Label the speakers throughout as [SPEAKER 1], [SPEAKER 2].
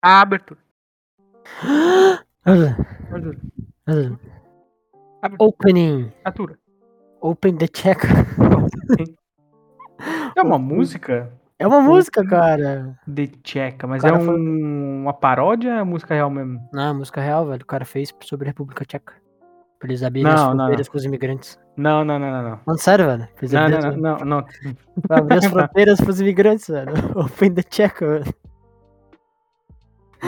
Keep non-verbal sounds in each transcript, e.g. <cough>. [SPEAKER 1] Tá aberto. Arthur,
[SPEAKER 2] Opening.
[SPEAKER 1] Arthur.
[SPEAKER 2] Open the check.
[SPEAKER 1] É
[SPEAKER 2] <laughs>
[SPEAKER 1] uma música
[SPEAKER 2] É uma música, cara.
[SPEAKER 1] de tcheca, mas
[SPEAKER 2] O
[SPEAKER 1] é
[SPEAKER 2] cara
[SPEAKER 1] um-
[SPEAKER 2] foi-
[SPEAKER 1] uma paródia ou é música real mesmo?
[SPEAKER 2] Não, é música real, velho. O cara fez sobre a República Tcheca. Pra eles abrirem
[SPEAKER 1] Não,
[SPEAKER 2] as
[SPEAKER 1] não, não.
[SPEAKER 2] fronteiras com os imigrantes.
[SPEAKER 1] Não, não, não, não, não.
[SPEAKER 2] Mano, sério, velho. Pra eles
[SPEAKER 1] Não,
[SPEAKER 2] abrirem
[SPEAKER 1] não,
[SPEAKER 2] as-
[SPEAKER 1] não, não, não.
[SPEAKER 2] pra abrir as fronteiras pros imigrantes, velho. <laughs> Open the check, velho.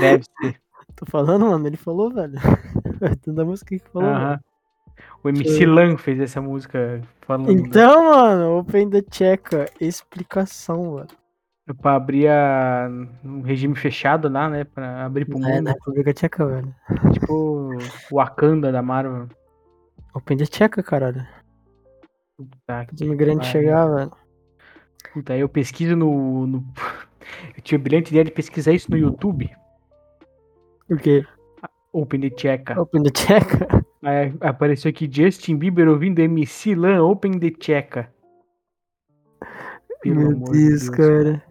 [SPEAKER 1] Deve <laughs> ser.
[SPEAKER 2] Tô falando, mano. Ele falou, velho. <laughs> Tanta música que falou. velho.
[SPEAKER 1] Aham. O MC Lan fez essa música falando né?
[SPEAKER 2] Então, mano, Open the check, ó, explicação, velho.
[SPEAKER 1] Tipo, pra abrir a, um regime fechado lá, né? Pra abrir pro
[SPEAKER 2] É,
[SPEAKER 1] mundo.
[SPEAKER 2] na República Tcheca, velho.
[SPEAKER 1] Tipo o Wakanda da Marvel.
[SPEAKER 2] Open the check, caralho.
[SPEAKER 1] Tá,
[SPEAKER 2] Os imigrantes
[SPEAKER 1] pariu.
[SPEAKER 2] chegar, velho.
[SPEAKER 1] Puta, aí eu pesquiso no, no- <laughs> Eu tinha a brilhante ideia de pesquisar isso no YouTube.
[SPEAKER 2] O quê?
[SPEAKER 1] Open the Tcheca.
[SPEAKER 2] Open the check?
[SPEAKER 1] Aí É, apareceu aqui Justin Bieber ouvindo MC Lan Open the Tcheca. Pelo
[SPEAKER 2] Meu
[SPEAKER 1] amor de
[SPEAKER 2] Deus, cara.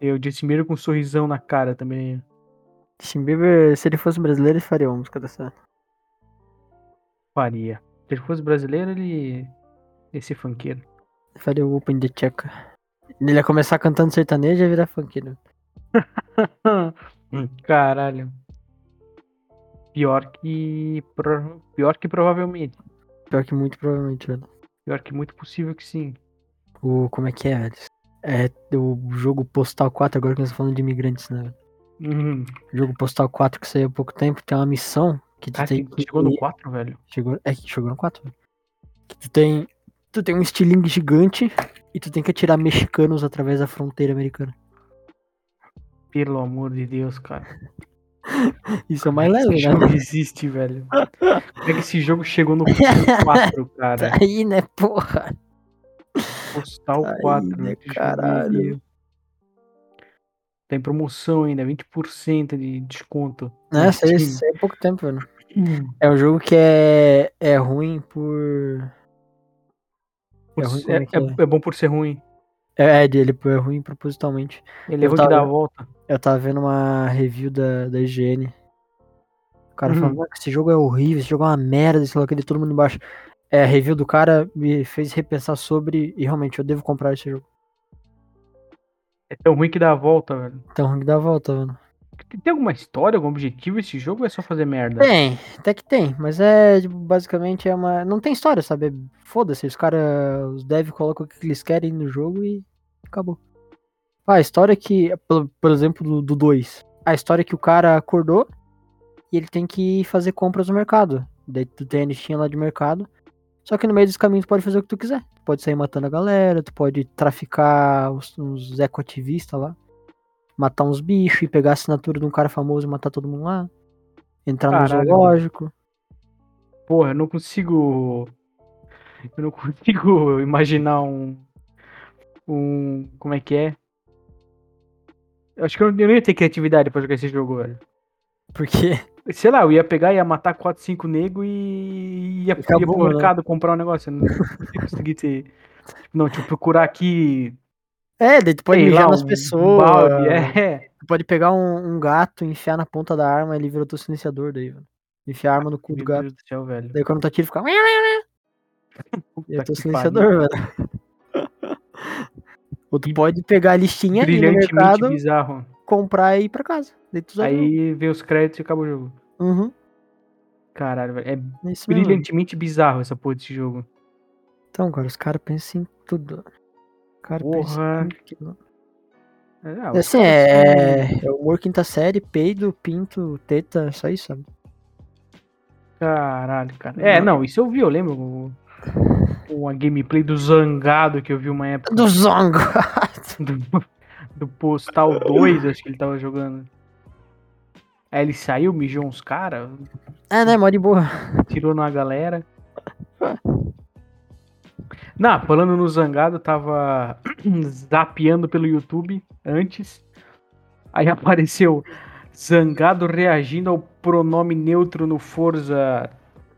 [SPEAKER 1] Eu Justin Bieber com um sorrisão na cara também.
[SPEAKER 2] Justin Bieber, se ele fosse brasileiro, ele faria uma música dessa.
[SPEAKER 1] Faria. Se ele fosse brasileiro, ele. Esse
[SPEAKER 2] <laughs>
[SPEAKER 1] funkeiro.
[SPEAKER 2] Ele faria o Open the check. Ele ia começar cantando sertanejo e ia virar né? funkeiro.
[SPEAKER 1] Hum, Caralho. Pior que. pro- Pior que provavelmente.
[SPEAKER 2] Pior que muito provavelmente, velho.
[SPEAKER 1] Pior que muito possível que sim.
[SPEAKER 2] O, como é que é, velho? É o jogo Postal 4, agora que nós estamos falando de imigrantes, né? velho?
[SPEAKER 1] Uhum.
[SPEAKER 2] O jogo Postal 4 que saiu há pouco tempo, tem uma missão que tu
[SPEAKER 1] Ah,
[SPEAKER 2] tem
[SPEAKER 1] que chegou no 4, velho.
[SPEAKER 2] Chegou, é que chegou no 4. velho. Que tu tem, tu tem um estilingue gigante e tu tem que atirar mexicanos através da fronteira americana.
[SPEAKER 1] Pelo amor de Deus, cara.
[SPEAKER 2] Isso é mais
[SPEAKER 1] Esse
[SPEAKER 2] leve, né?
[SPEAKER 1] jogo existe, velho. Como é que esse jogo chegou no
[SPEAKER 2] <laughs>
[SPEAKER 1] Postal 4, cara?
[SPEAKER 2] Aí, né, porra?
[SPEAKER 1] Postal
[SPEAKER 2] Tá aí,
[SPEAKER 1] 4.
[SPEAKER 2] né,
[SPEAKER 1] meu Deus do
[SPEAKER 2] caralho.
[SPEAKER 1] céu. Tá em promoção ainda, 20% de desconto.
[SPEAKER 2] Né, saiu,
[SPEAKER 1] Sim.
[SPEAKER 2] saiu há pouco tempo, velho. É um jogo que é, é ruim por.
[SPEAKER 1] Por
[SPEAKER 2] É ruim
[SPEAKER 1] ser-
[SPEAKER 2] como é que
[SPEAKER 1] é- é bom por ser ruim.
[SPEAKER 2] É, é, ele é ruim propositalmente.
[SPEAKER 1] Ele é
[SPEAKER 2] Eu
[SPEAKER 1] ruim que dá a
[SPEAKER 2] tava-
[SPEAKER 1] volta.
[SPEAKER 2] Eu tava vendo uma review da, da IGN. O cara
[SPEAKER 1] Uhum.
[SPEAKER 2] falando "Mano, esse jogo é horrível, esse jogo é uma merda, sei lá, aquele todo mundo embaixo. É, a review do cara me fez repensar sobre e realmente eu devo comprar esse jogo.
[SPEAKER 1] É tão ruim que dá a volta, velho.
[SPEAKER 2] Então ruim que dá a volta, mano.
[SPEAKER 1] Tem- Tem alguma história, algum objetivo esse jogo ou é só fazer merda?
[SPEAKER 2] Tem, até que tem, mas é, tipo, basicamente é uma. Não tem história, sabe? É- Foda-se, os caras, os devs colocam o que eles querem no jogo e acabou. Ah, a história que, por, por exemplo, do- do 2. A história que o cara acordou e ele tem que ir fazer compras no mercado. Daí tu tem a listinha lá de mercado. Só que no meio dos caminhos tu pode fazer o que tu quiser. Tu pode sair matando a galera, tu pode traficar uns, uns ecoativistas lá. Matar uns bichos e pegar a assinatura de um cara famoso e matar todo mundo lá. Entrar
[SPEAKER 1] Caralho.
[SPEAKER 2] no zoológico.
[SPEAKER 1] Porra, eu não consigo. Eu não consigo <laughs> imaginar um. Um. Como é que é? Eu acho que eu, eu não ia ter criatividade pra jogar esse jogo, velho.
[SPEAKER 2] Porque <laughs>
[SPEAKER 1] Sei lá, eu ia pegar, ia matar 4, 5 negros e ia, ia pro
[SPEAKER 2] Acabou, né?
[SPEAKER 1] mercado comprar um negócio. Eu não ia conseguir ter. tipo, Não, tipo, procurar aqui.
[SPEAKER 2] É, daí tu pode
[SPEAKER 1] sei lá,
[SPEAKER 2] mijar nas
[SPEAKER 1] um
[SPEAKER 2] pessoas.
[SPEAKER 1] balde, é.
[SPEAKER 2] Tu pode pegar um, um gato, enfiar na ponta da arma, ele virou teu silenciador daí, velho. Enfiar a arma no cu do
[SPEAKER 1] Meu
[SPEAKER 2] gato.
[SPEAKER 1] Deus do céu, velho.
[SPEAKER 2] Daí quando tu atira, fica. E é
[SPEAKER 1] Puta
[SPEAKER 2] teu
[SPEAKER 1] que
[SPEAKER 2] silenciador,
[SPEAKER 1] pariu.
[SPEAKER 2] velho.
[SPEAKER 1] <laughs>
[SPEAKER 2] Ou tu pode pegar a listinha ir no
[SPEAKER 1] Brilhantemente
[SPEAKER 2] mercado,
[SPEAKER 1] bizarro.
[SPEAKER 2] comprar e ir pra casa. Daí tu usa o jogo.
[SPEAKER 1] Aí vê os créditos e acaba o jogo.
[SPEAKER 2] Uhum,
[SPEAKER 1] Caralho, velho. É
[SPEAKER 2] é isso mesmo.
[SPEAKER 1] brilhantemente bizarro essa porra desse jogo.
[SPEAKER 2] Então, cara, os caras pensam em tudo. O cara
[SPEAKER 1] Porra.
[SPEAKER 2] pensa em tudo.
[SPEAKER 1] Ah,
[SPEAKER 2] É
[SPEAKER 1] os
[SPEAKER 2] assim,
[SPEAKER 1] caras
[SPEAKER 2] é, é humor quinta série, peido, pinto, teta, é só isso, sabe?
[SPEAKER 1] são- Caralho, cara. É, não, isso eu vi, eu lembro. o- Uma gameplay do Zangado que eu vi uma época.
[SPEAKER 2] Do zongo!
[SPEAKER 1] <laughs> Do, do Postal 2, acho que ele tava jogando. Aí ele saiu, mijou uns caras,
[SPEAKER 2] <laughs> é, né, mó de boa.
[SPEAKER 1] tirou na galera. Não, falando no Zangado, eu tava <clears throat> zapeando pelo YouTube antes. Aí apareceu Zangado reagindo ao pronome neutro no Forza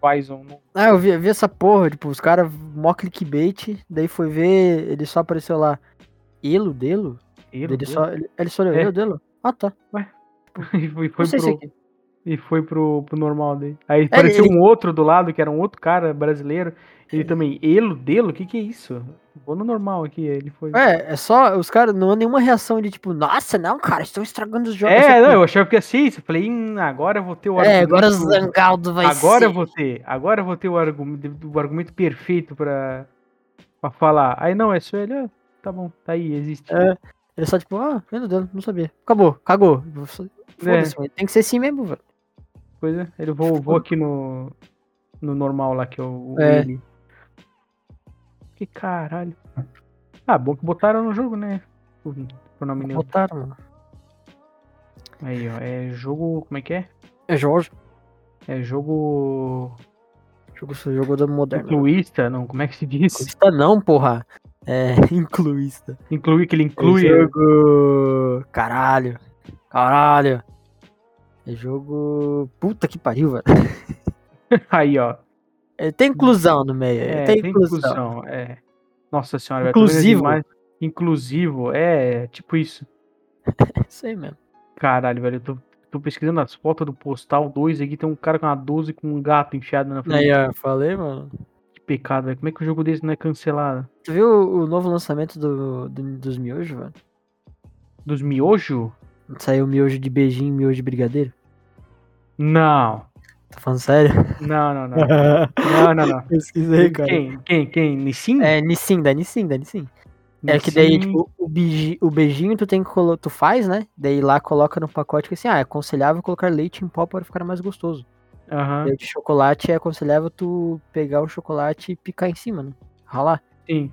[SPEAKER 1] Horizon. um.
[SPEAKER 2] Ah, eu vi, eu vi essa porra, tipo, os caras mó clickbait, daí foi ver, ele só apareceu lá, elo, delo?
[SPEAKER 1] Ele,
[SPEAKER 2] ele, Só, ele, ele só olhou,
[SPEAKER 1] É.
[SPEAKER 2] elo, delo? Ah, tá.
[SPEAKER 1] Ué. <laughs> E foi, foi
[SPEAKER 2] não sei se
[SPEAKER 1] pro,
[SPEAKER 2] aqui. É,
[SPEAKER 1] e foi pro, pro normal dele. Aí apareceu um outro do lado, que era um outro cara brasileiro. Ele também, elo, delo, o que que é isso? Vou no normal aqui, aí ele foi.
[SPEAKER 2] É, é só. Os caras não há nenhuma reação de tipo, nossa, não, cara, estão estragando os jogos.
[SPEAKER 1] É,
[SPEAKER 2] Só
[SPEAKER 1] não,
[SPEAKER 2] que-
[SPEAKER 1] eu achava que ia ser isso. Eu Falei, hum, agora eu vou ter o
[SPEAKER 2] é, agora o
[SPEAKER 1] argumento-
[SPEAKER 2] Zangaldo vai
[SPEAKER 1] agora
[SPEAKER 2] ser.
[SPEAKER 1] eu vou ter, agora eu vou ter o argumento, o argumento perfeito pra, pra falar. Aí não, é só ele, ah, tá bom, tá aí, existe.
[SPEAKER 2] É, Ele só tipo, ah, meu Deus, não sabia. Acabou, cagou.
[SPEAKER 1] É.
[SPEAKER 2] Foda-se, mano, tem que ser assim mesmo, velho.
[SPEAKER 1] Coisa, ele vou, vou aqui no, no normal lá, que é o, o
[SPEAKER 2] É.
[SPEAKER 1] ele. Que caralho. Ah, bom que botaram no jogo, né? O pronome neutro.
[SPEAKER 2] Botaram, mano.
[SPEAKER 1] Aí, ó, é jogo, como é que é?
[SPEAKER 2] É Jorge.
[SPEAKER 1] É jogo
[SPEAKER 2] Jogo, jogo da moderna.
[SPEAKER 1] incluísta, não, como é que se diz?
[SPEAKER 2] Incluísta não, porra. É, <laughs> incluísta.
[SPEAKER 1] Incluir, que ele
[SPEAKER 2] É
[SPEAKER 1] inclui.
[SPEAKER 2] jogo. Caralho. Caralho. É jogo. Puta que pariu, velho.
[SPEAKER 1] Aí, ó.
[SPEAKER 2] É, tem inclusão no meio.
[SPEAKER 1] É,
[SPEAKER 2] tem,
[SPEAKER 1] tem
[SPEAKER 2] inclusão.
[SPEAKER 1] inclusão, é. Nossa senhora, velho, tô vendo as
[SPEAKER 2] Inclusivo.
[SPEAKER 1] imagens- Inclusivo, é, tipo isso.
[SPEAKER 2] É isso aí mesmo.
[SPEAKER 1] Caralho, velho, eu tô, tô pesquisando as fotos do Postal 2 aqui, tem um cara com uma 12 com um gato enfiado na frente.
[SPEAKER 2] Aí, ó, eu falei, mano.
[SPEAKER 1] Que pecado, velho. Como é que o jogo desse não é cancelado?
[SPEAKER 2] Tu viu o novo lançamento do, do- dos miojos, velho?
[SPEAKER 1] Dos miojo?
[SPEAKER 2] Saiu miojo de beijinho, miojo de brigadeiro?
[SPEAKER 1] Não.
[SPEAKER 2] Tá falando sério?
[SPEAKER 1] Não, não, não. Não, não, não.
[SPEAKER 2] <laughs> Pesquisei, cara.
[SPEAKER 1] Quem? Quem? Quem? Nissin?
[SPEAKER 2] É, Nissin, da Nissin, da Nissin. É que daí,
[SPEAKER 1] Nissin-
[SPEAKER 2] tipo, o, beiji- o beijinho tu tem que colo- tu faz, né? Daí lá coloca no pacote que assim, ah, é aconselhável colocar leite em pó para ficar mais gostoso.
[SPEAKER 1] Aham,
[SPEAKER 2] Daí o de chocolate é aconselhável tu pegar o chocolate e picar em cima, né? Ralar.
[SPEAKER 1] sim.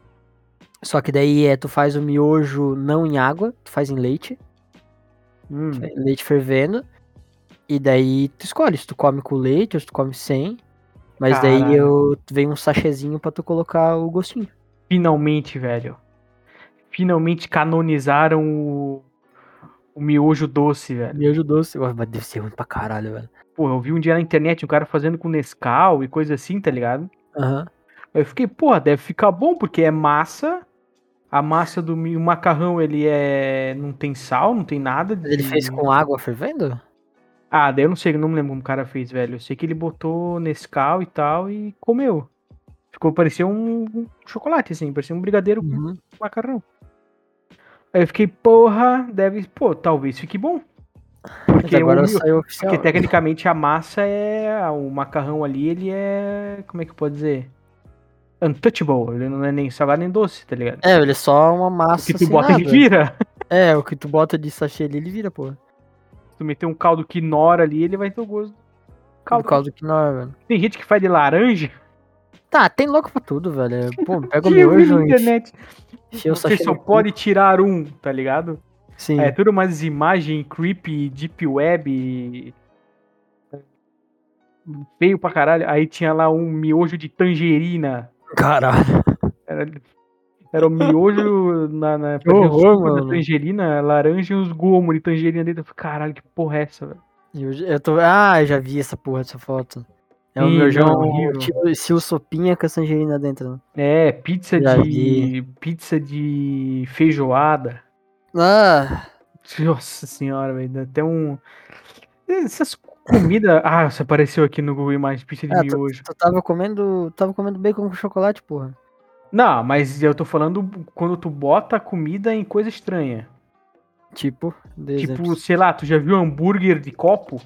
[SPEAKER 2] Só que daí é, tu faz o miojo não em água, tu faz em leite,
[SPEAKER 1] Hum,
[SPEAKER 2] leite fervendo. E daí tu escolhe se tu come com leite ou se tu come sem. Mas daí
[SPEAKER 1] Caralho.
[SPEAKER 2] eu, vem um sachêzinho pra tu colocar o gostinho.
[SPEAKER 1] Finalmente, velho. Finalmente canonizaram o, o miojo doce, velho.
[SPEAKER 2] Miojo doce. Ué, Mas deve ser ruim pra caralho, velho.
[SPEAKER 1] Pô, eu vi um dia na internet um cara fazendo com Nescau e coisa assim, tá ligado?
[SPEAKER 2] Aham.
[SPEAKER 1] Aí eu fiquei, porra, deve ficar bom, porque é massa. A massa do mi- o macarrão, ele é. não tem sal, não tem nada.
[SPEAKER 2] Mas
[SPEAKER 1] de-
[SPEAKER 2] ele fez com água fervendo?
[SPEAKER 1] Ah, daí eu não sei, eu não me lembro como o cara fez, velho. Eu sei que ele botou Nescau e tal e comeu. Ficou, parecia um, um chocolate, assim, parecia um brigadeiro com
[SPEAKER 2] Uhum.
[SPEAKER 1] macarrão. Aí eu fiquei, porra, deve. Pô, talvez fique bom.
[SPEAKER 2] Mas
[SPEAKER 1] Porque um
[SPEAKER 2] agora
[SPEAKER 1] o mi-
[SPEAKER 2] saiu oficial.
[SPEAKER 1] Porque tecnicamente a massa é. O macarrão ali, ele é. Como é que eu posso dizer? Untouchable. Ele não é nem salgado nem doce, tá ligado?
[SPEAKER 2] É, ele é só uma massa.
[SPEAKER 1] Porque tu
[SPEAKER 2] sem
[SPEAKER 1] bota
[SPEAKER 2] nada.
[SPEAKER 1] ele vira. <laughs>
[SPEAKER 2] É, o que tu bota de sachê ali, ele vira, pô.
[SPEAKER 1] Se tu meter um caldo quinora ali, ele vai ter o gosto. do
[SPEAKER 2] Por
[SPEAKER 1] Caldo.
[SPEAKER 2] causa que não, é, velho.
[SPEAKER 1] Tem gente que faz de laranja.
[SPEAKER 2] Tá, tem louco pra tudo, velho. Pô, pega <laughs> o
[SPEAKER 1] Eu vi
[SPEAKER 2] miojo,
[SPEAKER 1] na
[SPEAKER 2] enche-
[SPEAKER 1] internet.
[SPEAKER 2] enche o
[SPEAKER 1] Você
[SPEAKER 2] sachê.
[SPEAKER 1] só
[SPEAKER 2] no cu.
[SPEAKER 1] pode tirar um, tá ligado?
[SPEAKER 2] Sim.
[SPEAKER 1] É tudo umas imagens creepy, deep web. e- Feio pra caralho. Aí tinha lá um miojo de tangerina.
[SPEAKER 2] Caralho.
[SPEAKER 1] Era, era o miojo <laughs> na, na fazia o
[SPEAKER 2] horror,
[SPEAKER 1] suco da
[SPEAKER 2] mano.
[SPEAKER 1] tangerina, laranja e uns gomos de tangerina dentro. Eu falei, caralho, que porra é essa, velho?
[SPEAKER 2] Miojo- Eu tô... Ah, eu já vi essa porra dessa foto. É um
[SPEAKER 1] Ih,
[SPEAKER 2] miojão
[SPEAKER 1] não, horrível.
[SPEAKER 2] horrível. Tipo, estilo sopinha com a sangerina dentro, né?
[SPEAKER 1] É, pizza
[SPEAKER 2] Já
[SPEAKER 1] de. pizza de feijoada.
[SPEAKER 2] Ah,
[SPEAKER 1] Nossa senhora, velho. dá Até um. Essas comidas. Ah, você apareceu aqui no Google Imagens, pizza de
[SPEAKER 2] ah, tu,
[SPEAKER 1] miojo.
[SPEAKER 2] tu tava comendo. Tava comendo bacon com chocolate, porra.
[SPEAKER 1] Não, mas eu tô falando quando tu bota a comida em coisa estranha.
[SPEAKER 2] Tipo, de
[SPEAKER 1] Tipo,
[SPEAKER 2] exemplo.
[SPEAKER 1] sei lá, tu já viu hambúrguer de copo?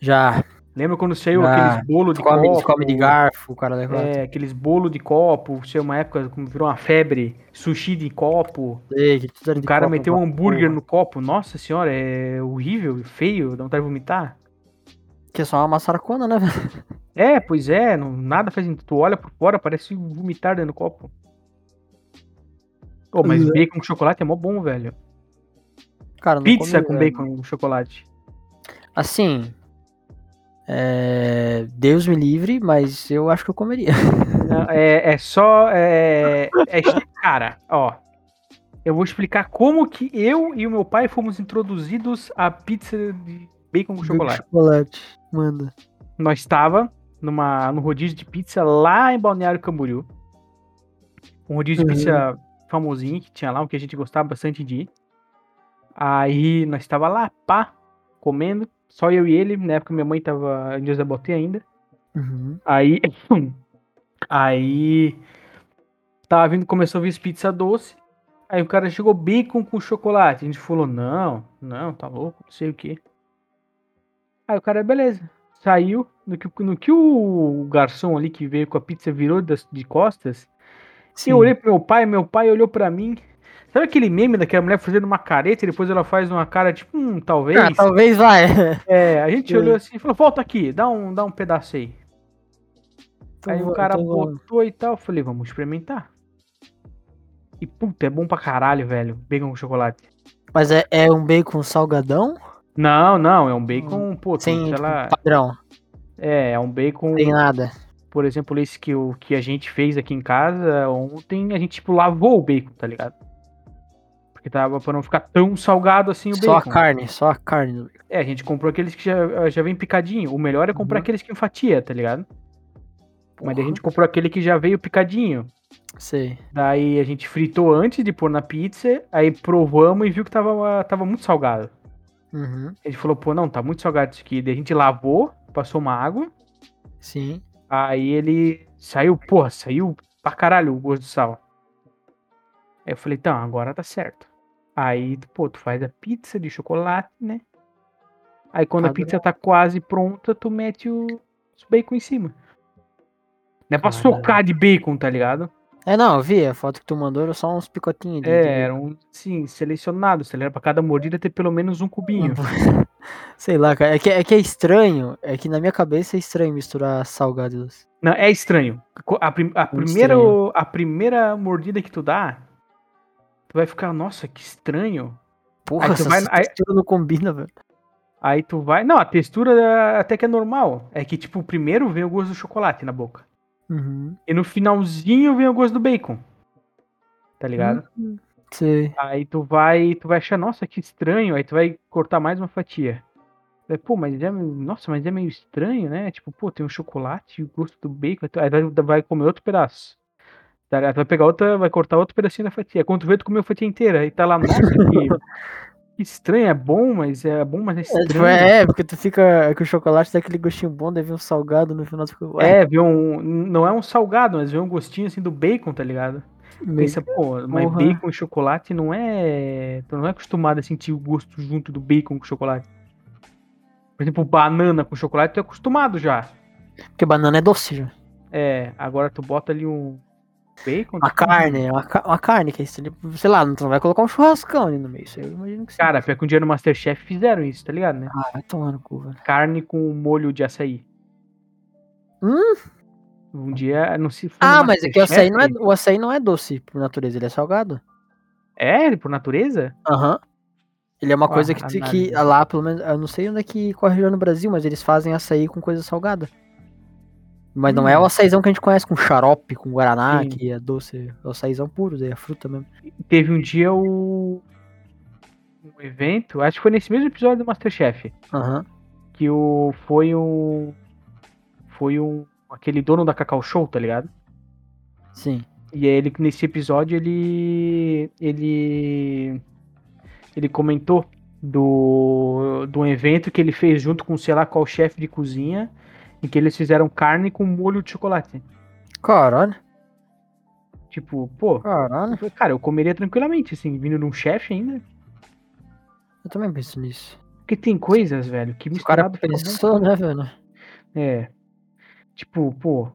[SPEAKER 2] Já.
[SPEAKER 1] Lembra quando saiu
[SPEAKER 2] Ah,
[SPEAKER 1] aqueles bolos de
[SPEAKER 2] Come,
[SPEAKER 1] copo?
[SPEAKER 2] come de garfo, cara.
[SPEAKER 1] É, aqueles bolo de copo, sei uma época como virou uma febre, sushi de copo.
[SPEAKER 2] Sei, que tudo era
[SPEAKER 1] O
[SPEAKER 2] de
[SPEAKER 1] cara
[SPEAKER 2] copo, né?
[SPEAKER 1] meteu um
[SPEAKER 2] porra.
[SPEAKER 1] hambúrguer no copo. Nossa senhora, é horrível, feio, dá vontade de vomitar.
[SPEAKER 2] Que é só uma maçaracona, né, velho?
[SPEAKER 1] É, pois é, não, nada faz sentido. Tu olha por fora, parece vomitar dentro do copo. Ô, mas
[SPEAKER 2] Pois é.
[SPEAKER 1] bacon com chocolate é mó bom, velho.
[SPEAKER 2] Cara, não
[SPEAKER 1] Pizza
[SPEAKER 2] come,
[SPEAKER 1] com
[SPEAKER 2] velho.
[SPEAKER 1] bacon com chocolate.
[SPEAKER 2] Assim. é, Deus me livre, mas eu acho que eu comeria.
[SPEAKER 1] Não, É, é só. É, é- cara, ó. Eu vou explicar como que eu e o meu pai fomos introduzidos à pizza de bacon com chocolate.
[SPEAKER 2] <laughs> Chocolate. Manda.
[SPEAKER 1] nós estava numa no rodízio de pizza lá em Balneário Camboriú. Um rodízio de
[SPEAKER 2] Uhum.
[SPEAKER 1] pizza famosinho que tinha lá, um que a gente gostava bastante de ir. Aí nós tava lá, pá, comendo. Só eu e ele, na época minha mãe tava em Deus da Botei ainda.
[SPEAKER 2] Uhum.
[SPEAKER 1] Aí. <coughs> Aí. Tava vindo, começou a vir pizza doce. Aí o cara chegou bacon com chocolate. A gente falou, não, não, tá louco, não sei o que. Aí o cara, beleza. Saiu. No que, no que o garçom ali que veio com a pizza virou das, de costas.
[SPEAKER 2] Sim.
[SPEAKER 1] Eu olhei pro meu pai, meu pai olhou pra mim. Sabe aquele meme daquela mulher fazendo uma careta e depois ela faz uma cara tipo, hum, talvez.
[SPEAKER 2] Ah, talvez vai.
[SPEAKER 1] É, a gente
[SPEAKER 2] Sim.
[SPEAKER 1] olhou assim e falou, volta aqui, dá um, dá um pedaço aí. aí o um cara
[SPEAKER 2] Então,
[SPEAKER 1] botou e tal, eu falei, vamos experimentar. E puta, é bom pra caralho, velho, bacon com chocolate.
[SPEAKER 2] Mas é, é um bacon salgadão?
[SPEAKER 1] Não, não, é um bacon, pô, tem,
[SPEAKER 2] Sem
[SPEAKER 1] sei
[SPEAKER 2] Hum, tipo,
[SPEAKER 1] lá,
[SPEAKER 2] padrão,
[SPEAKER 1] é, é um bacon,
[SPEAKER 2] sem nada.
[SPEAKER 1] por exemplo, esse que, o, que a gente fez aqui em casa ontem, a gente, tipo, lavou o bacon, tá ligado? Porque tava pra não ficar tão salgado assim o
[SPEAKER 2] Só a
[SPEAKER 1] bacon.
[SPEAKER 2] carne, só a carne do bacon.
[SPEAKER 1] É, a gente comprou aqueles que já, já vem picadinho. O melhor é comprar
[SPEAKER 2] Uhum.
[SPEAKER 1] aqueles que em fatia, tá ligado? Mas daí a
[SPEAKER 2] Porra.
[SPEAKER 1] gente comprou aquele que já veio picadinho.
[SPEAKER 2] Sei.
[SPEAKER 1] Daí a gente fritou antes de pôr na pizza, aí provamos e viu que tava, tava muito salgado.
[SPEAKER 2] Uhum.
[SPEAKER 1] A gente falou, pô, não, tá muito salgado isso aqui. Daí a gente lavou, passou uma água,
[SPEAKER 2] Sim.
[SPEAKER 1] aí ele saiu, porra, saiu pra caralho o gosto do sal. Aí eu falei, então, agora tá certo. Aí, tu- pô, tu faz a pizza de chocolate, né? Aí quando a
[SPEAKER 2] Padrão.
[SPEAKER 1] pizza tá quase pronta, tu mete o, os bacon em cima. Não é pra
[SPEAKER 2] Caralho.
[SPEAKER 1] socar de bacon, tá ligado?
[SPEAKER 2] É, não, eu vi a foto que tu mandou, era só uns picotinhos. de-
[SPEAKER 1] É,
[SPEAKER 2] de-
[SPEAKER 1] eram, sim, selecionados, tá ligado? Pra cada mordida ter pelo menos um cubinho.
[SPEAKER 2] <laughs> Sei lá, cara. É que, é que é estranho. É que na minha cabeça é estranho misturar salgado e doce.
[SPEAKER 1] Não, é estranho. Co- A, prim- a primeira, a primeira mordida que tu dá, tu vai ficar, nossa, que estranho.
[SPEAKER 2] Porra,
[SPEAKER 1] tu
[SPEAKER 2] essa
[SPEAKER 1] vai- aí-
[SPEAKER 2] textura não combina, velho.
[SPEAKER 1] Aí tu vai. Não, a textura até que é normal. É que, tipo, primeiro vem o gosto do chocolate na boca.
[SPEAKER 2] Uhum.
[SPEAKER 1] E no finalzinho vem o gosto do bacon. Tá ligado?
[SPEAKER 2] Sei.
[SPEAKER 1] Aí tu vai, tu vai achar, nossa, que estranho. Aí tu vai cortar mais uma fatia. Vai, Pô, mas é, meio- nossa, mas é meio estranho, né? Tipo, pô, tem um chocolate e o gosto do bacon. Aí tu- Aí vai, vai comer outro pedaço. Tá ligado? Tu vai pegar outra, vai cortar outro pedacinho da fatia. Quando tu vê, tu comeu a fatia inteira. E tá lá, nossa, que, que estranho, é bom, mas é bom, mas é
[SPEAKER 2] É, tipo,
[SPEAKER 1] estranho.
[SPEAKER 2] é, é, porque tu fica é que o chocolate dá aquele gostinho bom, deve um salgado no final tu fica. ué,
[SPEAKER 1] É, vê um. Não é um salgado, mas vê um gostinho assim do bacon, tá ligado?
[SPEAKER 2] meio-
[SPEAKER 1] Pensa, pô, mas
[SPEAKER 2] Porra.
[SPEAKER 1] bacon e chocolate não é. Tu não é acostumado a sentir o gosto junto do bacon com chocolate. Por exemplo, banana com chocolate, tu é acostumado já.
[SPEAKER 2] Porque banana é doce já.
[SPEAKER 1] É, agora tu bota ali um bacon.
[SPEAKER 2] Uma
[SPEAKER 1] tu-
[SPEAKER 2] carne, uma, ca- uma carne que é estranho. Sei lá, tu não vai colocar um churrascão ali no meio. Isso aí eu imagino que sim.
[SPEAKER 1] Cara, pior que um dia no Masterchef fizeram isso, tá ligado, né?
[SPEAKER 2] Ah, vai tomar no cu, velho.
[SPEAKER 1] Carne com molho de açaí.
[SPEAKER 2] Hum?
[SPEAKER 1] Um dia, não se foi no
[SPEAKER 2] Ah, mas é que o açaí, não é,
[SPEAKER 1] Masterchef?
[SPEAKER 2] o açaí não é doce por natureza, ele é salgado.
[SPEAKER 1] É, por natureza?
[SPEAKER 2] Aham. Ele é uma
[SPEAKER 1] Ó,
[SPEAKER 2] coisa que, tu- que
[SPEAKER 1] análise.
[SPEAKER 2] lá, pelo menos, eu não sei onde é que corre já no Brasil, mas eles fazem açaí com coisa salgada. Mas não é
[SPEAKER 1] Hum.
[SPEAKER 2] o açaizão que a gente conhece com xarope, com guaraná,
[SPEAKER 1] Sim.
[SPEAKER 2] que é doce, é o açaizão puro, daí é fruta mesmo.
[SPEAKER 1] teve um dia o um evento, acho que foi nesse mesmo episódio do MasterChef,
[SPEAKER 2] Aham.
[SPEAKER 1] que o foi um foi um aquele dono da Cacau Show, tá ligado?
[SPEAKER 2] Sim.
[SPEAKER 1] E aí ele nesse episódio ele ele ele comentou do de um evento que ele fez junto com sei lá qual chefe de cozinha, em que eles fizeram carne com molho de chocolate.
[SPEAKER 2] Caralho,
[SPEAKER 1] Tipo, pô,
[SPEAKER 2] caralho.
[SPEAKER 1] cara, eu comeria tranquilamente assim, vindo de um chefe ainda.
[SPEAKER 2] Eu também penso nisso.
[SPEAKER 1] Porque tem coisas, velho, que
[SPEAKER 2] O cara
[SPEAKER 1] misturado fica bom.
[SPEAKER 2] pensou, né, velho?
[SPEAKER 1] É. Tipo, pô.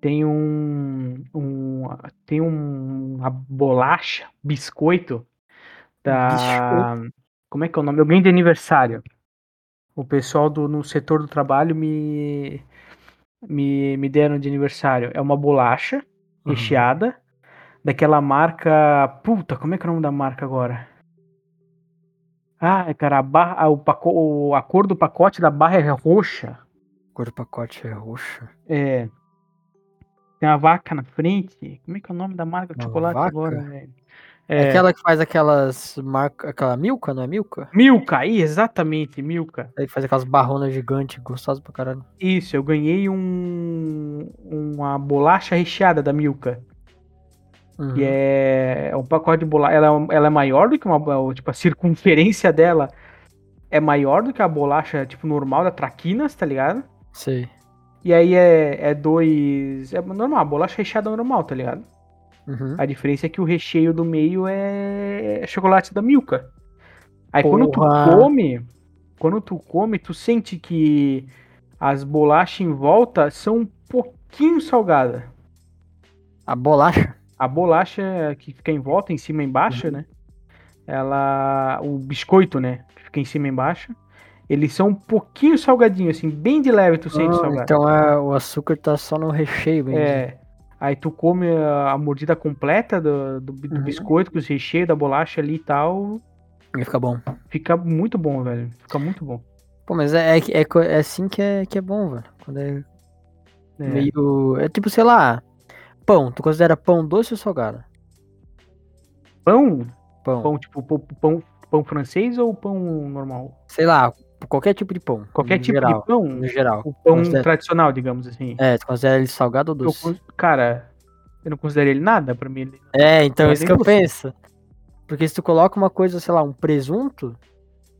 [SPEAKER 1] Tem um. um tem um, uma bolacha, biscoito. Da. Como é que é o nome? Alguém de aniversário. O pessoal do, no setor do trabalho me, me. Me deram de aniversário. É uma bolacha
[SPEAKER 2] Uhum.
[SPEAKER 1] recheada. Daquela marca. Puta, como é que é o nome da marca agora? Ah, cara, a, barra, a- o paco, o- a cor do pacote da barra é roxa.
[SPEAKER 2] Cor do pacote é roxa.
[SPEAKER 1] É. Tem uma vaca na frente. Como é que é o nome da marca de
[SPEAKER 2] Uma
[SPEAKER 1] chocolate
[SPEAKER 2] vaca?
[SPEAKER 1] agora, velho?
[SPEAKER 2] É.
[SPEAKER 1] É.
[SPEAKER 2] Aquela que faz aquelas marcas. Aquela Milka, não é Milka?
[SPEAKER 1] Milka, aí, exatamente, Milka.
[SPEAKER 2] Aí que faz aquelas barronas gigantes, gostosas pra caralho.
[SPEAKER 1] Isso, eu ganhei um uma bolacha recheada da Milka.
[SPEAKER 2] Uhum.
[SPEAKER 1] que é um pacote de bolacha. Ela, é um- ela é maior do que uma. Tipo, a circunferência dela é maior do que a bolacha, tipo, normal da Traquinas, tá ligado?
[SPEAKER 2] Sei.
[SPEAKER 1] E aí é, é dois. É normal, a bolacha recheada normal, tá ligado?
[SPEAKER 2] Uhum.
[SPEAKER 1] A diferença é que o recheio do meio é é chocolate da Milka. Aí quando tu
[SPEAKER 2] Porra.
[SPEAKER 1] come, quando tu come, tu sente que as bolachas em volta são um pouquinho salgadas.
[SPEAKER 2] A bolacha?
[SPEAKER 1] A bolacha que fica em volta, em cima e
[SPEAKER 2] Uhum.
[SPEAKER 1] embaixo, né? Ela. O biscoito, né? Que fica em cima e embaixo. Eles são um pouquinho salgadinhos, assim, bem de leve tu sente
[SPEAKER 2] Ah,
[SPEAKER 1] salgado.
[SPEAKER 2] então é, o açúcar tá só no recheio, bem dizer.
[SPEAKER 1] É. Aí tu come a, a mordida completa do, do, do
[SPEAKER 2] Uhum.
[SPEAKER 1] biscoito, com os recheios da bolacha ali e tal.
[SPEAKER 2] Vai ficar bom.
[SPEAKER 1] Fica muito bom, velho. Fica muito bom.
[SPEAKER 2] Pô, mas é, é, que- é, co- é assim que é, que é bom, velho. Quando é
[SPEAKER 1] É.
[SPEAKER 2] meio. É tipo, sei lá. Pão. Tu considera pão doce ou salgado?
[SPEAKER 1] Pão?
[SPEAKER 2] Pão.
[SPEAKER 1] Pão, tipo, pão, pão, pão francês ou pão normal?
[SPEAKER 2] Sei lá, qualquer tipo de pão.
[SPEAKER 1] Qualquer
[SPEAKER 2] no
[SPEAKER 1] tipo
[SPEAKER 2] geral,
[SPEAKER 1] de pão.
[SPEAKER 2] No geral. é
[SPEAKER 1] O pão
[SPEAKER 2] Considera-
[SPEAKER 1] tradicional, digamos assim.
[SPEAKER 2] É, tu considera ele salgado ou
[SPEAKER 1] Eu
[SPEAKER 2] doce?
[SPEAKER 1] con- cara, eu não considero ele nada pra mim. Ele...
[SPEAKER 2] É, então
[SPEAKER 1] Não é
[SPEAKER 2] isso
[SPEAKER 1] nem
[SPEAKER 2] que eu
[SPEAKER 1] doce.
[SPEAKER 2] penso. Porque se tu coloca uma coisa, sei lá,
[SPEAKER 1] <laughs>
[SPEAKER 2] um presunto,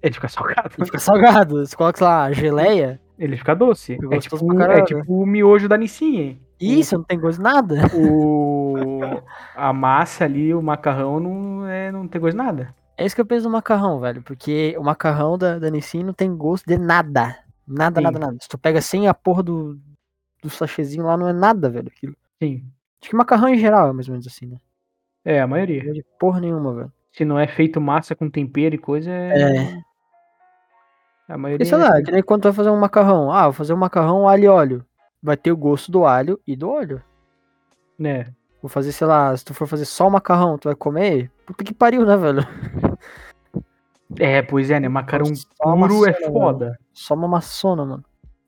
[SPEAKER 1] Ele fica salgado.
[SPEAKER 2] ele fica salgado. Se tu coloca, sei lá, geleia,
[SPEAKER 1] <laughs> Ele fica doce.
[SPEAKER 2] Eu
[SPEAKER 1] É
[SPEAKER 2] gosto
[SPEAKER 1] tipo,
[SPEAKER 2] pra
[SPEAKER 1] é
[SPEAKER 2] caralho.
[SPEAKER 1] tipo o miojo da Nissin.
[SPEAKER 2] isso, não tem gosto de nada. <laughs>
[SPEAKER 1] O, a massa ali, o macarrão, não, é, não tem gosto de nada.
[SPEAKER 2] É isso que eu penso no macarrão, velho. Porque o macarrão da, da Nissin não tem gosto de nada. Nada,
[SPEAKER 1] Sim.
[SPEAKER 2] nada, nada. Se tu pega sem a porra do, do sachêzinho lá, não é nada, velho. Aquilo.
[SPEAKER 1] Sim.
[SPEAKER 2] Acho que macarrão em geral é mais ou menos assim, né?
[SPEAKER 1] É, a
[SPEAKER 2] Não
[SPEAKER 1] maioria.
[SPEAKER 2] é de porra nenhuma, velho.
[SPEAKER 1] Se não é feito massa com tempero e coisa, é.
[SPEAKER 2] É.
[SPEAKER 1] A
[SPEAKER 2] Porque,
[SPEAKER 1] maioria.
[SPEAKER 2] sei lá,
[SPEAKER 1] é
[SPEAKER 2] é que nem quando tu vai fazer um macarrão. Ah, vou fazer um macarrão alho e óleo. Vai ter o gosto do alho e do óleo.
[SPEAKER 1] né?
[SPEAKER 2] Vou fazer, sei lá, se tu for fazer só o macarrão, tu vai comer? Puta que pariu, né, velho?
[SPEAKER 1] É, pois é, né? Macarrão
[SPEAKER 2] Nossa, só né? uma
[SPEAKER 1] puro é
[SPEAKER 2] cena,
[SPEAKER 1] foda.
[SPEAKER 2] Só uma maçona, mano.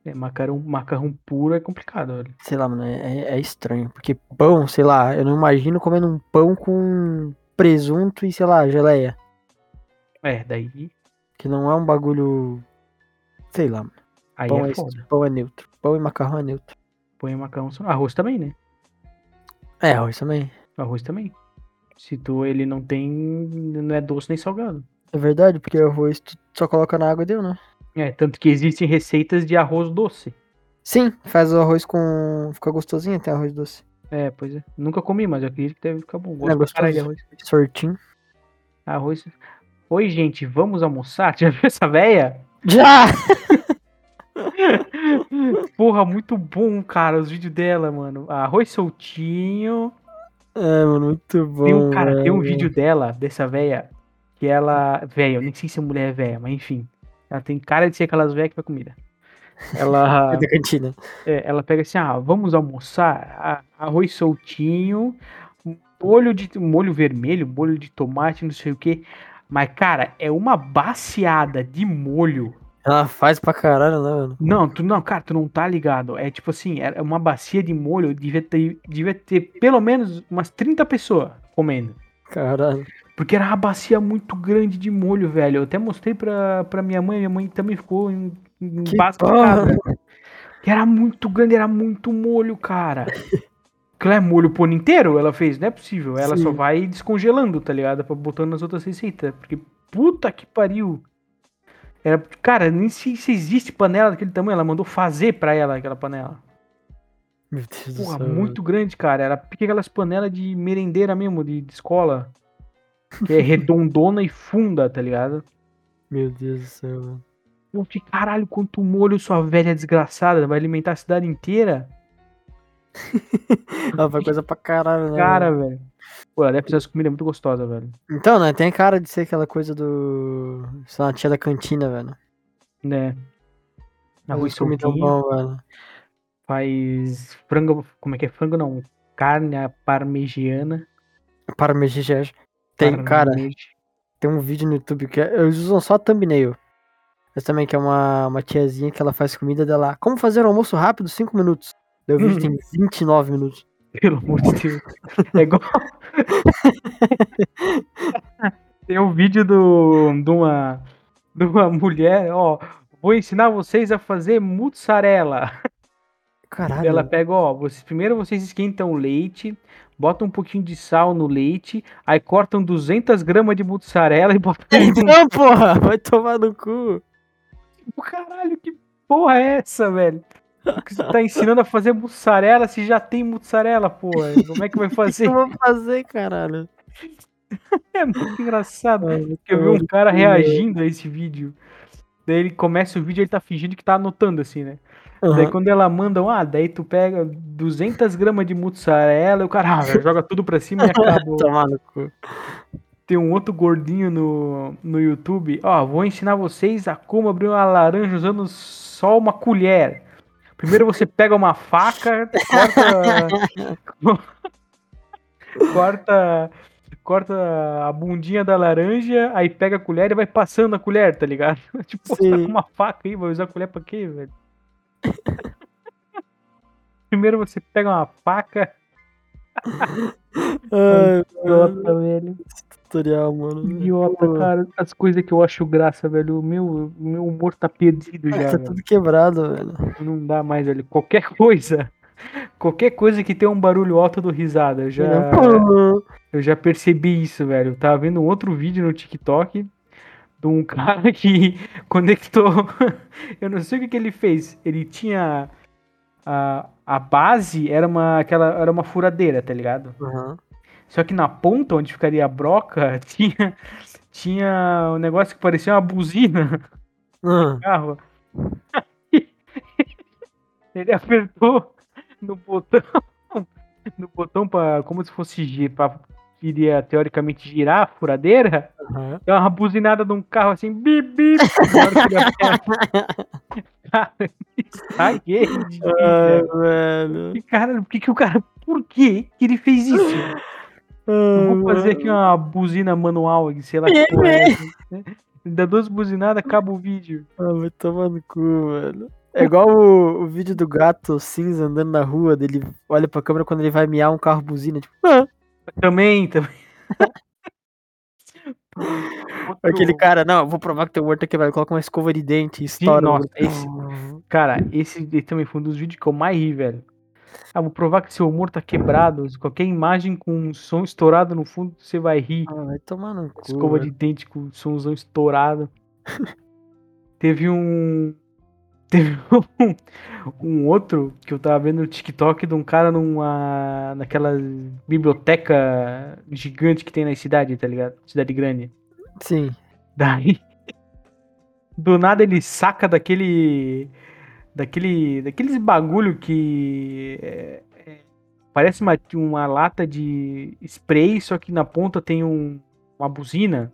[SPEAKER 1] É, macarrão, macarrão puro é complicado, olha.
[SPEAKER 2] Sei lá, mano, é, é estranho. Porque pão, sei lá, eu não imagino comendo um pão com presunto e, sei lá, geleia.
[SPEAKER 1] É, daí.
[SPEAKER 2] Que não é um bagulho. Sei lá, mano.
[SPEAKER 1] Aí
[SPEAKER 2] Pão
[SPEAKER 1] é
[SPEAKER 2] é,
[SPEAKER 1] foda.
[SPEAKER 2] est- pão é neutro. Pão e macarrão é neutro.
[SPEAKER 1] Põe macarrão. só- Arroz também, né?
[SPEAKER 2] É, arroz também.
[SPEAKER 1] Arroz também. Se tu ele não tem. Não é doce nem salgado.
[SPEAKER 2] É verdade, porque arroz tu só coloca na água e deu, né?
[SPEAKER 1] É, tanto que existem receitas de arroz doce.
[SPEAKER 2] Sim, faz o arroz com. Fica gostosinho até arroz doce.
[SPEAKER 1] É, pois é. Nunca comi, mas eu acredito que deve ficar bom. Gosto
[SPEAKER 2] É
[SPEAKER 1] pra caralho de
[SPEAKER 2] gostoso.
[SPEAKER 1] arroz.
[SPEAKER 2] Sortinho.
[SPEAKER 1] Arroz. Oi, gente, vamos almoçar? <laughs> Já viu essa véia?
[SPEAKER 2] <laughs> Já!
[SPEAKER 1] Porra, muito bom, cara, os vídeos dela, mano. Arroz soltinho.
[SPEAKER 2] É, mano, muito bom.
[SPEAKER 1] Tem um, cara, <laughs> tem um
[SPEAKER 2] velho.
[SPEAKER 1] vídeo dela, dessa véia, que ela. Véia, eu nem sei se a mulher é véia, mas enfim. Ela tem cara de ser aquelas véias que vai comida.
[SPEAKER 2] <laughs>
[SPEAKER 1] Ela.
[SPEAKER 2] É da cantina.
[SPEAKER 1] É, ela pega assim, ah, vamos almoçar, a- arroz soltinho, molho de molho vermelho, molho de tomate, não sei o que. Mas cara, é uma baciada de molho.
[SPEAKER 2] Ela Ah, faz pra caralho, né, mano?
[SPEAKER 1] Não, tu não, cara, tu não tá ligado. É tipo assim, é uma bacia de molho, devia ter, devia ter pelo menos umas 30 pessoas comendo.
[SPEAKER 2] Caralho.
[SPEAKER 1] Porque era uma bacia muito grande de molho, velho. Eu até mostrei pra, pra minha mãe, minha mãe também ficou em, em
[SPEAKER 2] Que
[SPEAKER 1] embasbacada. Que era muito grande, era muito molho,
[SPEAKER 2] <laughs>
[SPEAKER 1] cara. Aquilo é molho por inteiro? Ela fez, não é possível. Ela só
[SPEAKER 2] Sim.
[SPEAKER 1] vai descongelando, tá ligado? Pra botando nas outras receitas. Porque puta que pariu. Era, cara, nem sei se existe panela daquele tamanho. Ela mandou fazer pra ela aquela panela.
[SPEAKER 2] Meu Deus do
[SPEAKER 1] Porra,
[SPEAKER 2] céu.
[SPEAKER 1] muito grande, cara. Era pique aquelas panelas de merendeira mesmo, de, de escola. Que
[SPEAKER 2] <laughs>
[SPEAKER 1] é redondona e funda, tá ligado?
[SPEAKER 2] Meu Deus do céu, mano.
[SPEAKER 1] Eu fiquei, caralho, quanto molho, sua velha desgraçada. Vai alimentar a cidade inteira?
[SPEAKER 2] Ela faz Ah, coisa pra caralho, né?
[SPEAKER 1] Cara,
[SPEAKER 2] mano?
[SPEAKER 1] velho. Pô, ela deve fazer essa comida muito gostosa, velho.
[SPEAKER 2] Então, né? Tem cara de ser aquela coisa do. Sei lá, tia da cantina, velho.
[SPEAKER 1] Né? Arroz
[SPEAKER 2] Faz comida
[SPEAKER 1] soltinho,
[SPEAKER 2] bom, velho.
[SPEAKER 1] faz frango, como é que é frango não? Carne à parmegiana.
[SPEAKER 2] Parmegigejo. Tem, cara,
[SPEAKER 1] parmegi-
[SPEAKER 2] tem um vídeo no YouTube que é... eles usam só thumbnail. Mas também que é uma, uma tiazinha que ela faz comida dela. Como fazer um almoço rápido? 5 minutos. Daí o
[SPEAKER 1] <laughs>
[SPEAKER 2] vídeo tem 29 minutos.
[SPEAKER 1] Pelo amor de Deus. É igual. <laughs> Tem um vídeo do, de, uma, de uma mulher, ó. Vou ensinar vocês a fazer mussarela.
[SPEAKER 2] Caralho. <laughs>
[SPEAKER 1] Ela pega, ó, vocês, primeiro vocês esquentam o leite, bota um pouquinho de sal no leite, aí cortam 200 gramas de mussarela e botam.
[SPEAKER 2] É Não, Então, porra, vai tomar no cu.
[SPEAKER 1] Tipo, caralho, que porra é essa, velho? Você tá ensinando a fazer mussarela se já tem mussarela, porra. Como é que vai
[SPEAKER 2] O que
[SPEAKER 1] fazer?
[SPEAKER 2] eu vou fazer, caralho?
[SPEAKER 1] <laughs> É muito engraçado. que eu vi um cara reagindo a esse vídeo. Daí ele começa o vídeo e ele tá fingindo que tá anotando, assim, né? Daí quando ela manda, um, ah, daí tu pega 200 gramas de mussarela, e o cara ah, velho, joga tudo pra cima e acabou.
[SPEAKER 2] Tomar no cu.
[SPEAKER 1] Tem um outro gordinho no, no YouTube, ó, vou ensinar vocês a como abrir uma laranja usando só uma colher. Primeiro você pega uma faca, corta... <laughs> corta... Corta a bundinha da laranja, aí pega a colher e vai passando a colher, tá ligado? <laughs> Tipo, pô, tá
[SPEAKER 2] Sim.
[SPEAKER 1] com uma faca aí, vai usar a colher pra quê,
[SPEAKER 2] <laughs>
[SPEAKER 1] velho? Primeiro você pega uma faca,
[SPEAKER 2] Ai,
[SPEAKER 1] idiota, velho.
[SPEAKER 2] tutorial, mano.
[SPEAKER 1] Idiota,
[SPEAKER 2] Pô.
[SPEAKER 1] cara. As coisas que eu acho graça, velho. O meu, o meu humor tá perdido já.
[SPEAKER 2] Tá
[SPEAKER 1] velho.
[SPEAKER 2] tudo quebrado, velho.
[SPEAKER 1] Não dá mais, velho. Qualquer coisa. <laughs> Qualquer coisa que tenha um barulho alto do risada. Eu já,
[SPEAKER 2] Pô,
[SPEAKER 1] eu já percebi isso, velho. Eu tava vendo um outro vídeo no TikTok de um <laughs> cara que conectou. <laughs> eu não sei o que, que ele fez. Ele tinha. A, a base era uma, aquela, era uma furadeira, tá ligado?
[SPEAKER 2] Aham.
[SPEAKER 1] Só que na ponta, onde ficaria a broca, <laughs> tinha, tinha um negócio que parecia uma buzina
[SPEAKER 2] Ah,
[SPEAKER 1] do carro. <laughs> Ele apertou no botão, no botão para como se fosse gi- pra, iria teoricamente girar a furadeira.
[SPEAKER 2] aham.
[SPEAKER 1] Deu uma buzinada de um carro assim, bip, bip. na hora que ele aperta. <laughs> Cara, eu me estraguei de rir,
[SPEAKER 2] Ai,
[SPEAKER 1] velho.
[SPEAKER 2] velho.
[SPEAKER 1] Que cara, por que, que o cara, por que que ele fez isso? Eu
[SPEAKER 2] Ai,
[SPEAKER 1] Vou fazer aqui uma buzina manual, sei lá que porra é
[SPEAKER 2] <laughs>
[SPEAKER 1] essa, né? Dá duas buzinadas, acaba o vídeo.
[SPEAKER 2] Ah, vai tomar no cu, velho. É igual o, o vídeo do gato cinza andando na rua, dele olha pra câmera quando ele vai miar um carro buzina, tipo, "Ah",
[SPEAKER 1] Também, também. Outro-
[SPEAKER 2] <laughs> aquele cara, não, eu vou provar que teu morto é quebrado, coloca uma escova de dente e
[SPEAKER 1] Sim,
[SPEAKER 2] estoura. um o
[SPEAKER 1] nossa,
[SPEAKER 2] olho.
[SPEAKER 1] esse- Cara, esse daí também foi um dos vídeos que eu mais ri, velho. Ah, vou provar que seu humor tá quebrado. Qualquer imagem com um som estourado no fundo, você vai rir.
[SPEAKER 2] Ah, vai tomar no cu.
[SPEAKER 1] Escova de dente com somzão estourado. <laughs> Teve um. Teve <laughs> um, um outro que eu tava vendo no TikTok de um cara numa. naquela biblioteca gigante que tem na cidade, tá ligado? Cidade grande.
[SPEAKER 2] velho. Sim.
[SPEAKER 1] Daí. <laughs> Do nada ele saca daquele. Daquele. Daqueles bagulho que. é, é, parece uma, uma lata de spray, só que na ponta tem um, uma buzina.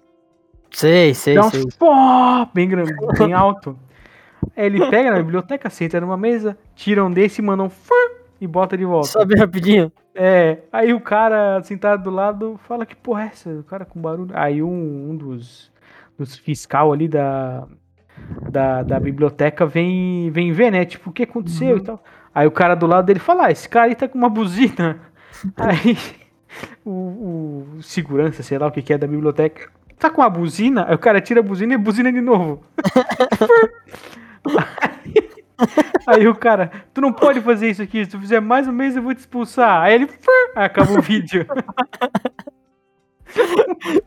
[SPEAKER 2] Sei, sei,
[SPEAKER 1] Dá um
[SPEAKER 2] sei.
[SPEAKER 1] pó bem grande, bem alto. Aí ele pega na biblioteca, senta numa mesa, tira um desse e manda um fã e bota de volta.
[SPEAKER 2] Sobe rapidinho.
[SPEAKER 1] É, aí o cara sentado do lado fala que porra é essa? O cara com barulho. Aí um, um dos, dos fiscal ali da, da, da biblioteca vem, vem ver, né? Tipo, o que aconteceu e tal. Aí o cara do lado dele fala, ah, esse cara aí tá com uma buzina. aí o, o segurança, sei lá o que que é da biblioteca, tá com uma buzina? Aí o cara tira a buzina e buzina de novo. <laughs> Aí o cara, tu não pode fazer isso aqui, se tu fizer mais um mês eu vou te expulsar. Aí ele, "Fur", aí acaba
[SPEAKER 2] <laughs>
[SPEAKER 1] o vídeo.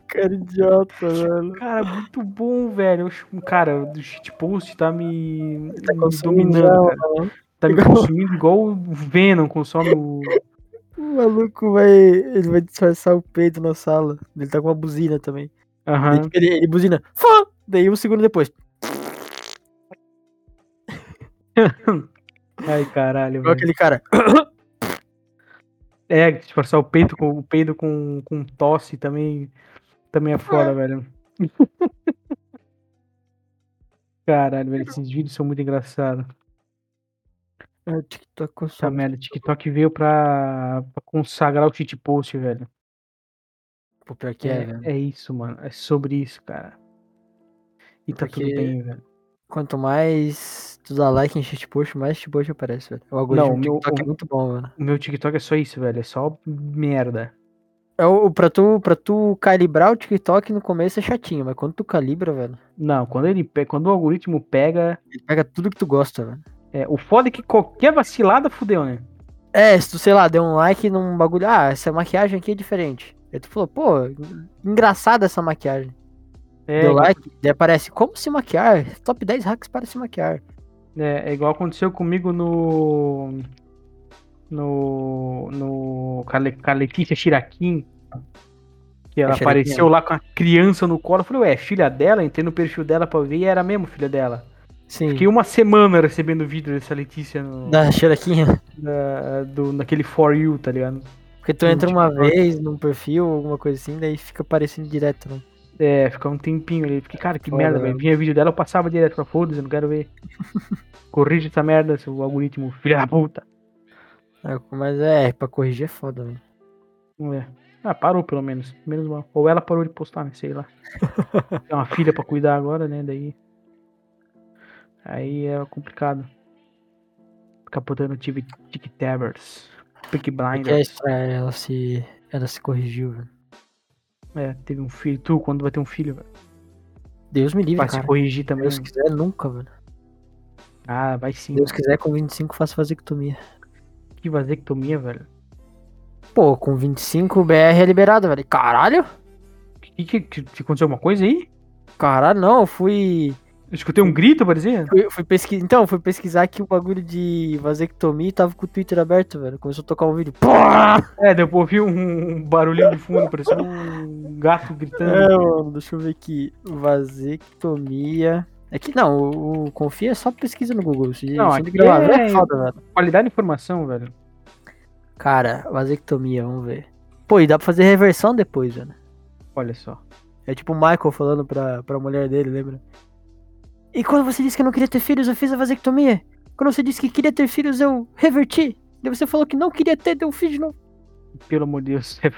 [SPEAKER 2] Cara idiota, velho.
[SPEAKER 1] Cara, muito bom, velho. Eu- Cara, o shitpost tá me, me
[SPEAKER 2] consumindo
[SPEAKER 1] Tá dominando,
[SPEAKER 2] já,
[SPEAKER 1] cara. Tá me
[SPEAKER 2] Igual-
[SPEAKER 1] consumindo igual o Venom consome
[SPEAKER 2] <laughs>
[SPEAKER 1] o...
[SPEAKER 2] O maluco vai. Ele vai disfarçar o peito na sala. Ele tá com uma buzina também. Daí,
[SPEAKER 1] Aham.
[SPEAKER 2] tipo, ele, ele buzina. Fã! Daí um segundo depois.
[SPEAKER 1] Ai, caralho,
[SPEAKER 2] Igual
[SPEAKER 1] velho.
[SPEAKER 2] aquele cara.
[SPEAKER 1] É, disfarçar o peito com o peido com, com tosse também, também é
[SPEAKER 2] <laughs>
[SPEAKER 1] foda, velho. Caralho, velho, esses vídeos são muito engraçados.
[SPEAKER 2] É o TikTok
[SPEAKER 1] Essa
[SPEAKER 2] consome.
[SPEAKER 1] merda, TikTok veio pra, pra consagrar o shitpost, velho.
[SPEAKER 2] Pô, pior que é, velho.
[SPEAKER 1] é, é isso, mano. É sobre isso, cara. E tá tudo
[SPEAKER 2] Porque-
[SPEAKER 1] bem, velho.
[SPEAKER 2] Quanto mais tu dá like em shitpost, mais shitpost aparece, velho. O algoritmo
[SPEAKER 1] Não,
[SPEAKER 2] do
[SPEAKER 1] meu-
[SPEAKER 2] TikTok
[SPEAKER 1] o-
[SPEAKER 2] é muito bom, mano.
[SPEAKER 1] O meu TikTok é só isso, velho. É só merda.
[SPEAKER 2] É o, pra, tu, pra tu calibrar o TikTok no começo é chatinho, mas quando tu calibra, velho,
[SPEAKER 1] Não, quando ele pe- quando o algoritmo pega.
[SPEAKER 2] ele pega tudo que tu gosta, velho.
[SPEAKER 1] é, o foda é que qualquer vacilada fudeu, né?
[SPEAKER 2] É, se tu, sei lá, deu um like num bagulho. Ah, essa maquiagem aqui é diferente. Aí tu falou, pô, engraçada essa maquiagem.
[SPEAKER 1] É,
[SPEAKER 2] deu
[SPEAKER 1] igual-
[SPEAKER 2] like, daí aparece como se maquiar. Top 10 hacks para se maquiar.
[SPEAKER 1] é, é igual aconteceu comigo no. No. No. Com a Le- com a Letícia Shirakin. Que ela
[SPEAKER 2] Shirakin,
[SPEAKER 1] apareceu lá com a criança no colo. Eu falei, ué, é filha dela? Entrei no perfil dela pra ver e era mesmo filha dela.
[SPEAKER 2] Sim.
[SPEAKER 1] Fiquei uma semana recebendo vídeo dessa Letícia no,
[SPEAKER 2] Da xerequinha.
[SPEAKER 1] da- do, naquele For You, tá ligado?
[SPEAKER 2] <laughs> Porque tu
[SPEAKER 1] Sim,
[SPEAKER 2] entra
[SPEAKER 1] tipo,
[SPEAKER 2] uma
[SPEAKER 1] agora-
[SPEAKER 2] vez num perfil, alguma coisa assim, daí fica aparecendo direto, né?
[SPEAKER 1] É, ficar um tempinho ali. Porque, cara, que
[SPEAKER 2] Foda, né?
[SPEAKER 1] merda,
[SPEAKER 2] velho.
[SPEAKER 1] velho. Vinha vídeo dela, eu passava direto pra foda-se, eu não quero
[SPEAKER 2] <laughs>
[SPEAKER 1] ver. Corrige essa merda, seu algoritmo, filha da puta.
[SPEAKER 2] É, Mas é, pra corrigir é foda, mano.
[SPEAKER 1] Vamos ver. Ah, parou pelo menos. Menos mal. Ou ela parou de postar, né? Sei
[SPEAKER 2] <laughs>
[SPEAKER 1] lá. Tem uma filha pra cuidar agora, né? Daí. Aí é complicado. Capotando tive Tic Tabbers. Pick
[SPEAKER 2] Porque é
[SPEAKER 1] Blinder.
[SPEAKER 2] estranho, ela se. Ela se corrigiu, velho.
[SPEAKER 1] É, teve um filho. Tu, quando vai ter um filho, velho?
[SPEAKER 2] Deus me livre,
[SPEAKER 1] Vai se
[SPEAKER 2] cara.
[SPEAKER 1] corrigir também.
[SPEAKER 2] Deus quiser, nunca, mano.
[SPEAKER 1] Ah, vai né? sim.
[SPEAKER 2] Deus quiser, com 25 faço vasectomia.
[SPEAKER 1] Que vasectomia, velho.
[SPEAKER 2] Pô, com 25 BR é liberado, velho. Caralho?
[SPEAKER 1] Que, que, que, que aconteceu alguma coisa aí?
[SPEAKER 2] Caralho, não, eu fui.
[SPEAKER 1] Eu escutei um grito, parecia?
[SPEAKER 2] fui, fui pesqui... Então, eu fui pesquisar que o bagulho de vasectomia e tava com o Twitter aberto, velho. Começou a tocar um vídeo. Pô!
[SPEAKER 1] É, depois ouvi um, um barulhinho de fundo, parecia um gato gritando.
[SPEAKER 2] É, mano, deixa eu ver aqui. Vasectomia. É que não, o, o Confia é só pesquisa no Google. Se,
[SPEAKER 1] Não,
[SPEAKER 2] se
[SPEAKER 1] aqui
[SPEAKER 2] ligar lá,
[SPEAKER 1] é-
[SPEAKER 2] é foda, velho.
[SPEAKER 1] Qualidade de informação, velho.
[SPEAKER 2] Cara, vasectomia, vamos ver. Pô, e dá pra fazer reversão depois, velho.
[SPEAKER 1] Olha só.
[SPEAKER 2] É tipo o Michael falando pra, pra mulher dele, lembra? E quando você disse que eu não queria ter filhos, eu fiz a vasectomia. Quando você disse que queria ter filhos, eu reverti. Daí você falou que não queria ter, deu um filho de novo.
[SPEAKER 1] Pelo amor de Deus. <laughs> é-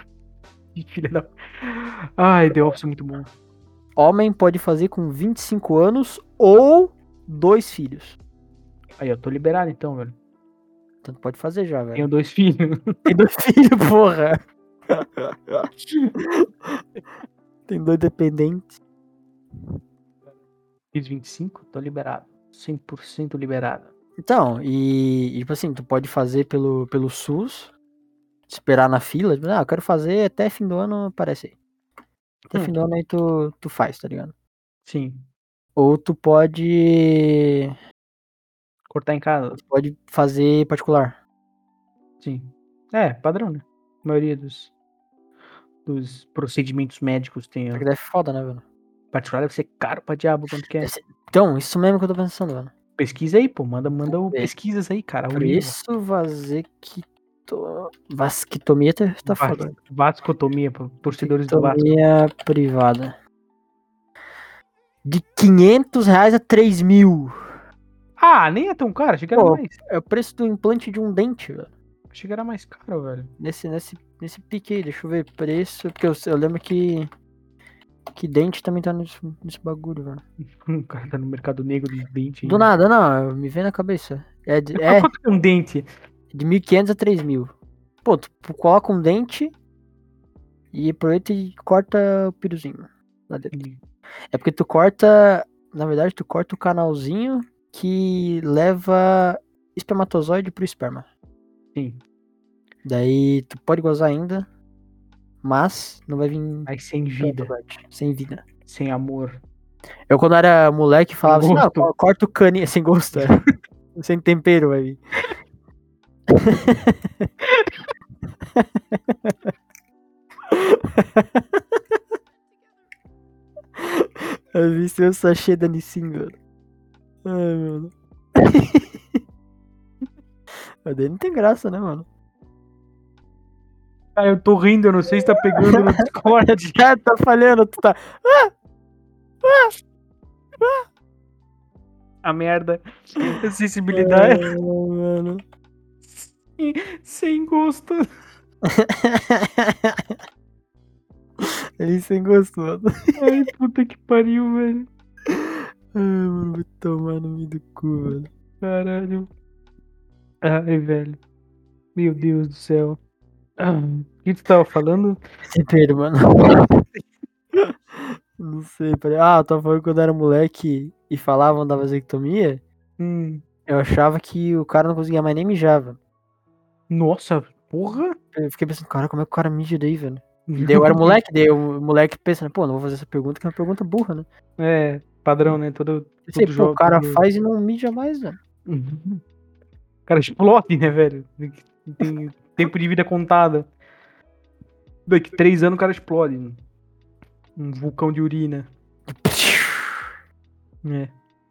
[SPEAKER 1] Que filha da. Ai, The Office é muito bom.
[SPEAKER 2] Homem pode fazer com 25 anos ou dois filhos.
[SPEAKER 1] Aí, eu tô liberado então, velho.
[SPEAKER 2] Então tu pode fazer já, velho.
[SPEAKER 1] Tenho dois filhos. <laughs>
[SPEAKER 2] <laughs> Tem dois filhos, porra. <laughs> Tem dois dependentes.
[SPEAKER 1] Fiz 25, tô liberado. 100% liberado.
[SPEAKER 2] Então, e, e, tipo assim, tu pode fazer pelo, pelo SUS, esperar na fila, tipo, ah, eu quero fazer até fim do ano, aparece aí. Até
[SPEAKER 1] Hum.
[SPEAKER 2] fim do ano aí tu, tu faz, tá ligado?
[SPEAKER 1] Sim.
[SPEAKER 2] Ou tu pode.
[SPEAKER 1] Cortar em casa?
[SPEAKER 2] Tu pode fazer particular.
[SPEAKER 1] Sim. É, padrão, né? A maioria dos, dos procedimentos médicos tem. ó.
[SPEAKER 2] Só que daí é foda, né, velho?
[SPEAKER 1] Particular deve ser caro pra diabo quanto que é.
[SPEAKER 2] Deve Então, isso mesmo que eu tô pensando, velho.
[SPEAKER 1] Pesquisa aí, pô. Manda, manda o
[SPEAKER 2] ver.
[SPEAKER 1] pesquisas aí, cara.
[SPEAKER 2] Por isso, vasecto... vasectomia tá, tá foda.
[SPEAKER 1] Vascotomia, pô. Torcedores do Vasco.
[SPEAKER 2] Vasectomia é privada. De 500 reais a 3 mil.
[SPEAKER 1] Ah, nem é tão caro. Achei que era
[SPEAKER 2] Pô.
[SPEAKER 1] mais.
[SPEAKER 2] É o preço do implante de um dente, velho.
[SPEAKER 1] Achei que era mais caro, velho. <laughs>
[SPEAKER 2] Nesse, nesse, nesse pique aí, deixa eu ver preço. Porque eu, eu lembro que. Que dente também tá nesse, nesse bagulho, velho.
[SPEAKER 1] O cara tá no mercado negro de dente.
[SPEAKER 2] Do
[SPEAKER 1] ainda.
[SPEAKER 2] nada, não, me vem na cabeça. É de,
[SPEAKER 1] Mas
[SPEAKER 2] é
[SPEAKER 1] Quanto que é um dente?
[SPEAKER 2] de 1.500 a 3.000. Pô, tu tu coloca um dente e aproveita e corta o piruzinho. lá dentro. É porque tu corta. Na verdade, tu corta o canalzinho que leva espermatozoide pro esperma.
[SPEAKER 1] Sim.
[SPEAKER 2] Daí tu pode gozar ainda, mas não vai vir
[SPEAKER 1] Aí sem
[SPEAKER 2] <laughs>
[SPEAKER 1] vida,
[SPEAKER 2] espermatozoide, sem vida.
[SPEAKER 1] sem amor.
[SPEAKER 2] Eu, quando era moleque, falava assim: não,
[SPEAKER 1] gosto.
[SPEAKER 2] co- corta o caninho. <laughs> Sem gosto, é. sem tempero, vai vir. <laughs> Eu vi seu sachê da Nissin, velho. Ai, mano. <laughs> Mas daí não tem graça, né, mano? <laughs>
[SPEAKER 1] Ah, eu tô rindo, eu não sei se tá pegando
[SPEAKER 2] <laughs>
[SPEAKER 1] no Discord.
[SPEAKER 2] Ah, tá falhando, tu tá.
[SPEAKER 1] A merda. A sensibilidade.
[SPEAKER 2] Ai, mano.
[SPEAKER 1] Sem gosto.
[SPEAKER 2] Ele É sem gosto, mano.
[SPEAKER 1] Ai, puta que pariu, velho.
[SPEAKER 2] Ai, mano, vou tomar no meio do cu, velho.
[SPEAKER 1] Caralho. Ai, velho. Meu Deus do céu. Ah, O que tu tava falando?
[SPEAKER 2] Tempero, mano. <laughs> Não sei, peraí. Ah, eu tava falando que quando eu era moleque e falavam da vasectomia,
[SPEAKER 1] Hum,
[SPEAKER 2] eu achava que o cara não conseguia mais nem mijar, velho.
[SPEAKER 1] Nossa, porra!
[SPEAKER 2] Eu fiquei pensando, cara, como é que o cara mija daí, velho? Daí eu era moleque, daí o moleque pensando, pô, não vou fazer essa pergunta, que é uma pergunta burra, né?
[SPEAKER 1] É, padrão, né? Todo,
[SPEAKER 2] Eu Pensei, pô, o cara faz e não mija mais, velho. <laughs>
[SPEAKER 1] Uhum. O cara explode, né, velho? Tem tempo de vida contada. Daqui três anos o cara explode. né? Um vulcão de urina. É.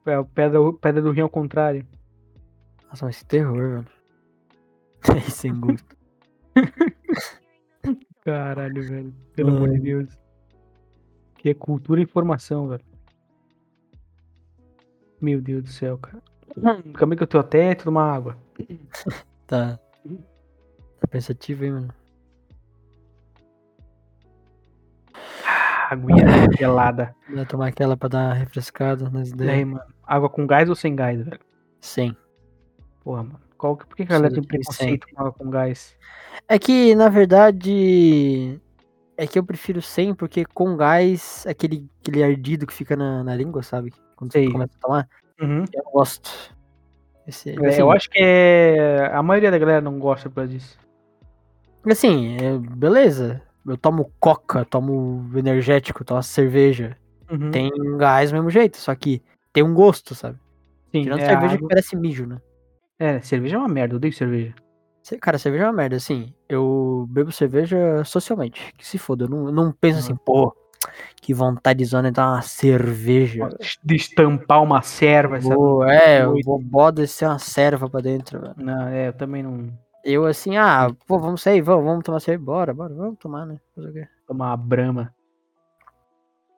[SPEAKER 1] É a pedra, pedra do rim ao contrário.
[SPEAKER 2] Nossa, mas que terror, <laughs> velho. Sem gosto.
[SPEAKER 1] Caralho, velho. Pelo amor de Deus. Que é cultura e informação, velho. Meu Deus do céu, cara. Calma aí que eu tô até tomar água.
[SPEAKER 2] Tá. Tá pensativo, hein, mano?
[SPEAKER 1] Ah, aguinha gelada.
[SPEAKER 2] Vai tomar aquela pra dar uma refrescada nas
[SPEAKER 1] E aí,
[SPEAKER 2] ideias.
[SPEAKER 1] mano? Água com gás ou sem gás, velho?
[SPEAKER 2] Sim.
[SPEAKER 1] Porra, mano. Qual que, por que que a galera tem
[SPEAKER 2] Sim, sim.
[SPEAKER 1] preconceito com água com gás?
[SPEAKER 2] É que, na verdade, é que eu prefiro sem, porque com gás, é aquele, aquele ardido que fica na, na língua, sabe? Quando
[SPEAKER 1] Sei.
[SPEAKER 2] você começa a tomar,
[SPEAKER 1] Uhum.
[SPEAKER 2] eu não gosto. Esse, assim,
[SPEAKER 1] É, eu acho que é... a maioria da galera não gosta por causa disso.
[SPEAKER 2] Assim, é, beleza. Eu tomo coca, tomo energético, tomo cerveja.
[SPEAKER 1] Uhum.
[SPEAKER 2] Tem um gás do mesmo jeito, só que tem um gosto, sabe?
[SPEAKER 1] Sim,
[SPEAKER 2] Tirando
[SPEAKER 1] é, a
[SPEAKER 2] cerveja que
[SPEAKER 1] água-
[SPEAKER 2] parece mijo, né?
[SPEAKER 1] é, cerveja é uma merda, eu odeio cerveja.
[SPEAKER 2] Ce- Cara, cerveja é uma merda, assim. Eu bebo cerveja socialmente, que se foda. Eu não, eu não penso assim, pô, que vontade de dar uma cerveja.
[SPEAKER 1] De estampar uma serva, essa...
[SPEAKER 2] Vou, é, eu
[SPEAKER 1] noite.
[SPEAKER 2] vou boda ser uma serva pra dentro, velho.
[SPEAKER 1] Não, é, eu também não
[SPEAKER 2] Eu assim,
[SPEAKER 1] Hum.
[SPEAKER 2] ah, pô, vamos sair, vamos, vamos tomar cerveja, bora, bora, vamos tomar, né? Fazer o quê?
[SPEAKER 1] tomar uma brama,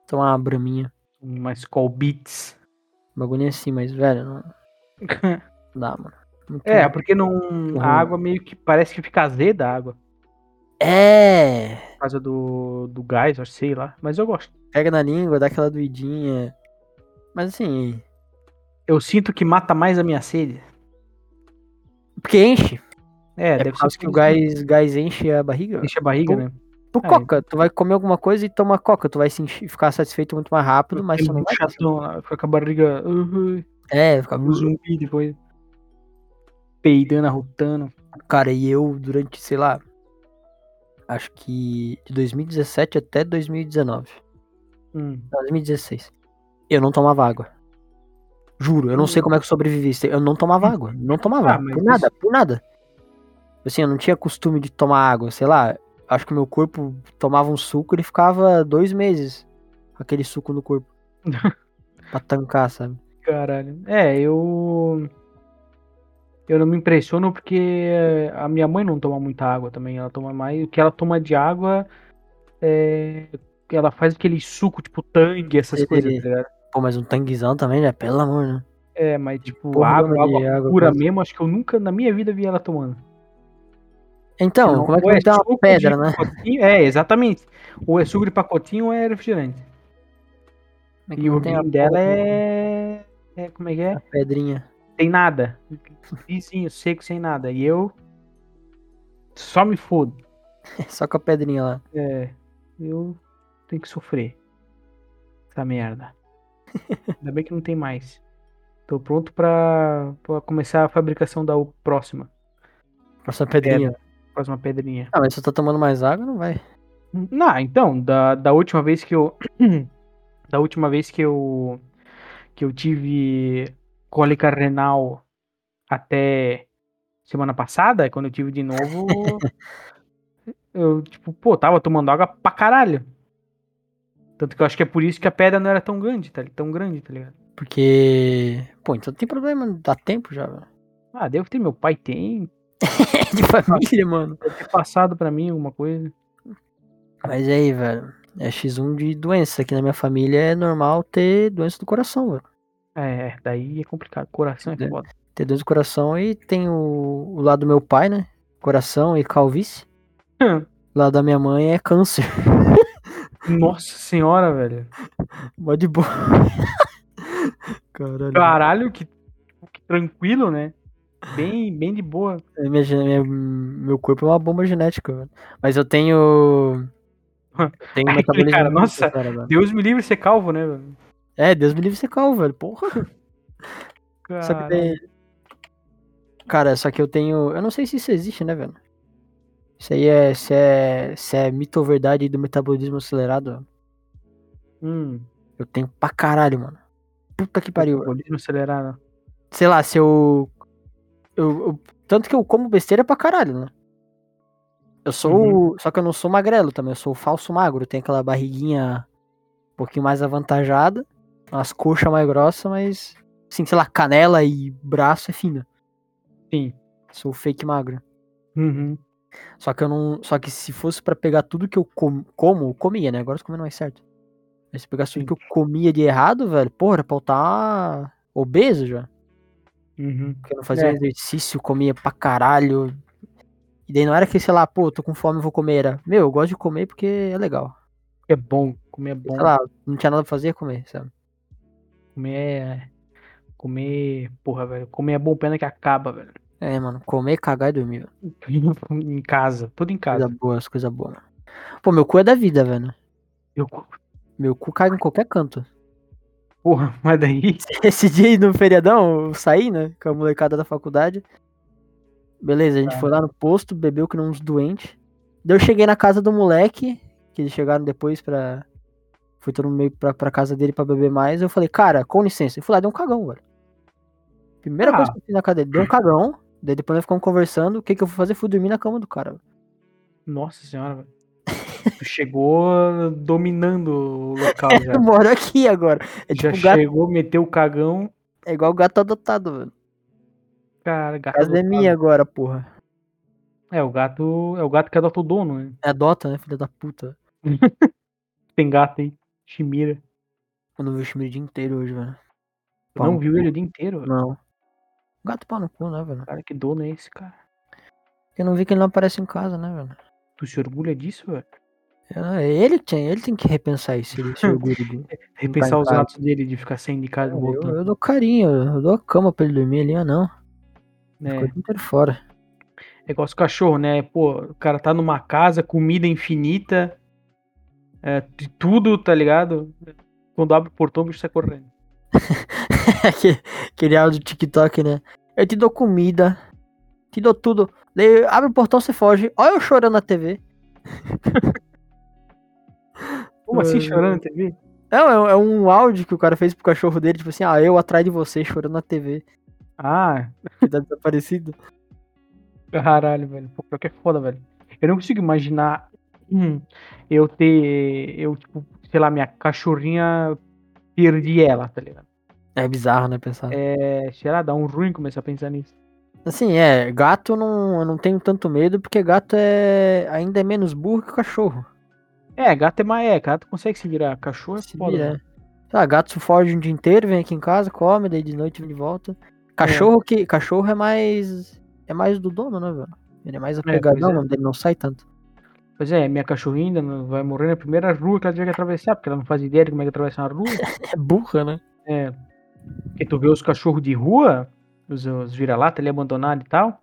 [SPEAKER 2] Tomar uma braminha.
[SPEAKER 1] umas colbits.
[SPEAKER 2] Um bagulho assim, mas, velho, não não dá, mano. Muito-
[SPEAKER 1] é, porque
[SPEAKER 2] Uhum.
[SPEAKER 1] não. A água meio que parece que fica azeda a água.
[SPEAKER 2] É!
[SPEAKER 1] Por causa do, do gás, eu sei lá. Mas eu gosto.
[SPEAKER 2] Pega na língua, dá aquela doidinha. Mas assim,
[SPEAKER 1] Eu sinto que mata mais a minha sede.
[SPEAKER 2] porque enche.
[SPEAKER 1] É,
[SPEAKER 2] É,
[SPEAKER 1] deve
[SPEAKER 2] por
[SPEAKER 1] ser
[SPEAKER 2] causa que o gás, gás enche a barriga, velho.
[SPEAKER 1] Enche a barriga, né?
[SPEAKER 2] Por
[SPEAKER 1] É.
[SPEAKER 2] coca, tu vai comer alguma coisa e toma coca, tu vai se enche- ficar satisfeito muito mais rápido, mas
[SPEAKER 1] Aquele
[SPEAKER 2] tu não vai.
[SPEAKER 1] chatão lá, fica com a barriga. Uhum.
[SPEAKER 2] É, fica...
[SPEAKER 1] Um zumbi depois. Peidando, arrotando.
[SPEAKER 2] cara, e eu durante, sei lá, acho que de 2017 até 2019,
[SPEAKER 1] Hum.
[SPEAKER 2] não, 2016, eu não tomava água. Juro, eu não sei como é que eu sobrevivi. isso aí. Eu não tomava água, não tomava,
[SPEAKER 1] Ah,
[SPEAKER 2] água,
[SPEAKER 1] mas
[SPEAKER 2] por nada, por nada. Assim, eu não tinha costume de tomar água, sei lá, acho que meu corpo tomava um suco, ele ficava dois meses, com aquele suco
[SPEAKER 1] <laughs>
[SPEAKER 2] no corpo, pra tancar, sabe?
[SPEAKER 1] Caralho. É, eu. Eu não me impressiono porque a minha mãe não toma muita água também. Ela toma mais. O que ela toma de água é. Ela faz aquele suco tipo tangue, essas
[SPEAKER 2] Sei.
[SPEAKER 1] coisas, tá ligado?
[SPEAKER 2] Pô, mas um tanguezão também, né? Pelo amor, né?
[SPEAKER 1] É, mas tipo,
[SPEAKER 2] Porra,
[SPEAKER 1] água,
[SPEAKER 2] dona de
[SPEAKER 1] água
[SPEAKER 2] água,
[SPEAKER 1] pura
[SPEAKER 2] quase.
[SPEAKER 1] mesmo, acho que eu nunca na minha vida vi ela tomando.
[SPEAKER 2] Então,
[SPEAKER 1] Não,
[SPEAKER 2] como é que
[SPEAKER 1] ou
[SPEAKER 2] vai ter uma
[SPEAKER 1] suco
[SPEAKER 2] pedra,
[SPEAKER 1] de
[SPEAKER 2] né?
[SPEAKER 1] pacotinho- É, exatamente. Ou é suco de pacotinho ou é refrigerante.
[SPEAKER 2] Como é que
[SPEAKER 1] E o
[SPEAKER 2] não tem a né?
[SPEAKER 1] vinho dela
[SPEAKER 2] porra de
[SPEAKER 1] é... é. Como é que é?
[SPEAKER 2] uma Pedrinha. <laughs>
[SPEAKER 1] Tem nada. Vizinho, seco, sem nada. E eu. Só me fodo.
[SPEAKER 2] É Só com a pedrinha lá.
[SPEAKER 1] É. Eu tenho que sofrer. Essa merda. Ainda bem que não tem mais. Tô pronto pra, pra começar a fabricação da o- próxima.
[SPEAKER 2] Nossa pedrinha.
[SPEAKER 1] Próxima pedrinha.
[SPEAKER 2] Ah, mas se eu tô tomando mais água, não vai.
[SPEAKER 1] Não, então, da, da última vez que eu. <clears throat> da última vez que eu. Que eu tive cólica renal até semana passada, quando eu tive de novo. eu, tipo, pô, tava tomando água pra caralho. Tanto que eu acho que é por isso que a pedra não era tão grande, tá, li- tão grande, tá ligado?
[SPEAKER 2] Porque. Pô, então não tem problema, dá tempo já, velho. <laughs>
[SPEAKER 1] Ah, deve ter, meu pai tem.
[SPEAKER 2] É de família, mano.
[SPEAKER 1] Deve ter passado pra mim alguma coisa.
[SPEAKER 2] Mas e aí, velho. É X1 de doença. Aqui na minha família é normal ter doença do coração, velho.
[SPEAKER 1] É, daí é complicado. Coração é
[SPEAKER 2] É.
[SPEAKER 1] foda. <laughs>
[SPEAKER 2] Ter doença do coração e tem o, o lado do meu pai, né? Coração e calvície.
[SPEAKER 1] Hum.
[SPEAKER 2] O lado da minha mãe é câncer. <laughs>
[SPEAKER 1] Nossa senhora, velho.
[SPEAKER 2] Mó de boa. <laughs> Caralho.
[SPEAKER 1] Ah, Caralho, que, que tranquilo, né? Bem, bem de boa.
[SPEAKER 2] É, Minha, gene- minha- meu corpo é uma bomba genética, velho. Mas
[SPEAKER 1] <laughs>
[SPEAKER 2] eu tenho. eu Tenho um
[SPEAKER 1] Aí,
[SPEAKER 2] metabolismo.
[SPEAKER 1] cara,
[SPEAKER 2] muito
[SPEAKER 1] nossa.
[SPEAKER 2] fera, velho.
[SPEAKER 1] Deus me livre ser calvo, né, velho?
[SPEAKER 2] É, Deus me livre ser calvo, velho. Porra. Só que
[SPEAKER 1] Caralho.
[SPEAKER 2] daí. Cara, só que eu tenho. Eu não sei se isso existe, né, velho? Isso aí é. Se é, se é mito ou verdade do metabolismo acelerado.
[SPEAKER 1] Hum,
[SPEAKER 2] Eu tenho pra caralho, mano. Puta que pariu. velho.
[SPEAKER 1] metabolismo acelerado.
[SPEAKER 2] Sei lá, se eu. eu, eu- tanto que eu como besteira pra caralho, né? Eu sou. o- Só que eu não sou magrelo também, eu sou o falso magro. Tenho aquela barriguinha um pouquinho mais avantajada, umas coxas mais grossas, mas. Assim, sei lá, canela e braço é fino.
[SPEAKER 1] Sim.
[SPEAKER 2] Sou o fake magro.
[SPEAKER 1] Uhum.
[SPEAKER 2] Só que eu não. Só que se fosse pra pegar tudo que eu com- como, eu comia, né? Agora eu tô comendo mais certo. Mas se pegasse tudo
[SPEAKER 1] Sim.
[SPEAKER 2] que eu comia de errado, velho, porra, era pra eu estar obeso já.
[SPEAKER 1] Uhum.
[SPEAKER 2] Porque eu não fazia
[SPEAKER 1] É.
[SPEAKER 2] exercício, comia pra caralho. E daí não era que, sei lá, pô, tô com fome, vou comer. Era, meu, eu gosto de comer porque é legal.
[SPEAKER 1] É bom, comer é bom.
[SPEAKER 2] Sei lá, não tinha nada pra fazer, comer, sabe?
[SPEAKER 1] Comer é. Comer. Porra, velho. Comer é bom, pena que acaba, velho. <laughs>
[SPEAKER 2] É, mano, comer, cagar e dormir. velho.
[SPEAKER 1] em casa. Tudo em
[SPEAKER 2] Coisa
[SPEAKER 1] casa.
[SPEAKER 2] boa, as coisas boas, mano. Pô, meu cu é da vida, velho.
[SPEAKER 1] Eu,
[SPEAKER 2] Meu cu caga em qualquer canto.
[SPEAKER 1] porra, mas daí.
[SPEAKER 2] <laughs> Esse dia aí no feriadão, eu saí, né? Com a molecada da faculdade. Beleza, a gente
[SPEAKER 1] Tá.
[SPEAKER 2] foi lá no posto, bebeu que nem uns doentes. Daí eu cheguei na casa do moleque, que eles chegaram depois pra. Foi todo mundo meio pra, pra casa dele pra beber mais. Eu falei, cara, com licença. Eu fui lá, dei um cagão, velho. Primeira
[SPEAKER 1] Ah.
[SPEAKER 2] coisa que eu fiz na casa dele, dei um cagão. Daí depois nós ficamos conversando. O que que eu fui fazer? Fui dormir na cama do cara. velho.
[SPEAKER 1] Nossa senhora, velho. Tu chegou dominando o
[SPEAKER 2] <laughs>
[SPEAKER 1] local já.
[SPEAKER 2] Eu moro aqui agora.
[SPEAKER 1] É.
[SPEAKER 2] É
[SPEAKER 1] Já
[SPEAKER 2] tipo gato-
[SPEAKER 1] chegou, meteu o cagão.
[SPEAKER 2] é igual gato adotado, velho.
[SPEAKER 1] Cara, gato
[SPEAKER 2] A casa é
[SPEAKER 1] adotado.
[SPEAKER 2] minha agora, porra.
[SPEAKER 1] É, o gato. É o gato que adota o dono, né?
[SPEAKER 2] Adota, né, filha da puta?
[SPEAKER 1] Tem gato aí. Chimira.
[SPEAKER 2] Eu não vi o Tipo, time o dia inteiro hoje, velho.
[SPEAKER 1] Tu
[SPEAKER 2] Pau
[SPEAKER 1] não
[SPEAKER 2] no
[SPEAKER 1] viu
[SPEAKER 2] cu.
[SPEAKER 1] ele o dia inteiro, velho.
[SPEAKER 2] um Não. Gato pau no cu, né, velho?
[SPEAKER 1] Cara, que dono é esse, cara?
[SPEAKER 2] Eu não vi que ele não aparece em casa, né, velho?
[SPEAKER 1] Tu se orgulha disso, velho?
[SPEAKER 2] É ele que tem, ele tem que repensar isso, ele <laughs> se orgulha de-
[SPEAKER 1] Repensar
[SPEAKER 2] em
[SPEAKER 1] os
[SPEAKER 2] casa.
[SPEAKER 1] atos dele de ficar saindo de casa e
[SPEAKER 2] É, Eu,
[SPEAKER 1] voltando.
[SPEAKER 2] eu dou carinho, eu dou a cama pra ele dormir ali, ah não. Ficou o
[SPEAKER 1] né?
[SPEAKER 2] dia inteiro fora.
[SPEAKER 1] É igual os cachorro, né? Pô, o cara tá numa casa, comida infinita, é, de tudo, tá ligado? Quando abre o portão, o bicho sai correndo.
[SPEAKER 2] <laughs> Aque- Aquele áudio do TikTok, né? Eu te dou comida, te dou tudo. Daí abre o portão, você foge. Olha eu chorando na <laughs> TV.
[SPEAKER 1] Como assim,
[SPEAKER 2] Mano.
[SPEAKER 1] chorando na TV?
[SPEAKER 2] Não, é, é um áudio que o cara fez pro cachorro dele, tipo assim, ah, eu atrás de você chorando na TV.
[SPEAKER 1] Ah,
[SPEAKER 2] Que tá desaparecido.
[SPEAKER 1] caralho, velho. Pô, pior que é foda, velho. Eu não consigo imaginar hum, eu ter. Eu, tipo, sei lá, minha cachorrinha perdi ela, tá ligado?
[SPEAKER 2] É bizarro, né, pensar.
[SPEAKER 1] É, sei lá, dá um ruim começar a pensar nisso.
[SPEAKER 2] Assim, é, gato eu não, eu não tenho tanto medo, porque gato é ainda é menos burro que o cachorro.
[SPEAKER 1] É, gato é maé, gato consegue se virar. Cachorro é
[SPEAKER 2] Se
[SPEAKER 1] foda.
[SPEAKER 2] vira,
[SPEAKER 1] velho.
[SPEAKER 2] é. Ah, gato foge um dia inteiro, vem aqui em casa, come, daí de noite vem de volta. Cachorro que. Cachorro é mais. É mais do dono, né, velho? Ele é mais
[SPEAKER 1] pois
[SPEAKER 2] apegadão,
[SPEAKER 1] é.
[SPEAKER 2] mano, ele não sai tanto.
[SPEAKER 1] Pois é, minha cachorrinha ainda não- vai morrer na primeira rua que ela tiver que atravessar, porque ela não faz ideia de como é que atravessa uma rua.
[SPEAKER 2] É burra, né?
[SPEAKER 1] É, porque tu vê os cachorros de rua, os, os vira-lata ali abandonados e tal,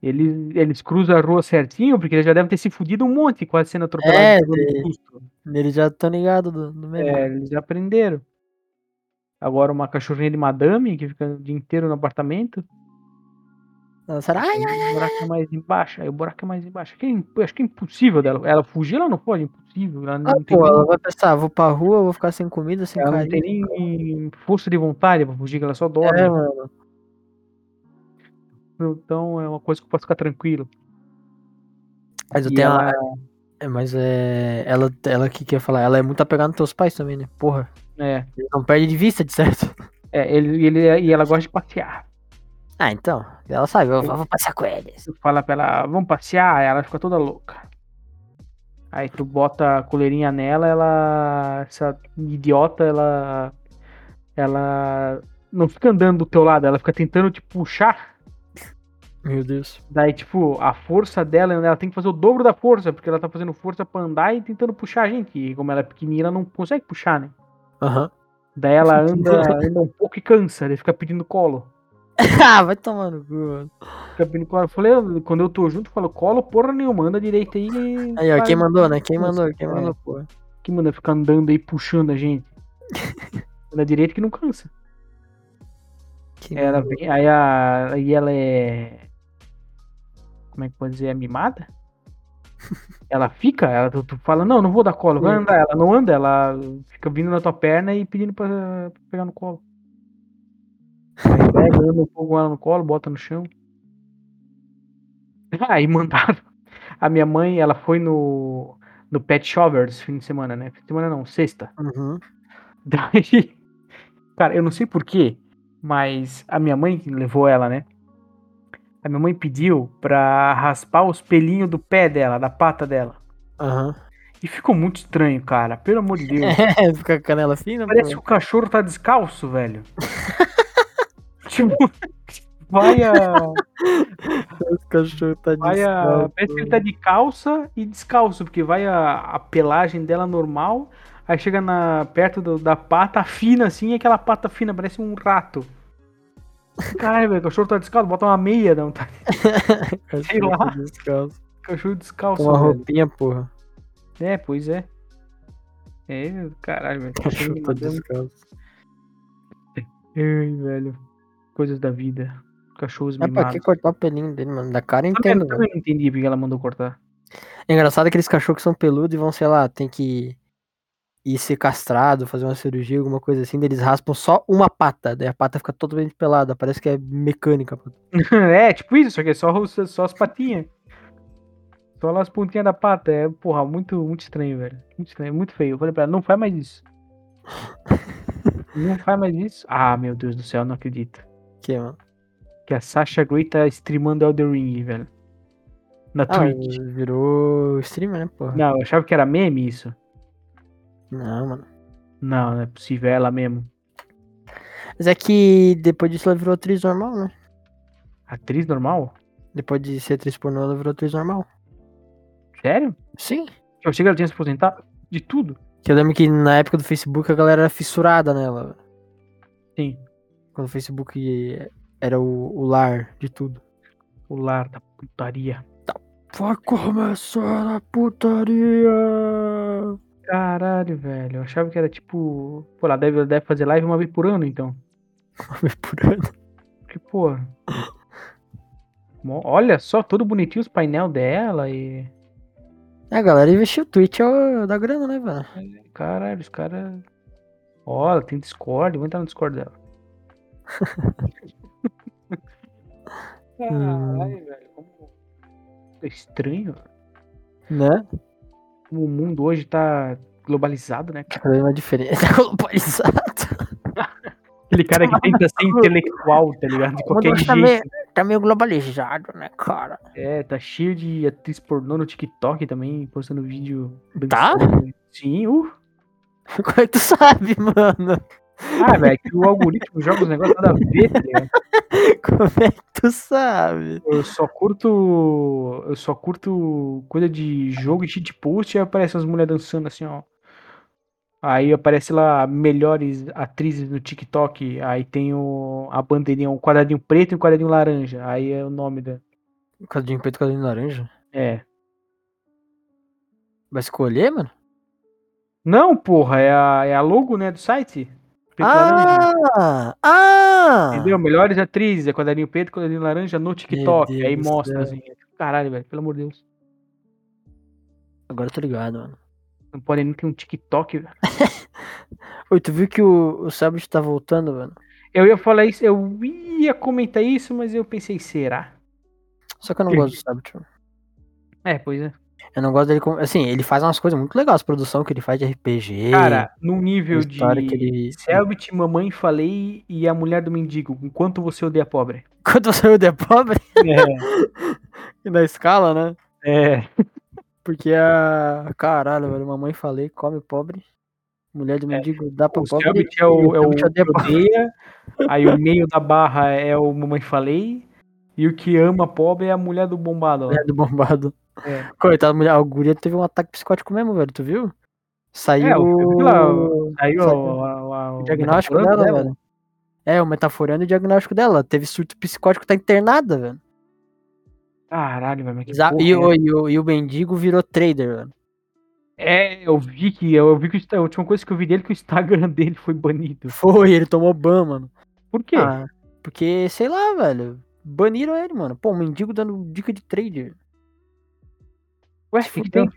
[SPEAKER 1] eles, eles cruzam a rua certinho, porque eles já devem ter se fudido um monte quase sendo atropelados.
[SPEAKER 2] É,
[SPEAKER 1] pegando
[SPEAKER 2] de-
[SPEAKER 1] susto.
[SPEAKER 2] Eles já estão ligados do, do mesmo.
[SPEAKER 1] É, eles já aprenderam. Agora uma cachorrinha de madame, que fica o dia inteiro no apartamento,
[SPEAKER 2] Não, será? Ai, ai.
[SPEAKER 1] o buraco é mais embaixo, aí o buraco é mais embaixo. Acho que é, imp- acho que é impossível dela. Ela fugir, ela não pode, é impossível. Ela não,
[SPEAKER 2] Ah,
[SPEAKER 1] tem
[SPEAKER 2] pô,
[SPEAKER 1] nem,
[SPEAKER 2] ela vai pensar, vou pra rua, vou ficar sem comida, sem
[SPEAKER 1] ela não
[SPEAKER 2] carinho.
[SPEAKER 1] tem nem força de vontade pra fugir, que ela só dorme.
[SPEAKER 2] É, mano.
[SPEAKER 1] Então é uma coisa que eu posso ficar tranquilo.
[SPEAKER 2] Mas eu
[SPEAKER 1] E
[SPEAKER 2] tenho
[SPEAKER 1] ela-
[SPEAKER 2] uma- É, mas é. Ela, ela que quer falar, ela é muito apegada nos teus pais também, né? Porra,
[SPEAKER 1] É,
[SPEAKER 2] eles não perde de vista, de certo.
[SPEAKER 1] é ele, ele, e ela gosta de passear.
[SPEAKER 2] <laughs> Ah, então. Ela sabe, eu vou passar com eles.
[SPEAKER 1] Tu fala pra ela, vamos passear, ela fica toda louca. Aí tu bota a coleirinha nela, ela. Essa idiota, ela. Ela não fica andando do teu lado, ela fica tentando te puxar.
[SPEAKER 2] Meu Deus.
[SPEAKER 1] Daí, tipo, a força dela, ela tem que fazer o dobro da força, porque ela tá fazendo força pra andar e tentando puxar a gente. E como ela é pequenininha, ela não consegue puxar, né?
[SPEAKER 2] Aham. <laughs>
[SPEAKER 1] Daí ela anda, anda um pouco e cansa, daí fica pedindo colo.
[SPEAKER 2] ah, vai tomar no cu, mano.
[SPEAKER 1] Campinho Colo. Eu falei, eu- quando eu tô junto, eu falo, colo porra nenhuma, anda direito aí. e
[SPEAKER 2] Aí, ó,
[SPEAKER 1] vai."
[SPEAKER 2] quem mandou, né? Quem mandou, quem
[SPEAKER 1] É.
[SPEAKER 2] mandou, porra.
[SPEAKER 1] Que manda ficar
[SPEAKER 2] <laughs>
[SPEAKER 1] andando aí puxando a gente. anda direito que não cansa.
[SPEAKER 2] Que
[SPEAKER 1] Ela
[SPEAKER 2] merda.
[SPEAKER 1] vem, aí a, aí ela é. Como é que pode dizer? É mimada? Ela fica, ela, tu, tu fala, não, não vou dar colo, vai
[SPEAKER 2] Sim.
[SPEAKER 1] andar. Ela não anda, ela fica vindo na tua perna e pedindo pra, pra pegar no colo. Aí pega, anda um pouco com ela no colo, bota no chão. <laughs> Aí mandaram. A minha mãe, ela foi no, no Pet Shovers fim de semana, né? Fim de semana não, sexta.
[SPEAKER 2] Uhum.
[SPEAKER 1] <laughs> Daí, cara, eu não sei porquê, mas a minha mãe que levou ela, né? A minha mãe pediu pra raspar os pelinhos do pé dela, da pata dela.
[SPEAKER 2] <laughs> Aham.
[SPEAKER 1] E ficou muito estranho, cara. Pelo amor de Deus.
[SPEAKER 2] É, fica com a canela fina,
[SPEAKER 1] Parece que o cachorro tá descalço, velho. tipo, vai a.
[SPEAKER 2] o cachorro tá de
[SPEAKER 1] um Vai a...
[SPEAKER 2] salto.
[SPEAKER 1] Parece que ele tá de calça e descalço, porque vai a, a pelagem dela normal, aí chega na... perto do- da pata fina assim, e aquela pata fina parece um
[SPEAKER 2] <laughs>
[SPEAKER 1] rato. Caralho, velho, o cachorro tá descalço, bota uma meia, não, tá? <laughs>
[SPEAKER 2] Cachorro
[SPEAKER 1] sei lá.
[SPEAKER 2] tá descalço.
[SPEAKER 1] Cachorro
[SPEAKER 2] Com
[SPEAKER 1] descalço,
[SPEAKER 2] uma
[SPEAKER 1] velho.
[SPEAKER 2] roupinha, porra.
[SPEAKER 1] É, pois é. É, caralho, velho.
[SPEAKER 2] Cachorro tá
[SPEAKER 1] mandando-
[SPEAKER 2] descalço.
[SPEAKER 1] Ai, velho. Coisas da vida. Cachorros
[SPEAKER 2] É pra
[SPEAKER 1] mimados.
[SPEAKER 2] que cortar o pelinho dele, mano? Da cara eu
[SPEAKER 1] Eu também-
[SPEAKER 2] entendo, velho.
[SPEAKER 1] também não entendi porque ela mandou cortar.
[SPEAKER 2] É engraçado aqueles cachorros que são peludos e vão, sei lá, tem que ir ser castrado, fazer uma cirurgia, alguma coisa assim, daí eles raspam só uma pata, daí a pata fica totalmente pelada, parece que é mecânica. pô.
[SPEAKER 1] <laughs> é, tipo isso, só que é só, os- só as patinhas. Só lá as pontinhas da pata. É, porra, muito, muito estranho, velho. Muito estranho, muito feio. Eu falei pra ela, não faz mais isso. não faz mais isso. Ah, meu Deus do céu, não acredito.
[SPEAKER 2] Que, é, mano?
[SPEAKER 1] Que a Sasha Grey tá streamando Elden Ring, velho. Na
[SPEAKER 2] Ah,
[SPEAKER 1] Twitch.
[SPEAKER 2] virou streamer, né, porra?
[SPEAKER 1] Não, eu achava que era meme isso.
[SPEAKER 2] Não. mano.
[SPEAKER 1] Não, não é possível, é ela mesmo.
[SPEAKER 2] Mas é que depois disso ela virou atriz normal, né?
[SPEAKER 1] Atriz normal?
[SPEAKER 2] Depois de ser atriz pornô, ela virou atriz normal.
[SPEAKER 1] Sério?
[SPEAKER 2] Sim.
[SPEAKER 1] Eu achei que ela tinha se aposentado de tudo.
[SPEAKER 2] Que eu lembro que na época do Facebook a galera era fissurada nela.
[SPEAKER 1] Sim.
[SPEAKER 2] Quando o Facebook era o, o lar de tudo.
[SPEAKER 1] O lar da putaria.
[SPEAKER 2] Vai começar a putaria!
[SPEAKER 1] Caralho, velho. Eu achava que era tipo. Pô, ela deve, ela deve fazer live uma vez por ano, então.
[SPEAKER 2] Foi por ano.
[SPEAKER 1] Porque, pô. Mó- Olha só, todo bonitinho os painel dela e.
[SPEAKER 2] É, galera, investir o Twitch é o da grana, né, velho?
[SPEAKER 1] Caralho, os caras. Ó, ela tem Discord, vou entrar no Discord dela. Caralho, velho. Como... Hum. É estranho.
[SPEAKER 2] Né?
[SPEAKER 1] Como o mundo hoje tá globalizado, né? cara?
[SPEAKER 2] Cada vez uma diferença. <laughs> Tá globalizado.
[SPEAKER 1] Aquele cara que tenta <laughs> ser intelectual, tá ligado? De qualquer
[SPEAKER 2] Mas tá
[SPEAKER 1] jeito.
[SPEAKER 2] meio, tá meio globalizado, né, cara? <laughs>
[SPEAKER 1] É, tá cheio de atriz pornô no TikTok também, postando vídeo.
[SPEAKER 2] Tá?
[SPEAKER 1] dançando. Sim, uh.
[SPEAKER 2] Como é que tu sabe, mano? <laughs>
[SPEAKER 1] Ah, velho, que o algoritmo joga os negócios nada a ver, tá ligado?
[SPEAKER 2] Como é que tu sabe?
[SPEAKER 1] Eu só curto. Eu só curto coisa de jogo e cheat post e aparece as mulheres dançando assim, ó. Aí aparece lá melhores atrizes no TikTok. Aí tem o, a bandeirinha, um quadradinho preto e um quadradinho laranja. Aí é o nome da.
[SPEAKER 2] Cadinho preto, cadinho laranja?
[SPEAKER 1] É.
[SPEAKER 2] Vai escolher, mano?
[SPEAKER 1] Não, porra, é a, é a logo, né, do site? Preto e laranja.
[SPEAKER 2] Ah! Ah!
[SPEAKER 1] Entendeu? Melhores atrizes, é quadradinho preto, quadradinho laranja no TikTok.
[SPEAKER 2] Deus
[SPEAKER 1] Aí
[SPEAKER 2] do
[SPEAKER 1] mostra,
[SPEAKER 2] céu.
[SPEAKER 1] assim. é tipo, Caralho, velho, pelo amor de Deus.
[SPEAKER 2] Agora eu tô ligado, mano.
[SPEAKER 1] Não pode nem ter um TikTok. velho.
[SPEAKER 2] Oi, tu viu que o, o Sabit tá voltando, mano?
[SPEAKER 1] Eu ia falar isso, eu ia comentar isso, mas eu pensei, será?
[SPEAKER 2] Só que eu não
[SPEAKER 1] Que?
[SPEAKER 2] gosto do Sabit, mano.
[SPEAKER 1] É, pois é.
[SPEAKER 2] Eu não gosto dele como. Assim, ele faz umas coisas muito legais, produção que ele faz de RPG.
[SPEAKER 1] Cara, num nível de
[SPEAKER 2] história que ele-
[SPEAKER 1] Selbit, Mamãe Falei e A Mulher do Mendigo, com quanto você odeia pobre.
[SPEAKER 2] Quando saiu The Pobre, <laughs>
[SPEAKER 1] É.
[SPEAKER 2] e na escala, né?
[SPEAKER 1] é.
[SPEAKER 2] Porque a. Caralho, velho, mamãe falei, come pobre. Mulher de
[SPEAKER 1] É,
[SPEAKER 2] mendigo dá
[SPEAKER 1] <laughs>
[SPEAKER 2] pra
[SPEAKER 1] O
[SPEAKER 2] pobre.
[SPEAKER 1] Selbit é o, é o
[SPEAKER 2] Selbit odeia
[SPEAKER 1] que odeia, aí o meio da barra é o Mamãe Falei, e o que ama pobre é a Mulher do Bombado. lá.
[SPEAKER 2] Mulher do bombado.
[SPEAKER 1] É.
[SPEAKER 2] <laughs> Coitado, mulher. A guria teve um ataque psicótico mesmo, velho, tu viu? Saiu.
[SPEAKER 1] É, eu vi lá,
[SPEAKER 2] o
[SPEAKER 1] Saiu
[SPEAKER 2] Saiu
[SPEAKER 1] o, a- a- o né,
[SPEAKER 2] o diagnóstico
[SPEAKER 1] metaforando
[SPEAKER 2] dela, velho. É, o metaforando e o diagnóstico dela. Ela Teve surto psicótico, tá internada, velho.
[SPEAKER 1] Caralho, velho. mas que
[SPEAKER 2] Exa-
[SPEAKER 1] porra
[SPEAKER 2] E,
[SPEAKER 1] é
[SPEAKER 2] o, e, o, e o mendigo virou trader, velho. <laughs>
[SPEAKER 1] É, eu vi que eu vi que o Insta- <laughs> a última coisa que eu vi dele é que o Instagram dele foi banido.
[SPEAKER 2] Foi, ele tomou ban, mano.
[SPEAKER 1] Por quê?
[SPEAKER 2] Ah, Porque, sei lá, velho. Baniram ele, mano. Pô, um mendigo dando dica de trader.
[SPEAKER 1] Ué, o que que tem?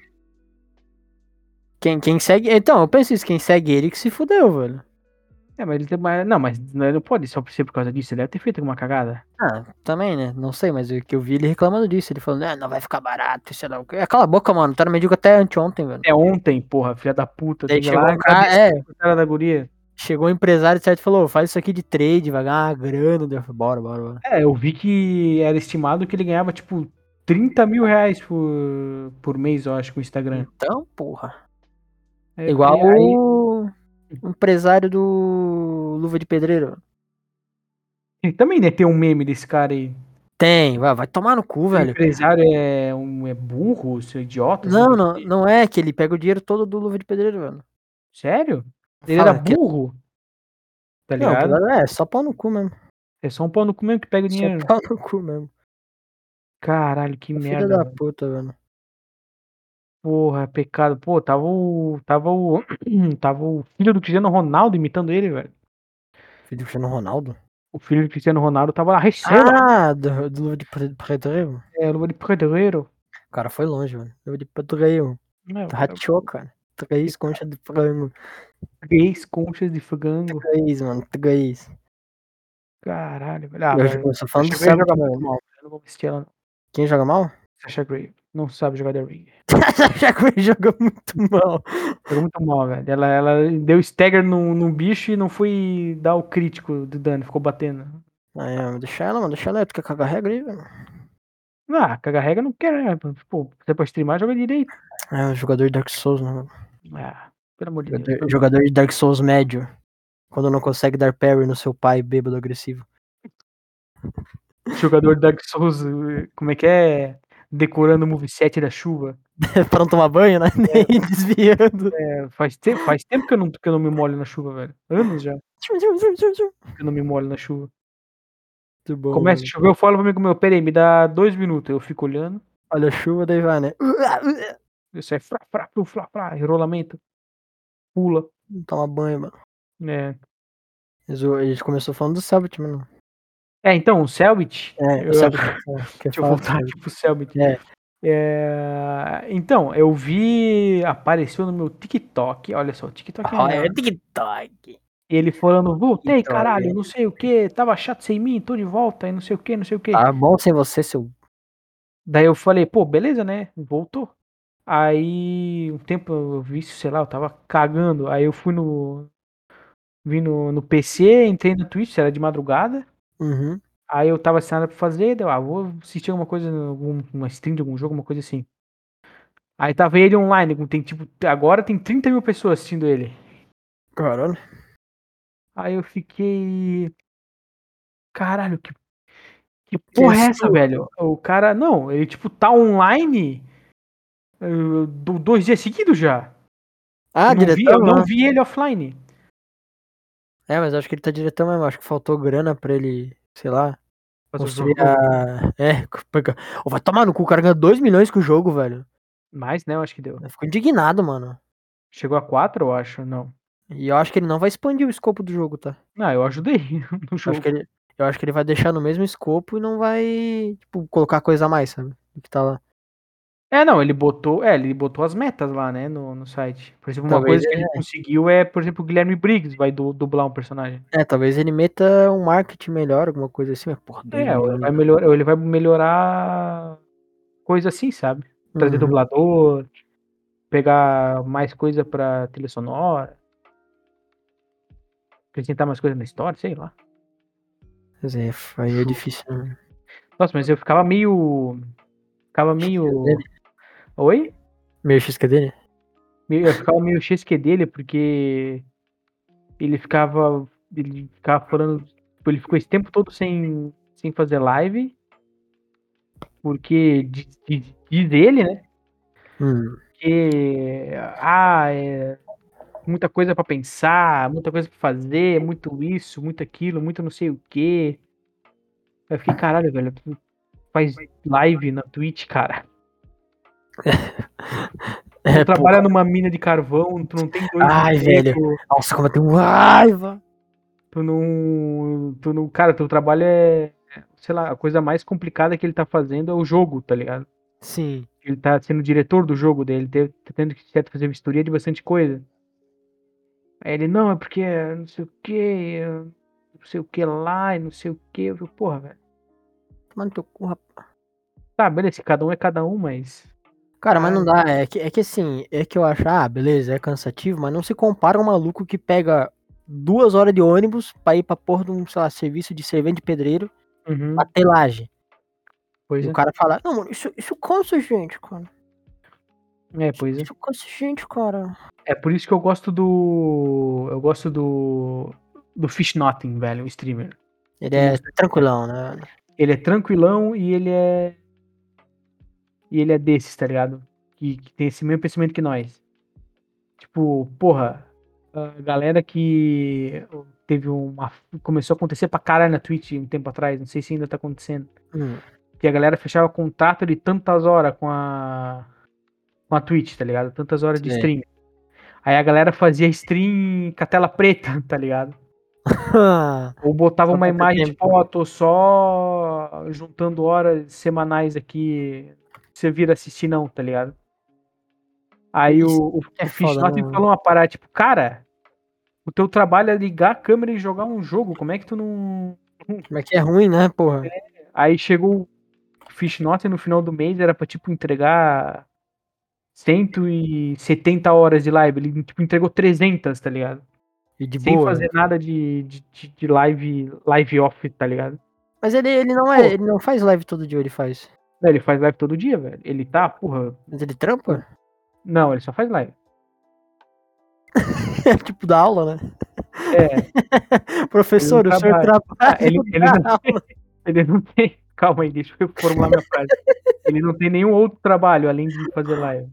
[SPEAKER 2] Quem, quem segue. Então, eu penso isso. Quem segue ele que se fudeu, velho.
[SPEAKER 1] É, mas ele tem mais. Não, mas ele não pode só ser por causa disso. Ele deve ter feito alguma cagada.
[SPEAKER 2] Ah, também, né? Não sei, mas o que eu vi ele reclamando disso. Ele falando, "Ah, não vai ficar barato, sei lá o quê. Cala a boca, mano. Tá no mendigo até anteontem, velho.
[SPEAKER 1] É ontem, porra, filha da puta.
[SPEAKER 2] Daí
[SPEAKER 1] tem
[SPEAKER 2] chegou
[SPEAKER 1] lá,
[SPEAKER 2] um cara-
[SPEAKER 1] cabeça
[SPEAKER 2] é.
[SPEAKER 1] do cara da guria.
[SPEAKER 2] Chegou um empresário certo e falou, faz isso aqui de trade, vai ganhar uma grana. Daí eu falei, bora, bora, bora.
[SPEAKER 1] É, eu vi que era estimado que ele ganhava, tipo, 30 mil reais por, por mês, eu acho, com o Instagram.
[SPEAKER 2] Então, porra.
[SPEAKER 1] É,
[SPEAKER 2] Igual
[SPEAKER 1] porque aí-
[SPEAKER 2] o empresário do Luva de Pedreiro.
[SPEAKER 1] Ele também deve ter um meme desse cara aí.
[SPEAKER 2] Tem, vai, vai tomar no cu,
[SPEAKER 1] O
[SPEAKER 2] velho.
[SPEAKER 1] empresário é, um, é burro, seu idiota. assim?
[SPEAKER 2] Não,
[SPEAKER 1] sei lá.
[SPEAKER 2] não, não é que ele pega o dinheiro todo do Luva de Pedreiro, velho.
[SPEAKER 1] Sério? Ele
[SPEAKER 2] Fala
[SPEAKER 1] era
[SPEAKER 2] que-
[SPEAKER 1] burro? Tá
[SPEAKER 2] Não,
[SPEAKER 1] ligado?
[SPEAKER 2] é, só pau no cu mesmo.
[SPEAKER 1] É só um pau no cu mesmo que pega o dinheiro.
[SPEAKER 2] Só pau no cu mesmo.
[SPEAKER 1] Caralho, que
[SPEAKER 2] Filha
[SPEAKER 1] merda.
[SPEAKER 2] da
[SPEAKER 1] velho.
[SPEAKER 2] puta, velho.
[SPEAKER 1] Porra, é pecado. Pô, tava o. Tava o. <clears throat> Tava o filho do Cristiano Ronaldo imitando ele, velho.
[SPEAKER 2] Filho do Cristiano Ronaldo?
[SPEAKER 1] O filho do Cristiano Ronaldo tava lá, receba!
[SPEAKER 2] Ah, do, do Luva de Pedre- Pedreiro?
[SPEAKER 1] É, luva de pedreiro.
[SPEAKER 2] O cara foi longe, velho. Luva de Pedreiro.
[SPEAKER 1] Não,
[SPEAKER 2] Tá Rachou, cara. Três conchas de frango.
[SPEAKER 1] Três conchas de frango.
[SPEAKER 2] Três, mano. Três.
[SPEAKER 1] Caralho, velho. Ah,
[SPEAKER 2] eu,
[SPEAKER 1] velho.
[SPEAKER 2] eu só falando do
[SPEAKER 1] Sasha Grey
[SPEAKER 2] Celtic,
[SPEAKER 1] joga
[SPEAKER 2] mano.
[SPEAKER 1] muito mal. velho. Eu não vou assistir ela, não.
[SPEAKER 2] Quem joga mal? <laughs>
[SPEAKER 1] Sasha Grey. Não sabe jogar The Ring.
[SPEAKER 2] Sasha Grey joga muito mal.
[SPEAKER 1] Jogou muito mal, velho. Ela, ela deu stagger num, num bicho e não foi dar o crítico do dano. Ficou batendo.
[SPEAKER 2] Aí, ó, deixa ela, mano. Deixa ela. Tu quer cagar a regra aí, velho?
[SPEAKER 1] Ah, cagarrega eu não quero, né? Pô, você pode streamar, joga direito.
[SPEAKER 2] É, um jogador de Dark Souls, né, mano?
[SPEAKER 1] Ah, pelo amor de Deus.
[SPEAKER 2] Jogador, jogador de Dark Souls médio. Quando não consegue dar parry no seu pai bêbado agressivo. <laughs>
[SPEAKER 1] <laughs> Jogador Dark Souls, eh, como é que é? Decorando o moveset da chuva.
[SPEAKER 2] pra não tomar banho, né? <laughs> Nem desviando.
[SPEAKER 1] É, faz, te faz tempo que eu, não, que eu não me molho na chuva, velho. Anos já
[SPEAKER 2] Muito
[SPEAKER 1] que eu não me molho na chuva.
[SPEAKER 2] bom.
[SPEAKER 1] Começa a chover, eu falo pro amigo meu, peraí, me dá dois minutos. Eu fico olhando,
[SPEAKER 2] Olha a chuva, daí vai, né?
[SPEAKER 1] eu saio frá, frá, flu, flá, flá, rolamento. Pula.
[SPEAKER 2] Toma banho, mano.
[SPEAKER 1] É,
[SPEAKER 2] Mas o- A gente começou falando do Selbit, mano.
[SPEAKER 1] é então, o Selbit.
[SPEAKER 2] É,
[SPEAKER 1] eu-
[SPEAKER 2] o Selbit.
[SPEAKER 1] Deixa eu voltar aqui pro Selbit.
[SPEAKER 2] É.
[SPEAKER 1] É, Então, eu vi. Apareceu no meu TikTok. Olha só, o TikTok é
[SPEAKER 2] Olha,
[SPEAKER 1] uma-
[SPEAKER 2] o TikTok.
[SPEAKER 1] Ele falando, voltei,
[SPEAKER 2] Ah, TikTok,
[SPEAKER 1] caralho,
[SPEAKER 2] é.
[SPEAKER 1] não sei o que, tava chato sem mim, tô de volta, e não sei o que, não sei o que.
[SPEAKER 2] Tá bom sem você, seu.
[SPEAKER 1] Daí eu falei, pô, beleza, né? Voltou. Aí, um tempo eu vi isso, sei lá, eu tava cagando. Aí eu fui no. Vim no, no PC, entrei no Twitch, era de madrugada.
[SPEAKER 2] Uhum.
[SPEAKER 1] Aí eu tava sem nada pra fazer, deu, ah, vou assistir alguma coisa, algum, uma stream de algum jogo, alguma coisa assim. Aí tava ele online, com- tem tipo, agora tem 30 mil pessoas assistindo ele.
[SPEAKER 2] Caralho.
[SPEAKER 1] Aí eu fiquei. Caralho, que, que porra é essa,
[SPEAKER 2] susto.
[SPEAKER 1] velho? O cara, não, ele tipo tá online eh, do- dois dias seguidos já.
[SPEAKER 2] Ah,
[SPEAKER 1] Eu não vi,
[SPEAKER 2] diretão,
[SPEAKER 1] eu não
[SPEAKER 2] né?
[SPEAKER 1] vi ele offline.
[SPEAKER 2] É, mas acho que ele tá diretão mesmo. Acho que faltou grana pra ele, sei lá,
[SPEAKER 1] Mas o
[SPEAKER 2] construir
[SPEAKER 1] jogo-
[SPEAKER 2] a... É, porque- Ô, vai tomar no cu, o cara ganhou 2 milhões com o jogo, velho.
[SPEAKER 1] Mais, né? Eu acho que deu.
[SPEAKER 2] Eu fico indignado, mano.
[SPEAKER 1] Chegou a 4, eu acho. Não.
[SPEAKER 2] E eu acho que ele não vai expandir o escopo do jogo, tá?
[SPEAKER 1] Não, eu ajudei <laughs> no
[SPEAKER 2] Eu acho,
[SPEAKER 1] jogo.
[SPEAKER 2] que ele, eu acho que ele vai deixar no mesmo escopo e não vai, tipo, colocar coisa a mais, sabe? Do que tá lá.
[SPEAKER 1] É, não, ele botou. É, ele botou as metas lá, né? No, no site. Por exemplo, uma
[SPEAKER 2] Talvez
[SPEAKER 1] coisa que ele conseguiu é, por exemplo, o Guilherme Briggs vai du- dublar um personagem.
[SPEAKER 2] É, talvez ele meta um marketing melhor, alguma coisa assim, mas porra, dois
[SPEAKER 1] É, ou ele
[SPEAKER 2] milhões.
[SPEAKER 1] vai melhorar, ou ele vai melhorar coisa assim, sabe? Trazer
[SPEAKER 2] Uhum.
[SPEAKER 1] dublador, pegar mais coisa pra trilha sonora, acrescentar mais coisa na história, sei lá.
[SPEAKER 2] Mas é, aí é difícil. né?
[SPEAKER 1] Nossa, mas eu ficava meio. Ficava meio. Oi?
[SPEAKER 2] Meio XQ dele?
[SPEAKER 1] Meio- Eu ficava meio XQ dele, porque ele ficava. Ele ficava falando. tipo, Ele ficou esse tempo todo sem, sem fazer live. Porque diz, diz- diz ele, né?
[SPEAKER 2] Hum.
[SPEAKER 1] que ah, é muita coisa pra pensar, muita coisa pra fazer, muito isso, muito aquilo, muito não sei o quê. Eu fiquei, caralho, velho, tu faz live na Twitch, cara. Tu
[SPEAKER 2] <laughs> É,
[SPEAKER 1] trabalha
[SPEAKER 2] porra.
[SPEAKER 1] numa mina de carvão, tu não tem dois
[SPEAKER 2] Ai,
[SPEAKER 1] empregos,
[SPEAKER 2] Nossa, como eu tenho raiva!
[SPEAKER 1] tu não. Tu não. Cara, teu trabalho é. Sei lá, a coisa mais complicada que ele tá fazendo é o jogo, tá ligado?
[SPEAKER 2] Sim.
[SPEAKER 1] Ele tá sendo diretor do jogo dele, te- tá tendo que certo, fazer vistoria de bastante coisa. Aí ele, não, é porque é não sei o que, não sei o que lá, e não sei o que. Eu, falei, porra, velho.
[SPEAKER 2] Tomar no teu cu, rapaz.
[SPEAKER 1] Tá, beleza, cada um é cada um, mas.
[SPEAKER 2] Cara, mas não dá. É que, é que assim, é que eu acho, ah, beleza, é cansativo, mas não se compara um maluco que pega duas horas de ônibus pra ir pra porra de um, sei lá, serviço de servente de pedreiro
[SPEAKER 1] Uhum,
[SPEAKER 2] pra telagem.
[SPEAKER 1] pois
[SPEAKER 2] E
[SPEAKER 1] é.
[SPEAKER 2] o cara fala, não, mano, isso, isso cansa gente, cara.
[SPEAKER 1] É, pois é.
[SPEAKER 2] Isso cansa gente, cara.
[SPEAKER 1] É por isso que eu gosto do. Eu gosto do. Do Fishnotting, velho, o streamer.
[SPEAKER 2] Ele é tranquilão, né? velho?
[SPEAKER 1] Ele é tranquilão e ele é. E ele é desses, tá ligado? Que, que tem esse mesmo pensamento que nós. Tipo, porra, a galera que teve uma. Começou a acontecer pra caralho na Twitch um tempo atrás, não sei se ainda tá acontecendo. <laughs>
[SPEAKER 2] Hum.
[SPEAKER 1] Que a galera fechava contrato de tantas horas com a. com a Twitch, tá ligado? Tantas horas de
[SPEAKER 2] Sei.
[SPEAKER 1] stream. Aí a galera fazia stream com a tela preta, <laughs> tá ligado?
[SPEAKER 2] Ah.
[SPEAKER 1] Ou botava
[SPEAKER 2] Só
[SPEAKER 1] uma
[SPEAKER 2] pra ter
[SPEAKER 1] imagem de
[SPEAKER 2] tempo.
[SPEAKER 1] foto só juntando horas semanais aqui. Você vira assistir, não, tá ligado? Aí o,
[SPEAKER 2] Isso
[SPEAKER 1] o,
[SPEAKER 2] é
[SPEAKER 1] o Fish
[SPEAKER 2] foda,
[SPEAKER 1] Nothing
[SPEAKER 2] né?
[SPEAKER 1] falou uma parada, tipo, cara, o teu trabalho é ligar a câmera e jogar um jogo, como é que tu não.
[SPEAKER 2] Como é que é ruim, né, porra?
[SPEAKER 1] Aí chegou o Fish Nothing no final do mês, era pra, tipo, entregar 170 horas de live. Ele, tipo, entregou 300, tá ligado?
[SPEAKER 2] E de
[SPEAKER 1] Sem
[SPEAKER 2] boa.
[SPEAKER 1] fazer nada de, de, de- de live, live off, tá ligado?
[SPEAKER 2] Mas ele, ele não é, ele não faz live todo dia, ele faz.
[SPEAKER 1] Não, Ele faz live todo dia, velho. Ele tá, porra.
[SPEAKER 2] Mas ele trampa? <laughs>
[SPEAKER 1] Não, ele só faz live.
[SPEAKER 2] É tipo da aula, né?
[SPEAKER 1] É,
[SPEAKER 2] <laughs> Professor,
[SPEAKER 1] Ele
[SPEAKER 2] o senhor
[SPEAKER 1] trabalha. Ah,
[SPEAKER 2] trabalha. Ah,
[SPEAKER 1] ele, ele não,
[SPEAKER 2] <laughs> aula.
[SPEAKER 1] <laughs> ele não tem. Calma aí, deixa eu formular minha frase. Ele não tem nenhum outro trabalho além de fazer live.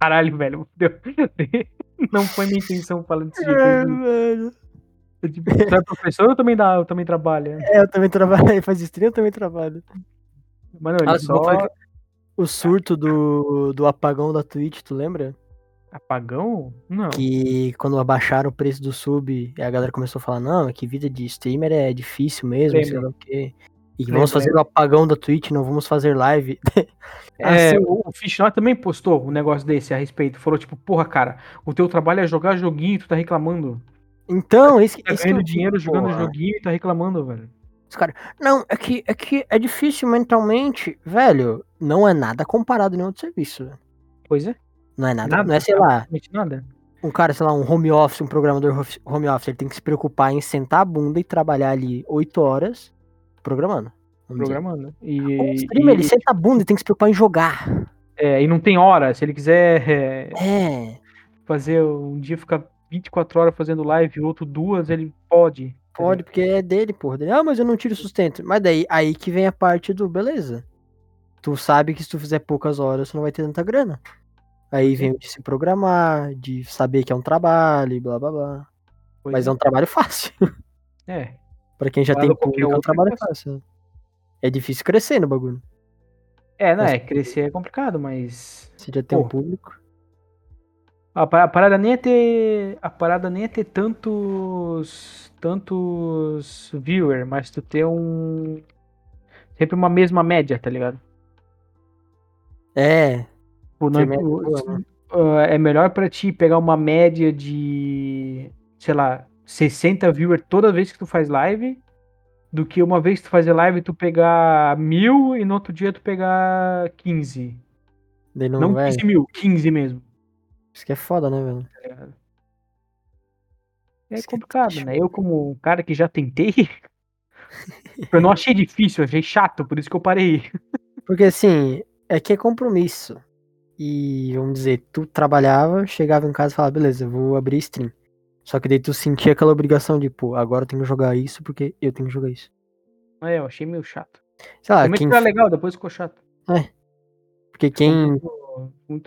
[SPEAKER 1] Caralho, velho. <laughs> fudeu. Não foi minha intenção falando desse
[SPEAKER 2] É,
[SPEAKER 1] jeito.
[SPEAKER 2] velho.
[SPEAKER 1] Eu, tipo, tu é professor ou também, dá, eu também trabalho?
[SPEAKER 2] É, eu também trabalho, ele faz stream, eu também trabalho.
[SPEAKER 1] Mas não, ele
[SPEAKER 2] Ah,
[SPEAKER 1] só.
[SPEAKER 2] bom foi que- O surto do, do apagão da Twitch, tu lembra?
[SPEAKER 1] Apagão? é Não.
[SPEAKER 2] Que quando abaixaram o preço do sub, a galera começou a falar, não, é que vida de streamer é difícil mesmo,
[SPEAKER 1] Lembro.
[SPEAKER 2] sei lá o quê. E que
[SPEAKER 1] Lembro,
[SPEAKER 2] vamos fazer o apagão da Twitch, não vamos fazer live. <laughs>
[SPEAKER 1] É,
[SPEAKER 2] Assim,
[SPEAKER 1] o o Fishnot também postou um negócio desse a respeito. Falou, tipo, porra, cara, o teu trabalho é jogar joguinho e tu tá reclamando.
[SPEAKER 2] então, esse,
[SPEAKER 1] Tá
[SPEAKER 2] esse que eu
[SPEAKER 1] ganhando
[SPEAKER 2] digo,
[SPEAKER 1] dinheiro jogando
[SPEAKER 2] porra.
[SPEAKER 1] joguinho e tá reclamando, velho.
[SPEAKER 2] Não, é que, é que é difícil mentalmente, velho. Não é nada comparado a nenhum outro serviço. velho.
[SPEAKER 1] Pois é.
[SPEAKER 2] Não é nada, não é, sei
[SPEAKER 1] tá.
[SPEAKER 2] lá,
[SPEAKER 1] absolutamente Nada.
[SPEAKER 2] um cara, sei lá, um home office, um programador hof- home office, ele tem que se preocupar em sentar a bunda e trabalhar ali 8 horas programando. vamos dizer.
[SPEAKER 1] Programando.
[SPEAKER 2] O
[SPEAKER 1] E,
[SPEAKER 2] streamer,
[SPEAKER 1] e-
[SPEAKER 2] ele senta a bunda e tem que se preocupar em jogar.
[SPEAKER 1] é, e não tem hora. Se ele quiser é,
[SPEAKER 2] É,
[SPEAKER 1] fazer um dia ficar 24 horas fazendo live, outro duas, ele pode.
[SPEAKER 2] pode, porque é dele, porra. Dele, ah, mas eu não tiro sustento. Mas daí, aí que vem a parte do, beleza. Tu sabe que se tu fizer poucas horas, tu não vai ter tanta grana.
[SPEAKER 1] é.
[SPEAKER 2] Aí vem o de se programar, de saber que é um trabalho e blá blá blá.
[SPEAKER 1] Pois
[SPEAKER 2] Mas é
[SPEAKER 1] é.
[SPEAKER 2] um trabalho <laughs> fácil.
[SPEAKER 1] É.
[SPEAKER 2] Pra quem já
[SPEAKER 1] Claro,
[SPEAKER 2] tem
[SPEAKER 1] qualquer
[SPEAKER 2] público, é um
[SPEAKER 1] outro é
[SPEAKER 2] trabalho fácil. É difícil crescer no bagulho.
[SPEAKER 1] É, né?
[SPEAKER 2] Mas-
[SPEAKER 1] Crescer é complicado, mas.
[SPEAKER 2] Se já tem um
[SPEAKER 1] Pô.
[SPEAKER 2] público.
[SPEAKER 1] A pa- a parada nem é ter. A parada nem é ter tantos. Tantos viewer, mas tu ter um. Sempre uma mesma média, tá ligado?
[SPEAKER 2] É,
[SPEAKER 1] Tipo, não-
[SPEAKER 2] Ter média
[SPEAKER 1] o-
[SPEAKER 2] boa, né?
[SPEAKER 1] ah, é melhor pra ti pegar uma média de. Sei lá, 60 viewer toda vez que tu faz live. Do que uma vez que tu fazer live, tu pegar mil e no outro dia tu pegar 15.
[SPEAKER 2] daí não,
[SPEAKER 1] Não
[SPEAKER 2] vai.
[SPEAKER 1] 15 mil, 15 mesmo.
[SPEAKER 2] Isso que é foda, né, velho?
[SPEAKER 1] tá ligado? É
[SPEAKER 2] Isso que é
[SPEAKER 1] complicado,
[SPEAKER 2] triste.
[SPEAKER 1] né? Eu, como um cara que já tentei, <laughs> eu não achei difícil, achei chato, por isso que eu parei. <laughs>
[SPEAKER 2] Porque assim, é que é compromisso. E vamos dizer, tu trabalhava, chegava em casa e falava, beleza, eu vou abrir stream. Só que daí tu sentia aquela obrigação de, pô, agora eu tenho que jogar isso porque eu tenho que jogar isso.
[SPEAKER 1] É, eu achei meio chato.
[SPEAKER 2] Sei lá,
[SPEAKER 1] Começo
[SPEAKER 2] Ah, quem,
[SPEAKER 1] era legal, depois ficou chato.
[SPEAKER 2] porque quem.
[SPEAKER 1] Ficou Muito.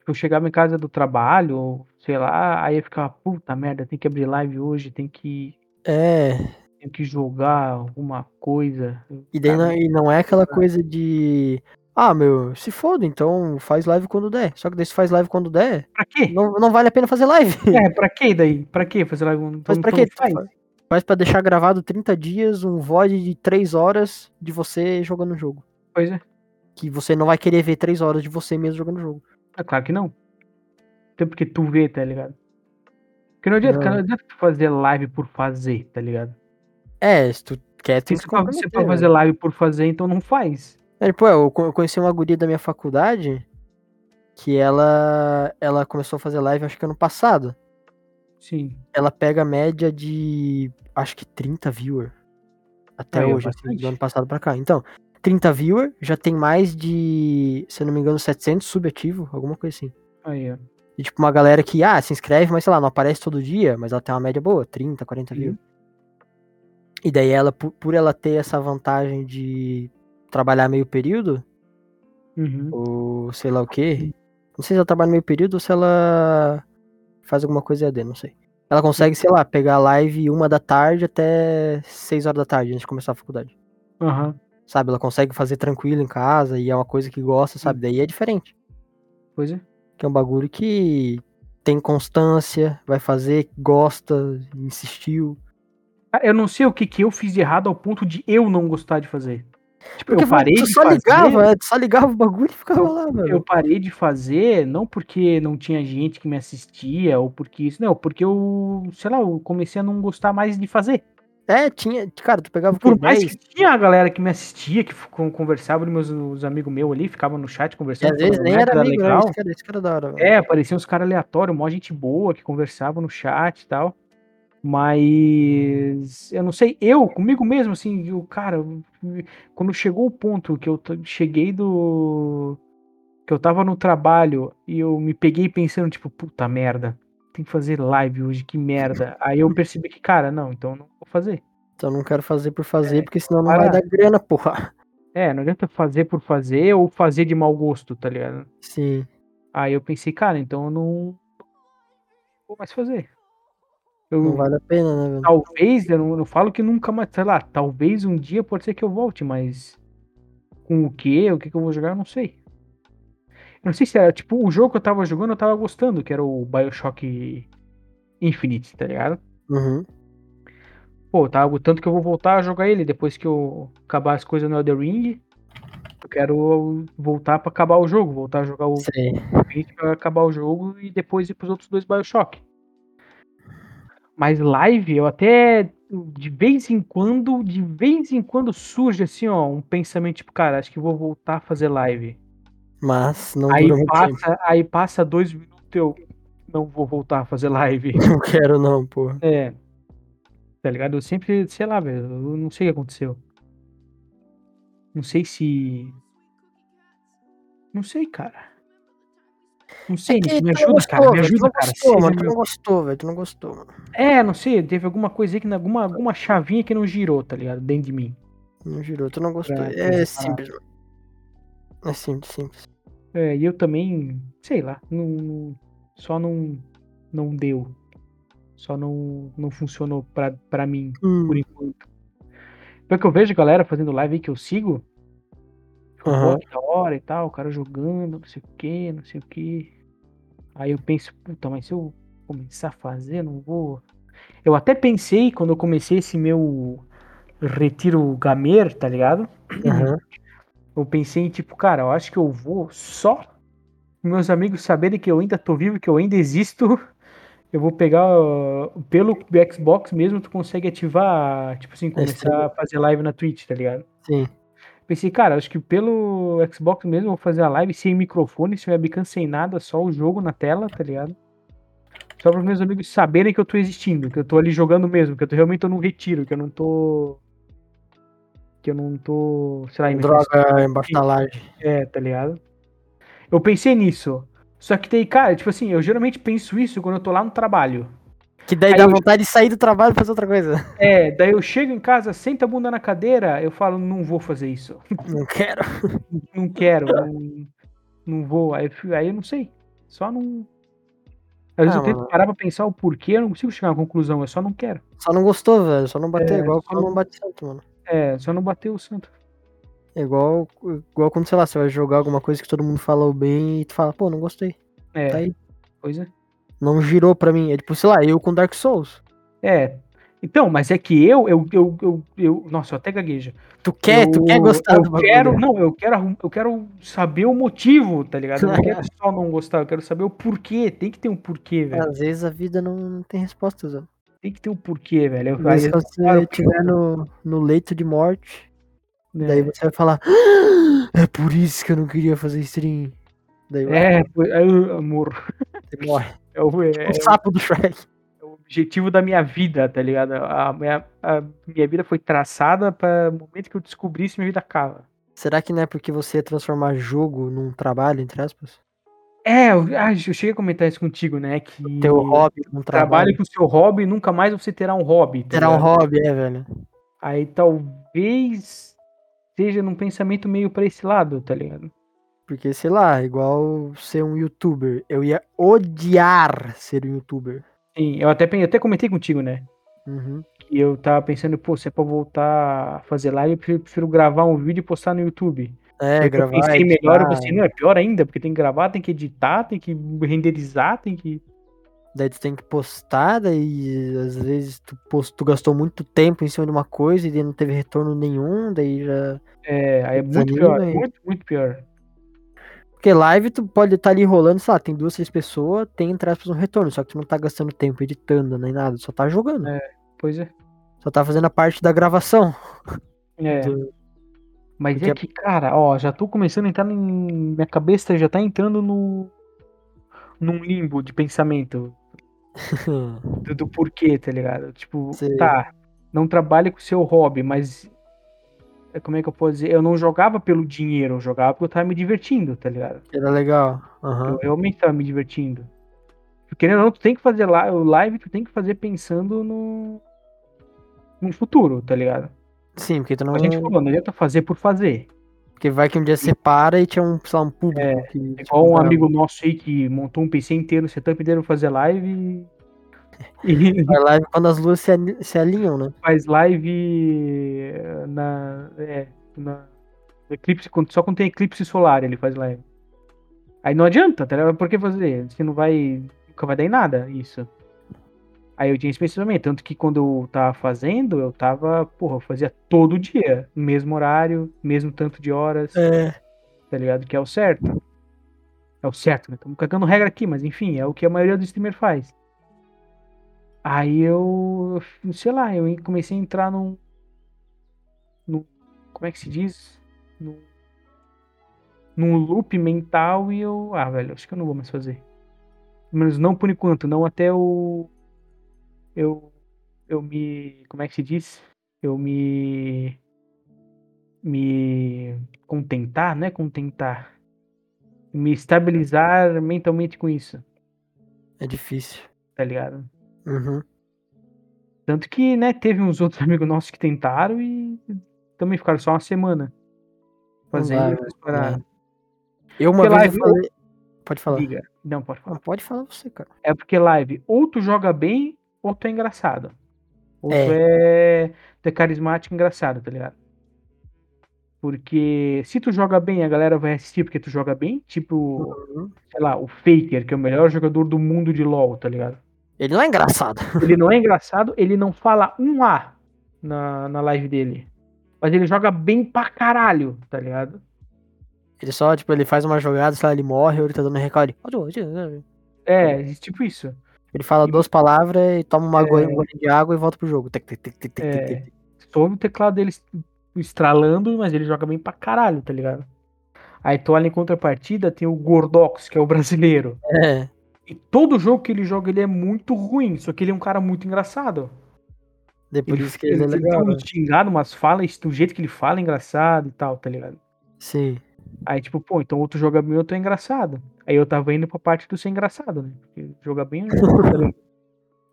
[SPEAKER 1] tipo, Eu chegava em casa do trabalho, ou sei lá, aí eu ficava, puta merda, tem que abrir live hoje, tem que,
[SPEAKER 2] É.
[SPEAKER 1] tem que jogar alguma coisa.
[SPEAKER 2] E daí não, e não é aquela coisa de. Ah, meu, se foda, então faz live quando der. Só que daí se faz live quando der,
[SPEAKER 1] Pra
[SPEAKER 2] <laughs>
[SPEAKER 1] quê?
[SPEAKER 2] não, não vale a pena fazer live.
[SPEAKER 1] É, pra quê daí? Pra quê fazer algum.
[SPEAKER 2] Mas
[SPEAKER 1] então-
[SPEAKER 2] pra
[SPEAKER 1] então
[SPEAKER 2] quê?
[SPEAKER 1] faz.
[SPEAKER 2] Faz. faz pra deixar gravado 30 dias um VOD de 3 horas de você jogando o jogo.
[SPEAKER 1] Pois é.
[SPEAKER 2] Que você não vai querer ver 3 horas de você mesmo jogando o jogo.
[SPEAKER 1] Ah, claro que não. Até porque tu vê, tá ligado? Porque não adianta,
[SPEAKER 2] Não.
[SPEAKER 1] cara, não adianta tu fazer live por fazer, tá ligado?
[SPEAKER 2] É, se tu quer,
[SPEAKER 1] Se
[SPEAKER 2] tu se
[SPEAKER 1] tu pra, se
[SPEAKER 2] comprometer,
[SPEAKER 1] pra
[SPEAKER 2] né?
[SPEAKER 1] fazer live por fazer, então não faz.
[SPEAKER 2] É, pô, eu co- eu conheci uma guria da minha faculdade que ela ela começou a fazer live acho que ano passado.
[SPEAKER 1] Sim.
[SPEAKER 2] Ela pega a média de acho que 30 viewer até
[SPEAKER 1] Aí, ó,
[SPEAKER 2] hoje, assim,
[SPEAKER 1] bastante.
[SPEAKER 2] do ano passado pra cá. Então, 30 viewer, já tem mais de, se eu não me engano, 700 subativo, alguma coisa assim.
[SPEAKER 1] Aí, ó.
[SPEAKER 2] E tipo uma galera que ah, se inscreve, mas sei lá, não aparece todo dia, mas ela tem uma média boa, 30, 40 viewer. E daí ela por, por ela ter essa vantagem de trabalhar meio período,
[SPEAKER 1] Uhum.
[SPEAKER 2] ou sei lá o que. Não sei se ela trabalha no meio período ou se ela faz alguma coisa EAD, não sei. Ela consegue, sei lá, pegar a live uma da tarde até seis horas da tarde, antes de começar a faculdade.
[SPEAKER 1] Aham.
[SPEAKER 2] Sabe, ela consegue fazer tranquilo em casa e é uma coisa que gosta, sabe? Daí é diferente.
[SPEAKER 1] Pois é.
[SPEAKER 2] Que é um bagulho que tem constância, vai fazer, gosta, insistiu.
[SPEAKER 1] Ah, Eu não sei o que que eu fiz de errado ao ponto de eu não gostar de fazer. Tipo, eu
[SPEAKER 2] Porque
[SPEAKER 1] parei
[SPEAKER 2] tu
[SPEAKER 1] de
[SPEAKER 2] só
[SPEAKER 1] fazer.
[SPEAKER 2] ligava, é, tu só ligava o bagulho e ficava lá, mano.
[SPEAKER 1] Eu parei de fazer não porque não tinha gente que me assistia ou porque isso, não, porque eu, sei lá, eu comecei a não gostar mais de fazer.
[SPEAKER 2] É, tinha. Cara, tu pegava o quê?
[SPEAKER 1] Por mais
[SPEAKER 2] 10?
[SPEAKER 1] que tinha a galera que me assistia, que f- con- conversava, meus, os amigos meus ali, ficavam no chat
[SPEAKER 2] E
[SPEAKER 1] conversando.
[SPEAKER 2] às vezes
[SPEAKER 1] falando
[SPEAKER 2] nem
[SPEAKER 1] merda,
[SPEAKER 2] era amigo, né?
[SPEAKER 1] legal.
[SPEAKER 2] Esse cara, esse cara é da hora, velho.
[SPEAKER 1] É, apareciam uns caras aleatórios, mó gente boa, que conversavam no chat e tal. Mas eu não sei, eu comigo mesmo, assim, o cara, eu- quando chegou o ponto que eu t- cheguei do. que eu tava no trabalho e eu me peguei pensando, tipo, puta merda, tem que fazer live hoje, que merda. Aí eu percebi que, cara, não, então eu não vou fazer.
[SPEAKER 2] Então não quero fazer por fazer, porque senão não
[SPEAKER 1] É. para.
[SPEAKER 2] vai dar grana, porra. <laughs>
[SPEAKER 1] É, não adianta fazer por fazer ou fazer de mau gosto, tá ligado?
[SPEAKER 2] Sim.
[SPEAKER 1] Aí eu pensei, cara, então eu não vou mais fazer. Eu,
[SPEAKER 2] Não vale a pena, né, velho?
[SPEAKER 1] Talvez, eu não, eu não falo que nunca mais, sei lá, talvez um dia pode ser que eu volte, mas com o que, o que que eu vou jogar, eu não sei. Eu não sei se era, tipo, o jogo que eu tava jogando eu tava gostando, que era o Bioshock Infinite, tá ligado?
[SPEAKER 2] Uhum.
[SPEAKER 1] Pô, tá, o tanto que eu vou voltar a jogar ele depois que eu acabar as coisas no Elder Ring. Eu quero voltar pra acabar o jogo, voltar a jogar o
[SPEAKER 2] Sei.
[SPEAKER 1] Infinite pra acabar o jogo e depois ir pros outros dois Bioshock. Mas live, eu até de vez em quando, de vez em quando surge assim, ó, um pensamento tipo, cara, acho que vou voltar a fazer live.
[SPEAKER 2] Mas não
[SPEAKER 1] aí
[SPEAKER 2] dura muito tempo. <laughs>
[SPEAKER 1] passa, aí passa dois minutos eu não vou voltar a fazer live.
[SPEAKER 2] Não quero não, porra.
[SPEAKER 1] é. Tá ligado? Eu sempre, sei lá, velho, eu não sei o que aconteceu. Não sei se Não sei, cara. Não
[SPEAKER 2] É
[SPEAKER 1] sei, Nick,
[SPEAKER 2] tá
[SPEAKER 1] me ajuda, cara, me ajuda, cara.
[SPEAKER 2] Tu não gostou,
[SPEAKER 1] seja
[SPEAKER 2] mano. Tu
[SPEAKER 1] meu-
[SPEAKER 2] não gostou, velho. Tu não gostou, mano.
[SPEAKER 1] É, não sei, teve alguma coisa aí que alguma alguma chavinha que não girou, tá ligado? Dentro de mim.
[SPEAKER 2] Não girou, tu não gostou.
[SPEAKER 1] Pra-
[SPEAKER 2] É
[SPEAKER 1] pra-
[SPEAKER 2] simples, mano. É simples, simples.
[SPEAKER 1] É, e eu também, sei lá, não, só não, não deu. Só não, não funcionou pra, pra mim, por
[SPEAKER 2] Hum.
[SPEAKER 1] enquanto. Pelo que eu vejo galera fazendo live aí que eu sigo,
[SPEAKER 2] Aham.
[SPEAKER 1] pô, que da hora e tal, o cara jogando, não sei o que, não sei o que. Aí eu penso, puta, mas se eu começar a fazer, eu não vou. Eu até pensei, quando eu comecei esse meu retiro gamer, tá ligado?
[SPEAKER 2] Aham.
[SPEAKER 1] Eu pensei em, tipo, cara, eu acho que eu vou só meus amigos saberem que eu ainda tô vivo, que eu ainda existo. Eu vou pegar ó, pelo Xbox mesmo, tu consegue ativar, tipo assim, começar a fazer live na Twitch, tá ligado?
[SPEAKER 2] Sim.
[SPEAKER 1] Pensei, cara, acho que pelo Xbox mesmo eu vou fazer a live sem microfone, sem webcam, sem nada, só o jogo na tela, tá ligado? Só para meus amigos saberem que eu tô existindo, que eu tô ali jogando mesmo, que eu tô, realmente tô num retiro, que eu não tô. Que eu não tô. Sei lá, investindo
[SPEAKER 2] Droga em bartalagem.
[SPEAKER 1] é, tá ligado? Eu pensei nisso. Só que daí, cara, tipo assim, eu geralmente penso isso quando eu tô lá no trabalho.
[SPEAKER 2] Que daí
[SPEAKER 1] Aí
[SPEAKER 2] dá
[SPEAKER 1] eu-
[SPEAKER 2] vontade de sair do trabalho e fazer outra coisa.
[SPEAKER 1] É, daí eu chego em casa, sento a bunda na cadeira, eu falo, não vou fazer isso.
[SPEAKER 2] <laughs> Não quero.
[SPEAKER 1] Não quero, não, não vou. Aí, eu fi- aí eu não sei. Só não. Às vezes
[SPEAKER 2] Ah,
[SPEAKER 1] eu tento
[SPEAKER 2] mano.
[SPEAKER 1] parar pra pensar o porquê, eu não consigo chegar a uma conclusão, eu só não quero.
[SPEAKER 2] Só não gostou, velho. Só não bateu.
[SPEAKER 1] É,
[SPEAKER 2] igual
[SPEAKER 1] só
[SPEAKER 2] quando
[SPEAKER 1] não-
[SPEAKER 2] não bate santo, mano.
[SPEAKER 1] É, só não bateu o santo.
[SPEAKER 2] É igual, igual quando, sei lá, você vai jogar alguma coisa que todo mundo falou bem e tu fala, pô, não gostei.
[SPEAKER 1] É,
[SPEAKER 2] Tá aí.
[SPEAKER 1] pois é.
[SPEAKER 2] Não girou pra mim. É tipo, sei lá, eu com Dark Souls.
[SPEAKER 1] É. Então, mas é que eu, eu, eu, eu, eu- nossa, eu até gaguejo.
[SPEAKER 2] Tu quer, tu quer
[SPEAKER 1] Eu-
[SPEAKER 2] gostar
[SPEAKER 1] eu
[SPEAKER 2] do bagulho.
[SPEAKER 1] quero, não, eu quero, arrum- eu quero saber o motivo, tá ligado? Eu não
[SPEAKER 2] <laughs>
[SPEAKER 1] quero só não gostar, eu quero saber o porquê. Tem que ter um porquê, velho.
[SPEAKER 2] Às vezes a vida não, não tem resposta, Zé.
[SPEAKER 1] Tem que ter um porquê, velho. Eu-
[SPEAKER 2] É. Mas
[SPEAKER 1] aí-
[SPEAKER 2] se você
[SPEAKER 1] claro,
[SPEAKER 2] estiver no, no leito de morte,
[SPEAKER 1] né?
[SPEAKER 2] daí você vai falar, "Ah, é por isso que eu não queria fazer stream. Daí vai,
[SPEAKER 1] É, foi- é, amor.
[SPEAKER 2] você morre.
[SPEAKER 1] É o, é-
[SPEAKER 2] É o sapo do Shrek.
[SPEAKER 1] é o objetivo da minha vida, tá ligado? A minha, a minha vida foi traçada para o momento que eu descobri se minha vida acaba.
[SPEAKER 2] Será que não é porque você ia transformar jogo num trabalho, entre aspas?
[SPEAKER 1] É, eu, ah, eu cheguei a comentar isso contigo, né? Que
[SPEAKER 2] Teu um hobby num trabalho.
[SPEAKER 1] trabalhe com o seu hobby e nunca mais você terá um hobby. tá
[SPEAKER 2] Será um
[SPEAKER 1] ligado?
[SPEAKER 2] hobby, é, velho.
[SPEAKER 1] Aí talvez seja num pensamento meio pra esse lado, tá ligado?
[SPEAKER 2] Porque, sei lá, igual ser um youtuber. Eu ia odiar ser um youtuber.
[SPEAKER 1] Sim, eu até, pen- até comentei contigo, né?
[SPEAKER 2] Uhum.
[SPEAKER 1] Que eu tava pensando, pô, se é pra voltar a fazer live, eu prefiro- prefiro gravar um vídeo e postar no YouTube.
[SPEAKER 2] É,
[SPEAKER 1] Aí que eu
[SPEAKER 2] gravar.
[SPEAKER 1] pensei melhor, eu
[SPEAKER 2] editar.
[SPEAKER 1] pensei, não, é pior ainda, porque tem que gravar, tem que editar, tem que renderizar, tem que.
[SPEAKER 2] Daí tu tem que postar, daí às vezes tu, post, tu gastou muito tempo em cima de uma coisa e daí não teve retorno nenhum, daí já.
[SPEAKER 1] É, aí é muito
[SPEAKER 2] Desanima,
[SPEAKER 1] pior,
[SPEAKER 2] hein?
[SPEAKER 1] muito, muito pior.
[SPEAKER 2] Porque live tu pode estar ali rolando, sei lá, tem duas, três pessoas, tem entre aspas um retorno, só que tu não tá gastando tempo editando nem nada, só tá jogando.
[SPEAKER 1] É. Pois é.
[SPEAKER 2] Só tá fazendo a parte
[SPEAKER 1] <laughs>
[SPEAKER 2] da gravação.
[SPEAKER 1] É.
[SPEAKER 2] Do-
[SPEAKER 1] Mas é
[SPEAKER 2] porque-
[SPEAKER 1] que, cara, ó, já tô começando a entrar em. Minha cabeça já tá entrando no. num limbo de pensamento. do, do porquê, tá ligado? Tipo,
[SPEAKER 2] Sei.
[SPEAKER 1] tá, não trabalhe com o seu hobby, mas é, como é que eu posso dizer? Eu não jogava pelo dinheiro, eu jogava porque eu tava me divertindo, tá ligado?
[SPEAKER 2] Era legal. Aham.
[SPEAKER 1] Eu realmente tava me divertindo. Porque, Querendo ou não, tu tem que fazer lá, o live tu tem que fazer pensando no no futuro, tá ligado?
[SPEAKER 2] Sim, porque tu não.
[SPEAKER 1] A gente falou, não adianta fazer por fazer.
[SPEAKER 2] Porque vai que um dia você para e tinha um, sei lá, um público
[SPEAKER 1] É
[SPEAKER 2] que. te
[SPEAKER 1] igual um
[SPEAKER 2] acompanhava.
[SPEAKER 1] amigo nosso aí que montou um PC inteiro, setup inteiro pra fazer live e, <laughs> e
[SPEAKER 2] Vai live quando as luas se, ali- se alinham, né?
[SPEAKER 1] faz live eh, na, é, na no eclipse, quando- só quando tem eclipse solar ele faz live. Aí não adianta, tá ligado? Por que fazer? Você não vai. Nunca vai dar em nada isso. Aí eu tinha esse pensamento. Tanto que quando eu tava fazendo, eu tava. Porra, eu fazia todo dia. no Mesmo horário, mesmo tanto de horas,
[SPEAKER 2] É.
[SPEAKER 1] tá ligado? Que é o certo. É o certo, né? Estamos cagando regra aqui, mas enfim, é o que a maioria do streamer faz. Aí eu. Sei lá, eu comecei a entrar num. num como é que se diz? Num, num loop mental e eu. Ah, velho, acho que eu não vou mais fazer. Pelo menos não por enquanto, não até o. Eu. Eu me. Como é que se diz? Eu me. Me contentar, não é contentar.
[SPEAKER 2] Uhum.
[SPEAKER 1] Me estabilizar mentalmente com isso,
[SPEAKER 2] É difícil.
[SPEAKER 1] tá ligado?
[SPEAKER 2] Uhum.
[SPEAKER 1] Tanto que, né, teve uns <laughs> outros amigos nossos que tentaram e também ficaram só uma semana
[SPEAKER 2] dá,
[SPEAKER 1] fazendo e
[SPEAKER 2] né?
[SPEAKER 1] depois pararam.
[SPEAKER 2] Eu uma
[SPEAKER 1] Porque
[SPEAKER 2] vez
[SPEAKER 1] live-
[SPEAKER 2] eu falei. Pode falar.
[SPEAKER 1] Diga. Não, pode falar.
[SPEAKER 2] Não, pode falar você, cara.
[SPEAKER 1] É porque live, ou tu joga bem, ou tu é engraçado. Ou
[SPEAKER 2] É.
[SPEAKER 1] tu, é, tu é carismático e engraçado, tá ligado? Porque se tu joga bem, a galera vai assistir porque tu joga bem. Tipo,
[SPEAKER 2] Uhum.
[SPEAKER 1] sei lá, o Faker, que é o melhor jogador do mundo de LoL, tá ligado?
[SPEAKER 2] Ele não é engraçado.
[SPEAKER 1] Ele não é engraçado, ele não fala um A na, na live dele. Mas ele joga bem pra caralho, tá ligado?
[SPEAKER 2] Ele só, tipo, ele faz uma jogada, sei lá, ele morre, ou ele tá dando recorde. Ele
[SPEAKER 1] É, tipo isso.
[SPEAKER 2] ele fala duas palavras e toma uma
[SPEAKER 1] É.
[SPEAKER 2] gole- um gole de água e volta pro jogo. Tic, tic, tic, tic, tic,
[SPEAKER 1] É.
[SPEAKER 2] tic, tic.
[SPEAKER 1] Só o teclado dele estralando, mas ele joga bem pra caralho, tá ligado? Aí tu olha em contrapartida, tem o Gordox, que é o brasileiro.
[SPEAKER 2] É.
[SPEAKER 1] E todo jogo que ele joga, ele é muito ruim, só que ele é um cara muito engraçado.
[SPEAKER 2] Daí por isso que
[SPEAKER 1] ele,
[SPEAKER 2] ele é legal.
[SPEAKER 1] tem
[SPEAKER 2] né?
[SPEAKER 1] um xingado, mas fala, do jeito que ele fala é engraçado e tal, tá ligado?
[SPEAKER 2] Sim.
[SPEAKER 1] Aí, tipo, pô, então outro joga bem, outro é engraçado. Aí eu tava indo pra parte do ser engraçado, né? Porque joga
[SPEAKER 2] <laughs>
[SPEAKER 1] bem, eu jogo, tá ligado?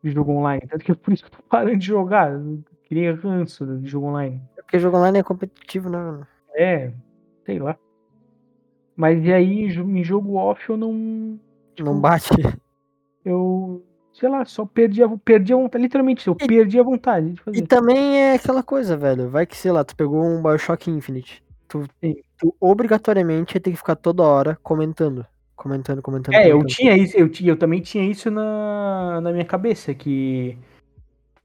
[SPEAKER 1] de jogo online. Tanto que é por isso que eu tô parando de jogar. Eu queria ranço de jogo online.
[SPEAKER 2] É porque jogo online é competitivo, né? mano?
[SPEAKER 1] É, sei lá. Mas e aí, em jo- em jogo off, eu não. tipo, <laughs>
[SPEAKER 2] Não bate.
[SPEAKER 1] Eu. Sei lá, só perdi a, vo- perdi a vontade. Literalmente, eu perdi a vontade de
[SPEAKER 2] E
[SPEAKER 1] fazer.
[SPEAKER 2] também é aquela coisa, velho. Vai que, sei lá, tu pegou um Bioshock Infinite. Tu, tu obrigatoriamente tem que ficar toda hora comentando. Comentando, comentando.
[SPEAKER 1] É, eu
[SPEAKER 2] comentando.
[SPEAKER 1] tinha isso, eu, tinha, eu também tinha isso na, na minha cabeça, que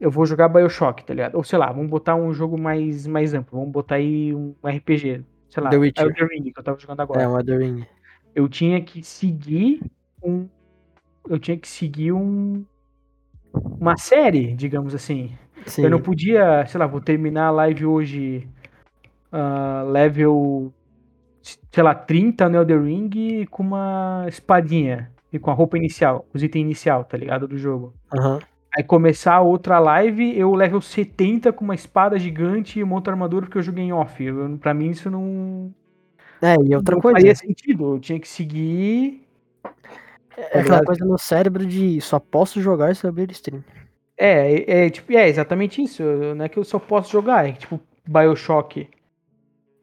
[SPEAKER 1] eu vou jogar Bioshock, tá ligado? Ou sei lá, vamos botar um jogo mais, mais amplo, vamos botar aí um RPG, sei lá,
[SPEAKER 2] The Witcher.
[SPEAKER 1] Elden Ring, que eu tava jogando agora.
[SPEAKER 2] É, um Elden Ring.
[SPEAKER 1] Eu tinha que seguir um. Eu tinha que seguir um. Uma série, digamos assim.
[SPEAKER 2] Sim.
[SPEAKER 1] Eu não podia, sei lá, vou terminar a live hoje ah, level, sei lá, 30 no Elder Ring com uma espadinha e com a roupa inicial, os itens inicial, tá ligado? Do jogo.
[SPEAKER 2] Aham.
[SPEAKER 1] Aí começar a outra live, eu level 70 com uma espada gigante e uma outra armadura porque eu joguei em off. Eu, pra mim isso não,
[SPEAKER 2] É, e outra
[SPEAKER 1] não
[SPEAKER 2] coisa.
[SPEAKER 1] faria sentido. Eu tinha que seguir
[SPEAKER 2] É aquela coisa no cérebro de só posso jogar se eu abrir stream.
[SPEAKER 1] É, é, tipo, é exatamente isso. eu- Não é que eu só posso jogar, é que, tipo, Bioshock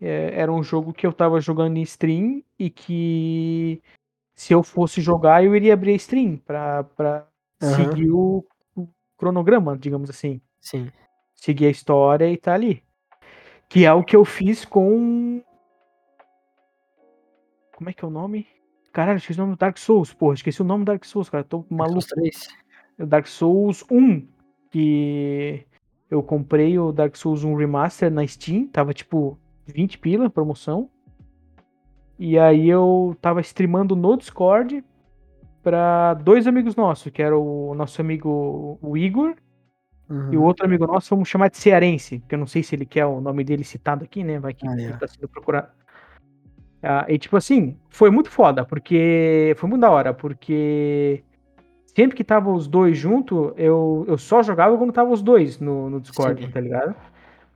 [SPEAKER 1] é, era um jogo que eu tava jogando em stream e que se eu fosse jogar, eu iria abrir a stream pra, pra
[SPEAKER 2] Aham.
[SPEAKER 1] seguir o, o cronograma, digamos assim.
[SPEAKER 2] Sim.
[SPEAKER 1] Seguir a história e tá ali. Que é o que eu fiz com. Como é que é o nome? Caralho, esqueci o nome do Dark Souls, porra, esqueci o nome do Dark Souls, cara. Tô maluco.
[SPEAKER 2] Os três.
[SPEAKER 1] O Dark Souls 1, que eu comprei o Dark Souls 1 Remaster na Steam, tava tipo 20 pila, promoção. E aí eu tava streamando no Discord pra dois amigos nossos, que era o nosso amigo o Igor
[SPEAKER 2] Uhum.
[SPEAKER 1] e o outro amigo nosso, vamos chamar de cearense, porque eu não sei se ele quer o nome dele citado aqui, né? Vai que
[SPEAKER 2] Ah,
[SPEAKER 1] ele
[SPEAKER 2] é.
[SPEAKER 1] tá sendo procurado. Ah, e tipo assim, foi muito foda, porque. Foi muito da hora, porque. Sempre que tava os dois junto, eu, eu só jogava quando tava os dois no, no Discord,
[SPEAKER 2] Sim.
[SPEAKER 1] tá ligado?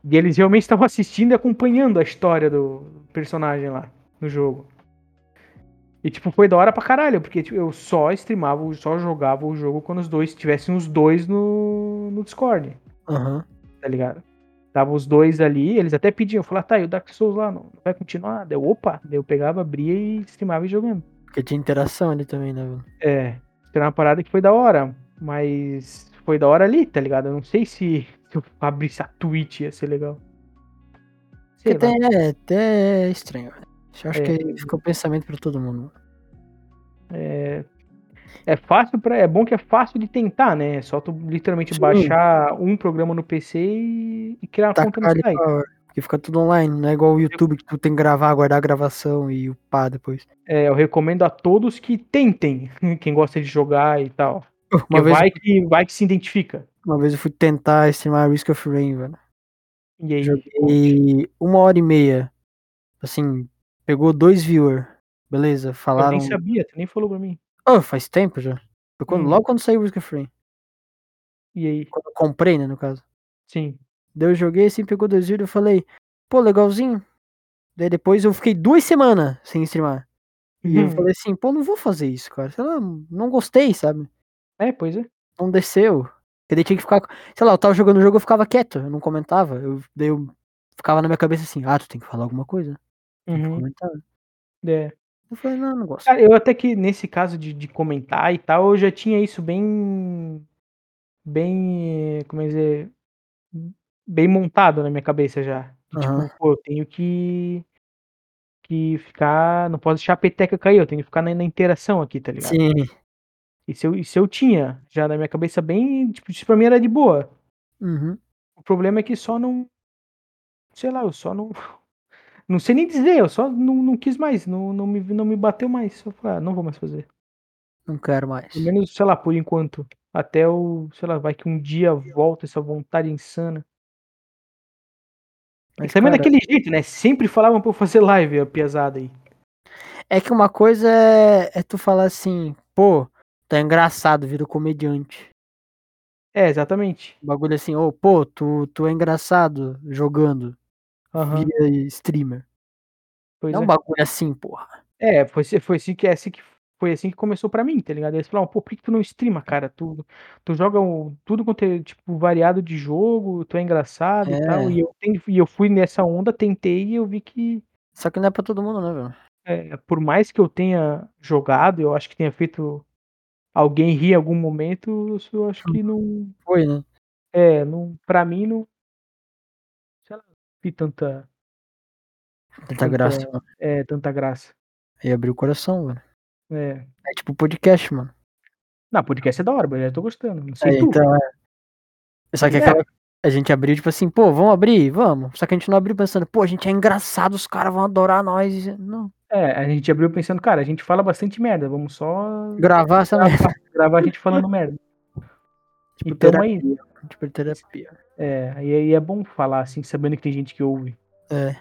[SPEAKER 1] E eles realmente estavam assistindo e acompanhando a história do personagem lá no jogo. E tipo, foi da hora pra caralho, porque tipo, eu só streamava, só jogava o jogo quando os dois tivessem os dois no, no Discord
[SPEAKER 2] Aham.
[SPEAKER 1] tá ligado? Tava os dois ali, eles até pediam, falaram, tá, e o Dark Souls lá, não, não vai continuar? Deu, opa, daí eu pegava, abria e streamava e jogando.
[SPEAKER 2] Porque tinha interação ali também, né? velho?
[SPEAKER 1] É, era uma parada que foi da hora, mas foi da hora ali, tá ligado? Eu não sei se, se eu abrisse a Twitch ia ser legal. Sei
[SPEAKER 2] Porque
[SPEAKER 1] lá.
[SPEAKER 2] até, é, até é estranho. velho. Eu acho
[SPEAKER 1] É. Tá
[SPEAKER 2] que ficou pensamento pra todo mundo.
[SPEAKER 1] É fácil para, é bom que é fácil de tentar, né? É só tu literalmente
[SPEAKER 2] Sim.
[SPEAKER 1] baixar um programa no PC e, e criar uma conta no
[SPEAKER 2] Tacar ali
[SPEAKER 1] Skype.
[SPEAKER 2] pra... Porque fica tudo online, não é igual o YouTube que tu tem que gravar, guardar a gravação e upar depois.
[SPEAKER 1] É, eu recomendo a todos que tentem, <laughs> quem gosta de jogar e tal.
[SPEAKER 2] Uma
[SPEAKER 1] Porque
[SPEAKER 2] vez,
[SPEAKER 1] vai que vai que se identifica.
[SPEAKER 2] uma vez eu fui tentar streamar Risk of Rain, velho.
[SPEAKER 1] E aí,
[SPEAKER 2] E uma hora e meia. Assim, pegou dois viewers. Beleza,
[SPEAKER 1] eu
[SPEAKER 2] falaram.
[SPEAKER 1] nem sabia, tu nem falou pra mim.
[SPEAKER 2] Oh, faz tempo já. Foi quando-
[SPEAKER 1] Hum.
[SPEAKER 2] Logo quando saiu o Risk of Rain.
[SPEAKER 1] E aí,
[SPEAKER 2] Quando eu comprei, né, no caso.
[SPEAKER 1] sim.
[SPEAKER 2] Daí eu joguei assim, pegou dois vídeos, eu falei, pô, legalzinho. Daí depois eu fiquei duas semanas sem streamar. E eu
[SPEAKER 1] Hum.
[SPEAKER 2] falei assim, pô, não vou fazer isso, cara. Sei lá, não gostei, sabe?
[SPEAKER 1] É, pois é.
[SPEAKER 2] Não desceu. Porque daí tinha que ficar. Sei lá, eu tava jogando o jogo, eu ficava quieto, eu não comentava. Eu, daí eu ficava na minha cabeça assim, ah, tu tem que falar alguma coisa. Tem que
[SPEAKER 1] Uhum.
[SPEAKER 2] comentar.
[SPEAKER 1] É.
[SPEAKER 2] Eu falei, não, não gosto.
[SPEAKER 1] Cara, eu até que nesse caso de, de comentar e tal, eu já tinha isso bem. Bem. eh, Como é dizer? Bem montado na minha cabeça já. De,
[SPEAKER 2] Aham.
[SPEAKER 1] Tipo, pô, eu tenho que. Que ficar. Não posso deixar a peteca cair, eu tenho que ficar na, na interação aqui, tá ligado?
[SPEAKER 2] Sim.
[SPEAKER 1] Isso eu, isso eu tinha já na minha cabeça bem. Tipo, isso pra mim era de boa.
[SPEAKER 2] Uhum.
[SPEAKER 1] O problema é que só não. Sei lá, eu só não. <laughs> Não sei nem dizer, eu só não, não quis mais, não, não, me, não me bateu mais. Só falei, ah, não vou mais fazer.
[SPEAKER 2] Não quero mais.
[SPEAKER 1] Pelo menos, sei lá, por enquanto. Até o, sei lá, vai que um dia volta essa vontade insana.
[SPEAKER 2] Mas,
[SPEAKER 1] Mas também
[SPEAKER 2] cara,
[SPEAKER 1] daquele jeito, né? Sempre falavam pra eu fazer live, a piazada aí.
[SPEAKER 2] É que uma coisa é, é tu falar assim, pô, tá engraçado, vira comediante.
[SPEAKER 1] É, exatamente.
[SPEAKER 2] Um bagulho assim, ô, pô, tu, tu é engraçado jogando,
[SPEAKER 1] Aham,
[SPEAKER 2] vira streamer.
[SPEAKER 1] pois
[SPEAKER 2] Não
[SPEAKER 1] é.
[SPEAKER 2] é um bagulho assim, porra.
[SPEAKER 1] É, foi, se- foi assim que é assim que foi assim que começou pra mim, tá ligado? Eles falavam, pô, por que que tu não streama, cara? Tu, tu joga um- tudo quanto é, tipo, variado de jogo, tu é engraçado e tal.
[SPEAKER 2] É.
[SPEAKER 1] E eu, ten- e eu fui nessa onda, tentei e eu vi que,
[SPEAKER 2] Só que não é pra todo mundo, né, velho?
[SPEAKER 1] é, por mais que eu tenha jogado, eu acho que tenha feito alguém rir em algum momento, eu só acho que não.
[SPEAKER 2] Foi, né?
[SPEAKER 1] É, não, pra mim não. Sei lá, não vi tanta.
[SPEAKER 2] Tanta tá graça.
[SPEAKER 1] É, tanta graça.
[SPEAKER 2] Aí abriu o coração, mano.
[SPEAKER 1] É.
[SPEAKER 2] É tipo podcast, mano.
[SPEAKER 1] Não, podcast é da hora, mas eu já tô gostando. Não sei
[SPEAKER 2] Aí,
[SPEAKER 1] tu.
[SPEAKER 2] então é. Só que
[SPEAKER 1] É.
[SPEAKER 2] aquela. A gente abriu, tipo assim, pô, vamos abrir? Vamos. Só que a gente não abriu pensando, pô, a gente é engraçado, os caras vão adorar nós. Não.
[SPEAKER 1] É, a gente abriu pensando, cara, a gente fala bastante merda, vamos só
[SPEAKER 2] Gravar essa merda. <laughs>
[SPEAKER 1] gravar a gente falando merda.
[SPEAKER 2] Tipo,
[SPEAKER 1] Então é
[SPEAKER 2] terapia.
[SPEAKER 1] isso.
[SPEAKER 2] Tipo, terapia.
[SPEAKER 1] É, e aí é bom falar assim, sabendo que tem gente que ouve.
[SPEAKER 2] É.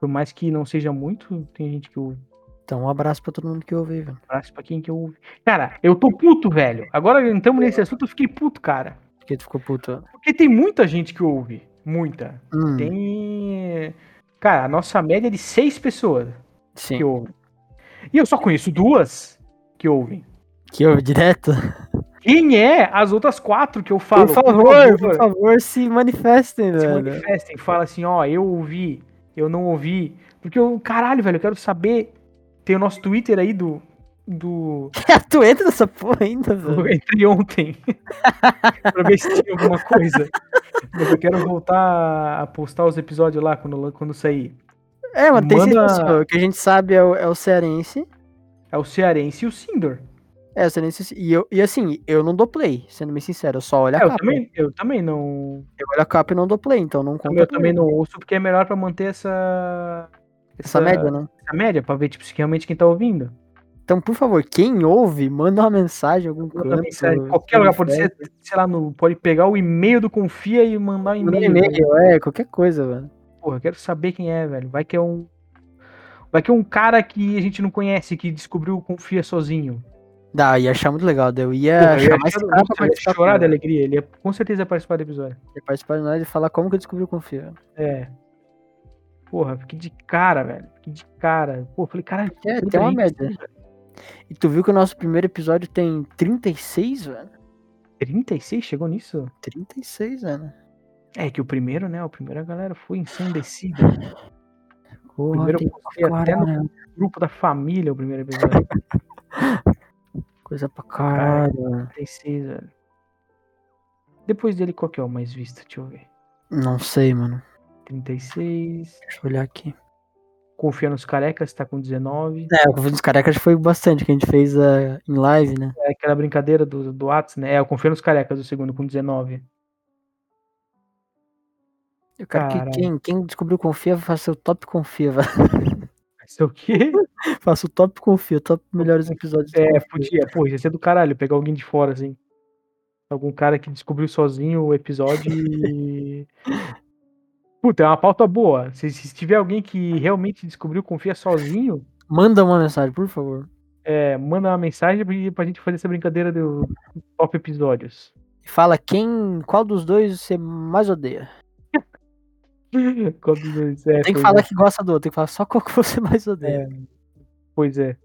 [SPEAKER 1] Por mais que não seja muito, tem gente que ouve.
[SPEAKER 2] Então, um abraço pra todo mundo que ouve, aí, velho.
[SPEAKER 1] Abraço pra quem que ouve. Cara, eu tô puto, velho. Agora entramos nesse assunto, eu fiquei puto, cara.
[SPEAKER 2] Porque tu ficou puto.
[SPEAKER 1] Porque tem muita gente que ouve. Muita.
[SPEAKER 2] Hum,
[SPEAKER 1] Tem. Cara, a nossa média é de seis pessoas
[SPEAKER 2] sim.
[SPEAKER 1] que ouvem. E eu só conheço duas que ouvem.
[SPEAKER 2] Que ouve direto?
[SPEAKER 1] Quem é as outras quatro que eu falo?
[SPEAKER 2] por favor, por favor, se manifestem,
[SPEAKER 1] se
[SPEAKER 2] velho.
[SPEAKER 1] manifestem, fala assim, ó, eu ouvi, eu não ouvi. Porque eu, caralho, velho, eu quero saber. Tem o nosso Twitter aí do. Do.
[SPEAKER 2] <laughs> tu entra nessa porra ainda,
[SPEAKER 1] do <laughs>
[SPEAKER 2] velho.
[SPEAKER 1] entre ontem. pra ver se tinha alguma coisa. Mas eu quero voltar a postar os episódios lá quando, quando sair.
[SPEAKER 2] É, mano, tem
[SPEAKER 1] Manda-
[SPEAKER 2] seis pessoas. O que a gente sabe é o, é o cearense.
[SPEAKER 1] É o Cearense e o Sindor.
[SPEAKER 2] É, o cearense. E, eu, e assim, eu não dou play, sendo bem sincero. Eu só olho a
[SPEAKER 1] É, eu,
[SPEAKER 2] capa.
[SPEAKER 1] também, eu também não.
[SPEAKER 2] Eu olho a capa e não dou play, então não conta.
[SPEAKER 1] Eu
[SPEAKER 2] pra
[SPEAKER 1] também
[SPEAKER 2] mim.
[SPEAKER 1] não ouço, porque é melhor pra manter essa. é.
[SPEAKER 2] Essa média, né?
[SPEAKER 1] essa média, pra ver tipo, se realmente quem tá ouvindo.
[SPEAKER 2] Então, por favor, quem ouve, manda uma mensagem, algum
[SPEAKER 1] Manda
[SPEAKER 2] canto,
[SPEAKER 1] mensagem. Qualquer lugar pode ser, sei lá, no, pode pegar o e-mail do Confia e mandar um
[SPEAKER 2] Manda um
[SPEAKER 1] e-mail.
[SPEAKER 2] e-mail, é, qualquer coisa, velho.
[SPEAKER 1] Porra, eu quero saber quem é, velho. Vai que é um. Vai que é um cara que a gente não conhece, que descobriu o Confia sozinho.
[SPEAKER 2] Dá, ia achar muito legal. daí Eu ia
[SPEAKER 1] Porra, eu ia
[SPEAKER 2] achar é mais
[SPEAKER 1] achar-
[SPEAKER 2] cara pra
[SPEAKER 1] nossa, eu ia
[SPEAKER 2] participar
[SPEAKER 1] chorar de
[SPEAKER 2] com-
[SPEAKER 1] alegria. Ele ia com certeza participar do episódio.
[SPEAKER 2] ia participar de nós e falar como que eu descobri o Confia.
[SPEAKER 1] É. Porra, fiquei de cara, velho. Fiquei de cara. Pô, falei, caralho.
[SPEAKER 2] É,
[SPEAKER 1] tanta
[SPEAKER 2] tem uma
[SPEAKER 1] gente
[SPEAKER 2] média.
[SPEAKER 1] assim, velho.
[SPEAKER 2] E tu viu que o nosso primeiro episódio tem 36, velho?
[SPEAKER 1] 36 chegou nisso?
[SPEAKER 2] 36, velho.
[SPEAKER 1] É que o primeiro, né? O primeiro a galera foi ensandecida.
[SPEAKER 2] <laughs> Porra,
[SPEAKER 1] Primeiro
[SPEAKER 2] tem né?
[SPEAKER 1] eu postei até no
[SPEAKER 2] caralho.
[SPEAKER 1] grupo da família o primeiro episódio.
[SPEAKER 2] Coisa pra caralho. velho.
[SPEAKER 1] 36, velho. Depois dele, qual que é o mais visto? Deixa eu ver.
[SPEAKER 2] Não sei, mano.
[SPEAKER 1] 36.
[SPEAKER 2] Deixa eu olhar aqui.
[SPEAKER 1] Confia nos carecas, tá com 19.
[SPEAKER 2] É, o Confia dos Carecas foi bastante, que a gente fez eh, em live, né?
[SPEAKER 1] É aquela brincadeira do, do Whats, né? É, o Confia nos carecas, o segundo, com 19.
[SPEAKER 2] Eu quero
[SPEAKER 1] Caralho.
[SPEAKER 2] que quem, quem descobriu o Confia faça o top Confia, <laughs> velho.
[SPEAKER 1] Vai ser o quê?
[SPEAKER 2] faça o top Confia, top melhores episódios. do
[SPEAKER 1] É,
[SPEAKER 2] Confia.
[SPEAKER 1] podia. Pô, ia ser do caralho pegar alguém de fora, assim. Algum cara que descobriu sozinho o episódio e. Puta, é uma pauta boa. Se, se tiver alguém que realmente descobriu, confia sozinho.
[SPEAKER 2] Manda uma mensagem, por favor.
[SPEAKER 1] É, manda uma mensagem pra, pra gente fazer essa brincadeira do top episódios. <laughs>
[SPEAKER 2] E fala quem, qual dos dois você mais odeia.
[SPEAKER 1] Qual dos dois? É,
[SPEAKER 2] Tem que
[SPEAKER 1] pois
[SPEAKER 2] falar
[SPEAKER 1] é,
[SPEAKER 2] que gosta do outro, tem que falar só qual que você <laughs> mais odeia.
[SPEAKER 1] Pois é.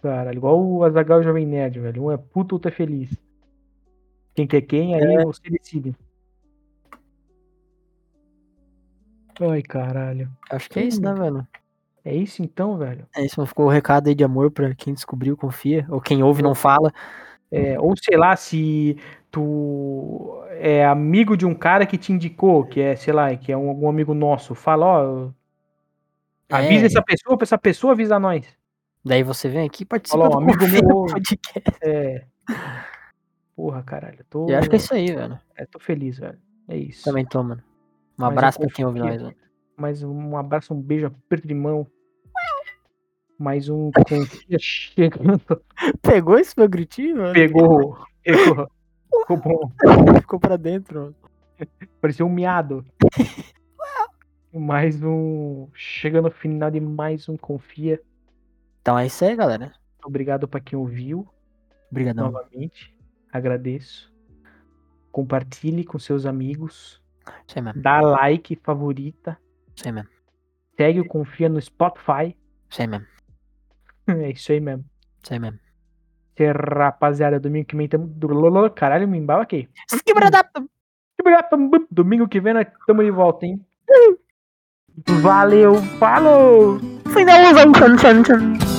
[SPEAKER 1] Caralho, igual o Azagal e o Jovem Nerd, velho. Um é puto, outro é feliz. Quem quer quem, aí
[SPEAKER 2] É.
[SPEAKER 1] você decide. Ai, caralho.
[SPEAKER 2] Acho que é isso, né, velho?
[SPEAKER 1] É isso então, velho?
[SPEAKER 2] É isso, mas ficou o recado aí de amor pra quem descobriu, confia. Ou quem ouve, não fala.
[SPEAKER 1] É, ou sei lá, se tu é amigo de um cara que te indicou, que é, sei lá, que é um, algum amigo nosso, fala, ó, avisa
[SPEAKER 2] É,
[SPEAKER 1] essa pessoa, pra essa pessoa avisar nós.
[SPEAKER 2] Daí você vem aqui e participa
[SPEAKER 1] Olha
[SPEAKER 2] do
[SPEAKER 1] lá, um amigo
[SPEAKER 2] Confia
[SPEAKER 1] meu-
[SPEAKER 2] Podcast.
[SPEAKER 1] É. Porra, caralho. eu Tô,
[SPEAKER 2] Eu acho que é isso aí, velho.
[SPEAKER 1] é, tô feliz, velho. É isso.
[SPEAKER 2] Também tô, mano. Um
[SPEAKER 1] Mas eu
[SPEAKER 2] abraço pra quem ouve
[SPEAKER 1] confio.
[SPEAKER 2] nós, velho.
[SPEAKER 1] Mais um abraço, um beijo, aperto de mão. Mais um confia chegando.
[SPEAKER 2] Pegou esse meu gritinho, mano?
[SPEAKER 1] Pegou. Pegou. Ficou bom.
[SPEAKER 2] Ficou pra dentro.
[SPEAKER 1] Pareceu um miado. Mais um. Chegando ao final de mais um Confia.
[SPEAKER 2] Então é isso aí, galera.
[SPEAKER 1] Obrigado pra quem ouviu
[SPEAKER 2] Obrigadão.
[SPEAKER 1] novamente. Agradeço. Compartilhe com seus amigos.
[SPEAKER 2] Isso aí mesmo.
[SPEAKER 1] Dá like, favorita.
[SPEAKER 2] Isso aí mesmo.
[SPEAKER 1] Segue o Confia no Spotify. <laughs>
[SPEAKER 2] Isso aí mesmo.
[SPEAKER 1] É isso aí mesmo.
[SPEAKER 2] Isso aí mesmo.
[SPEAKER 1] Cê, rapaziada, domingo que vem tamo. do- lolo- Caralho, me embala aqui.
[SPEAKER 2] é
[SPEAKER 1] Domingo que vem nós tamo de volta, hein? Valeu, falou!
[SPEAKER 2] Finalizando, tchan, tchan, tchan.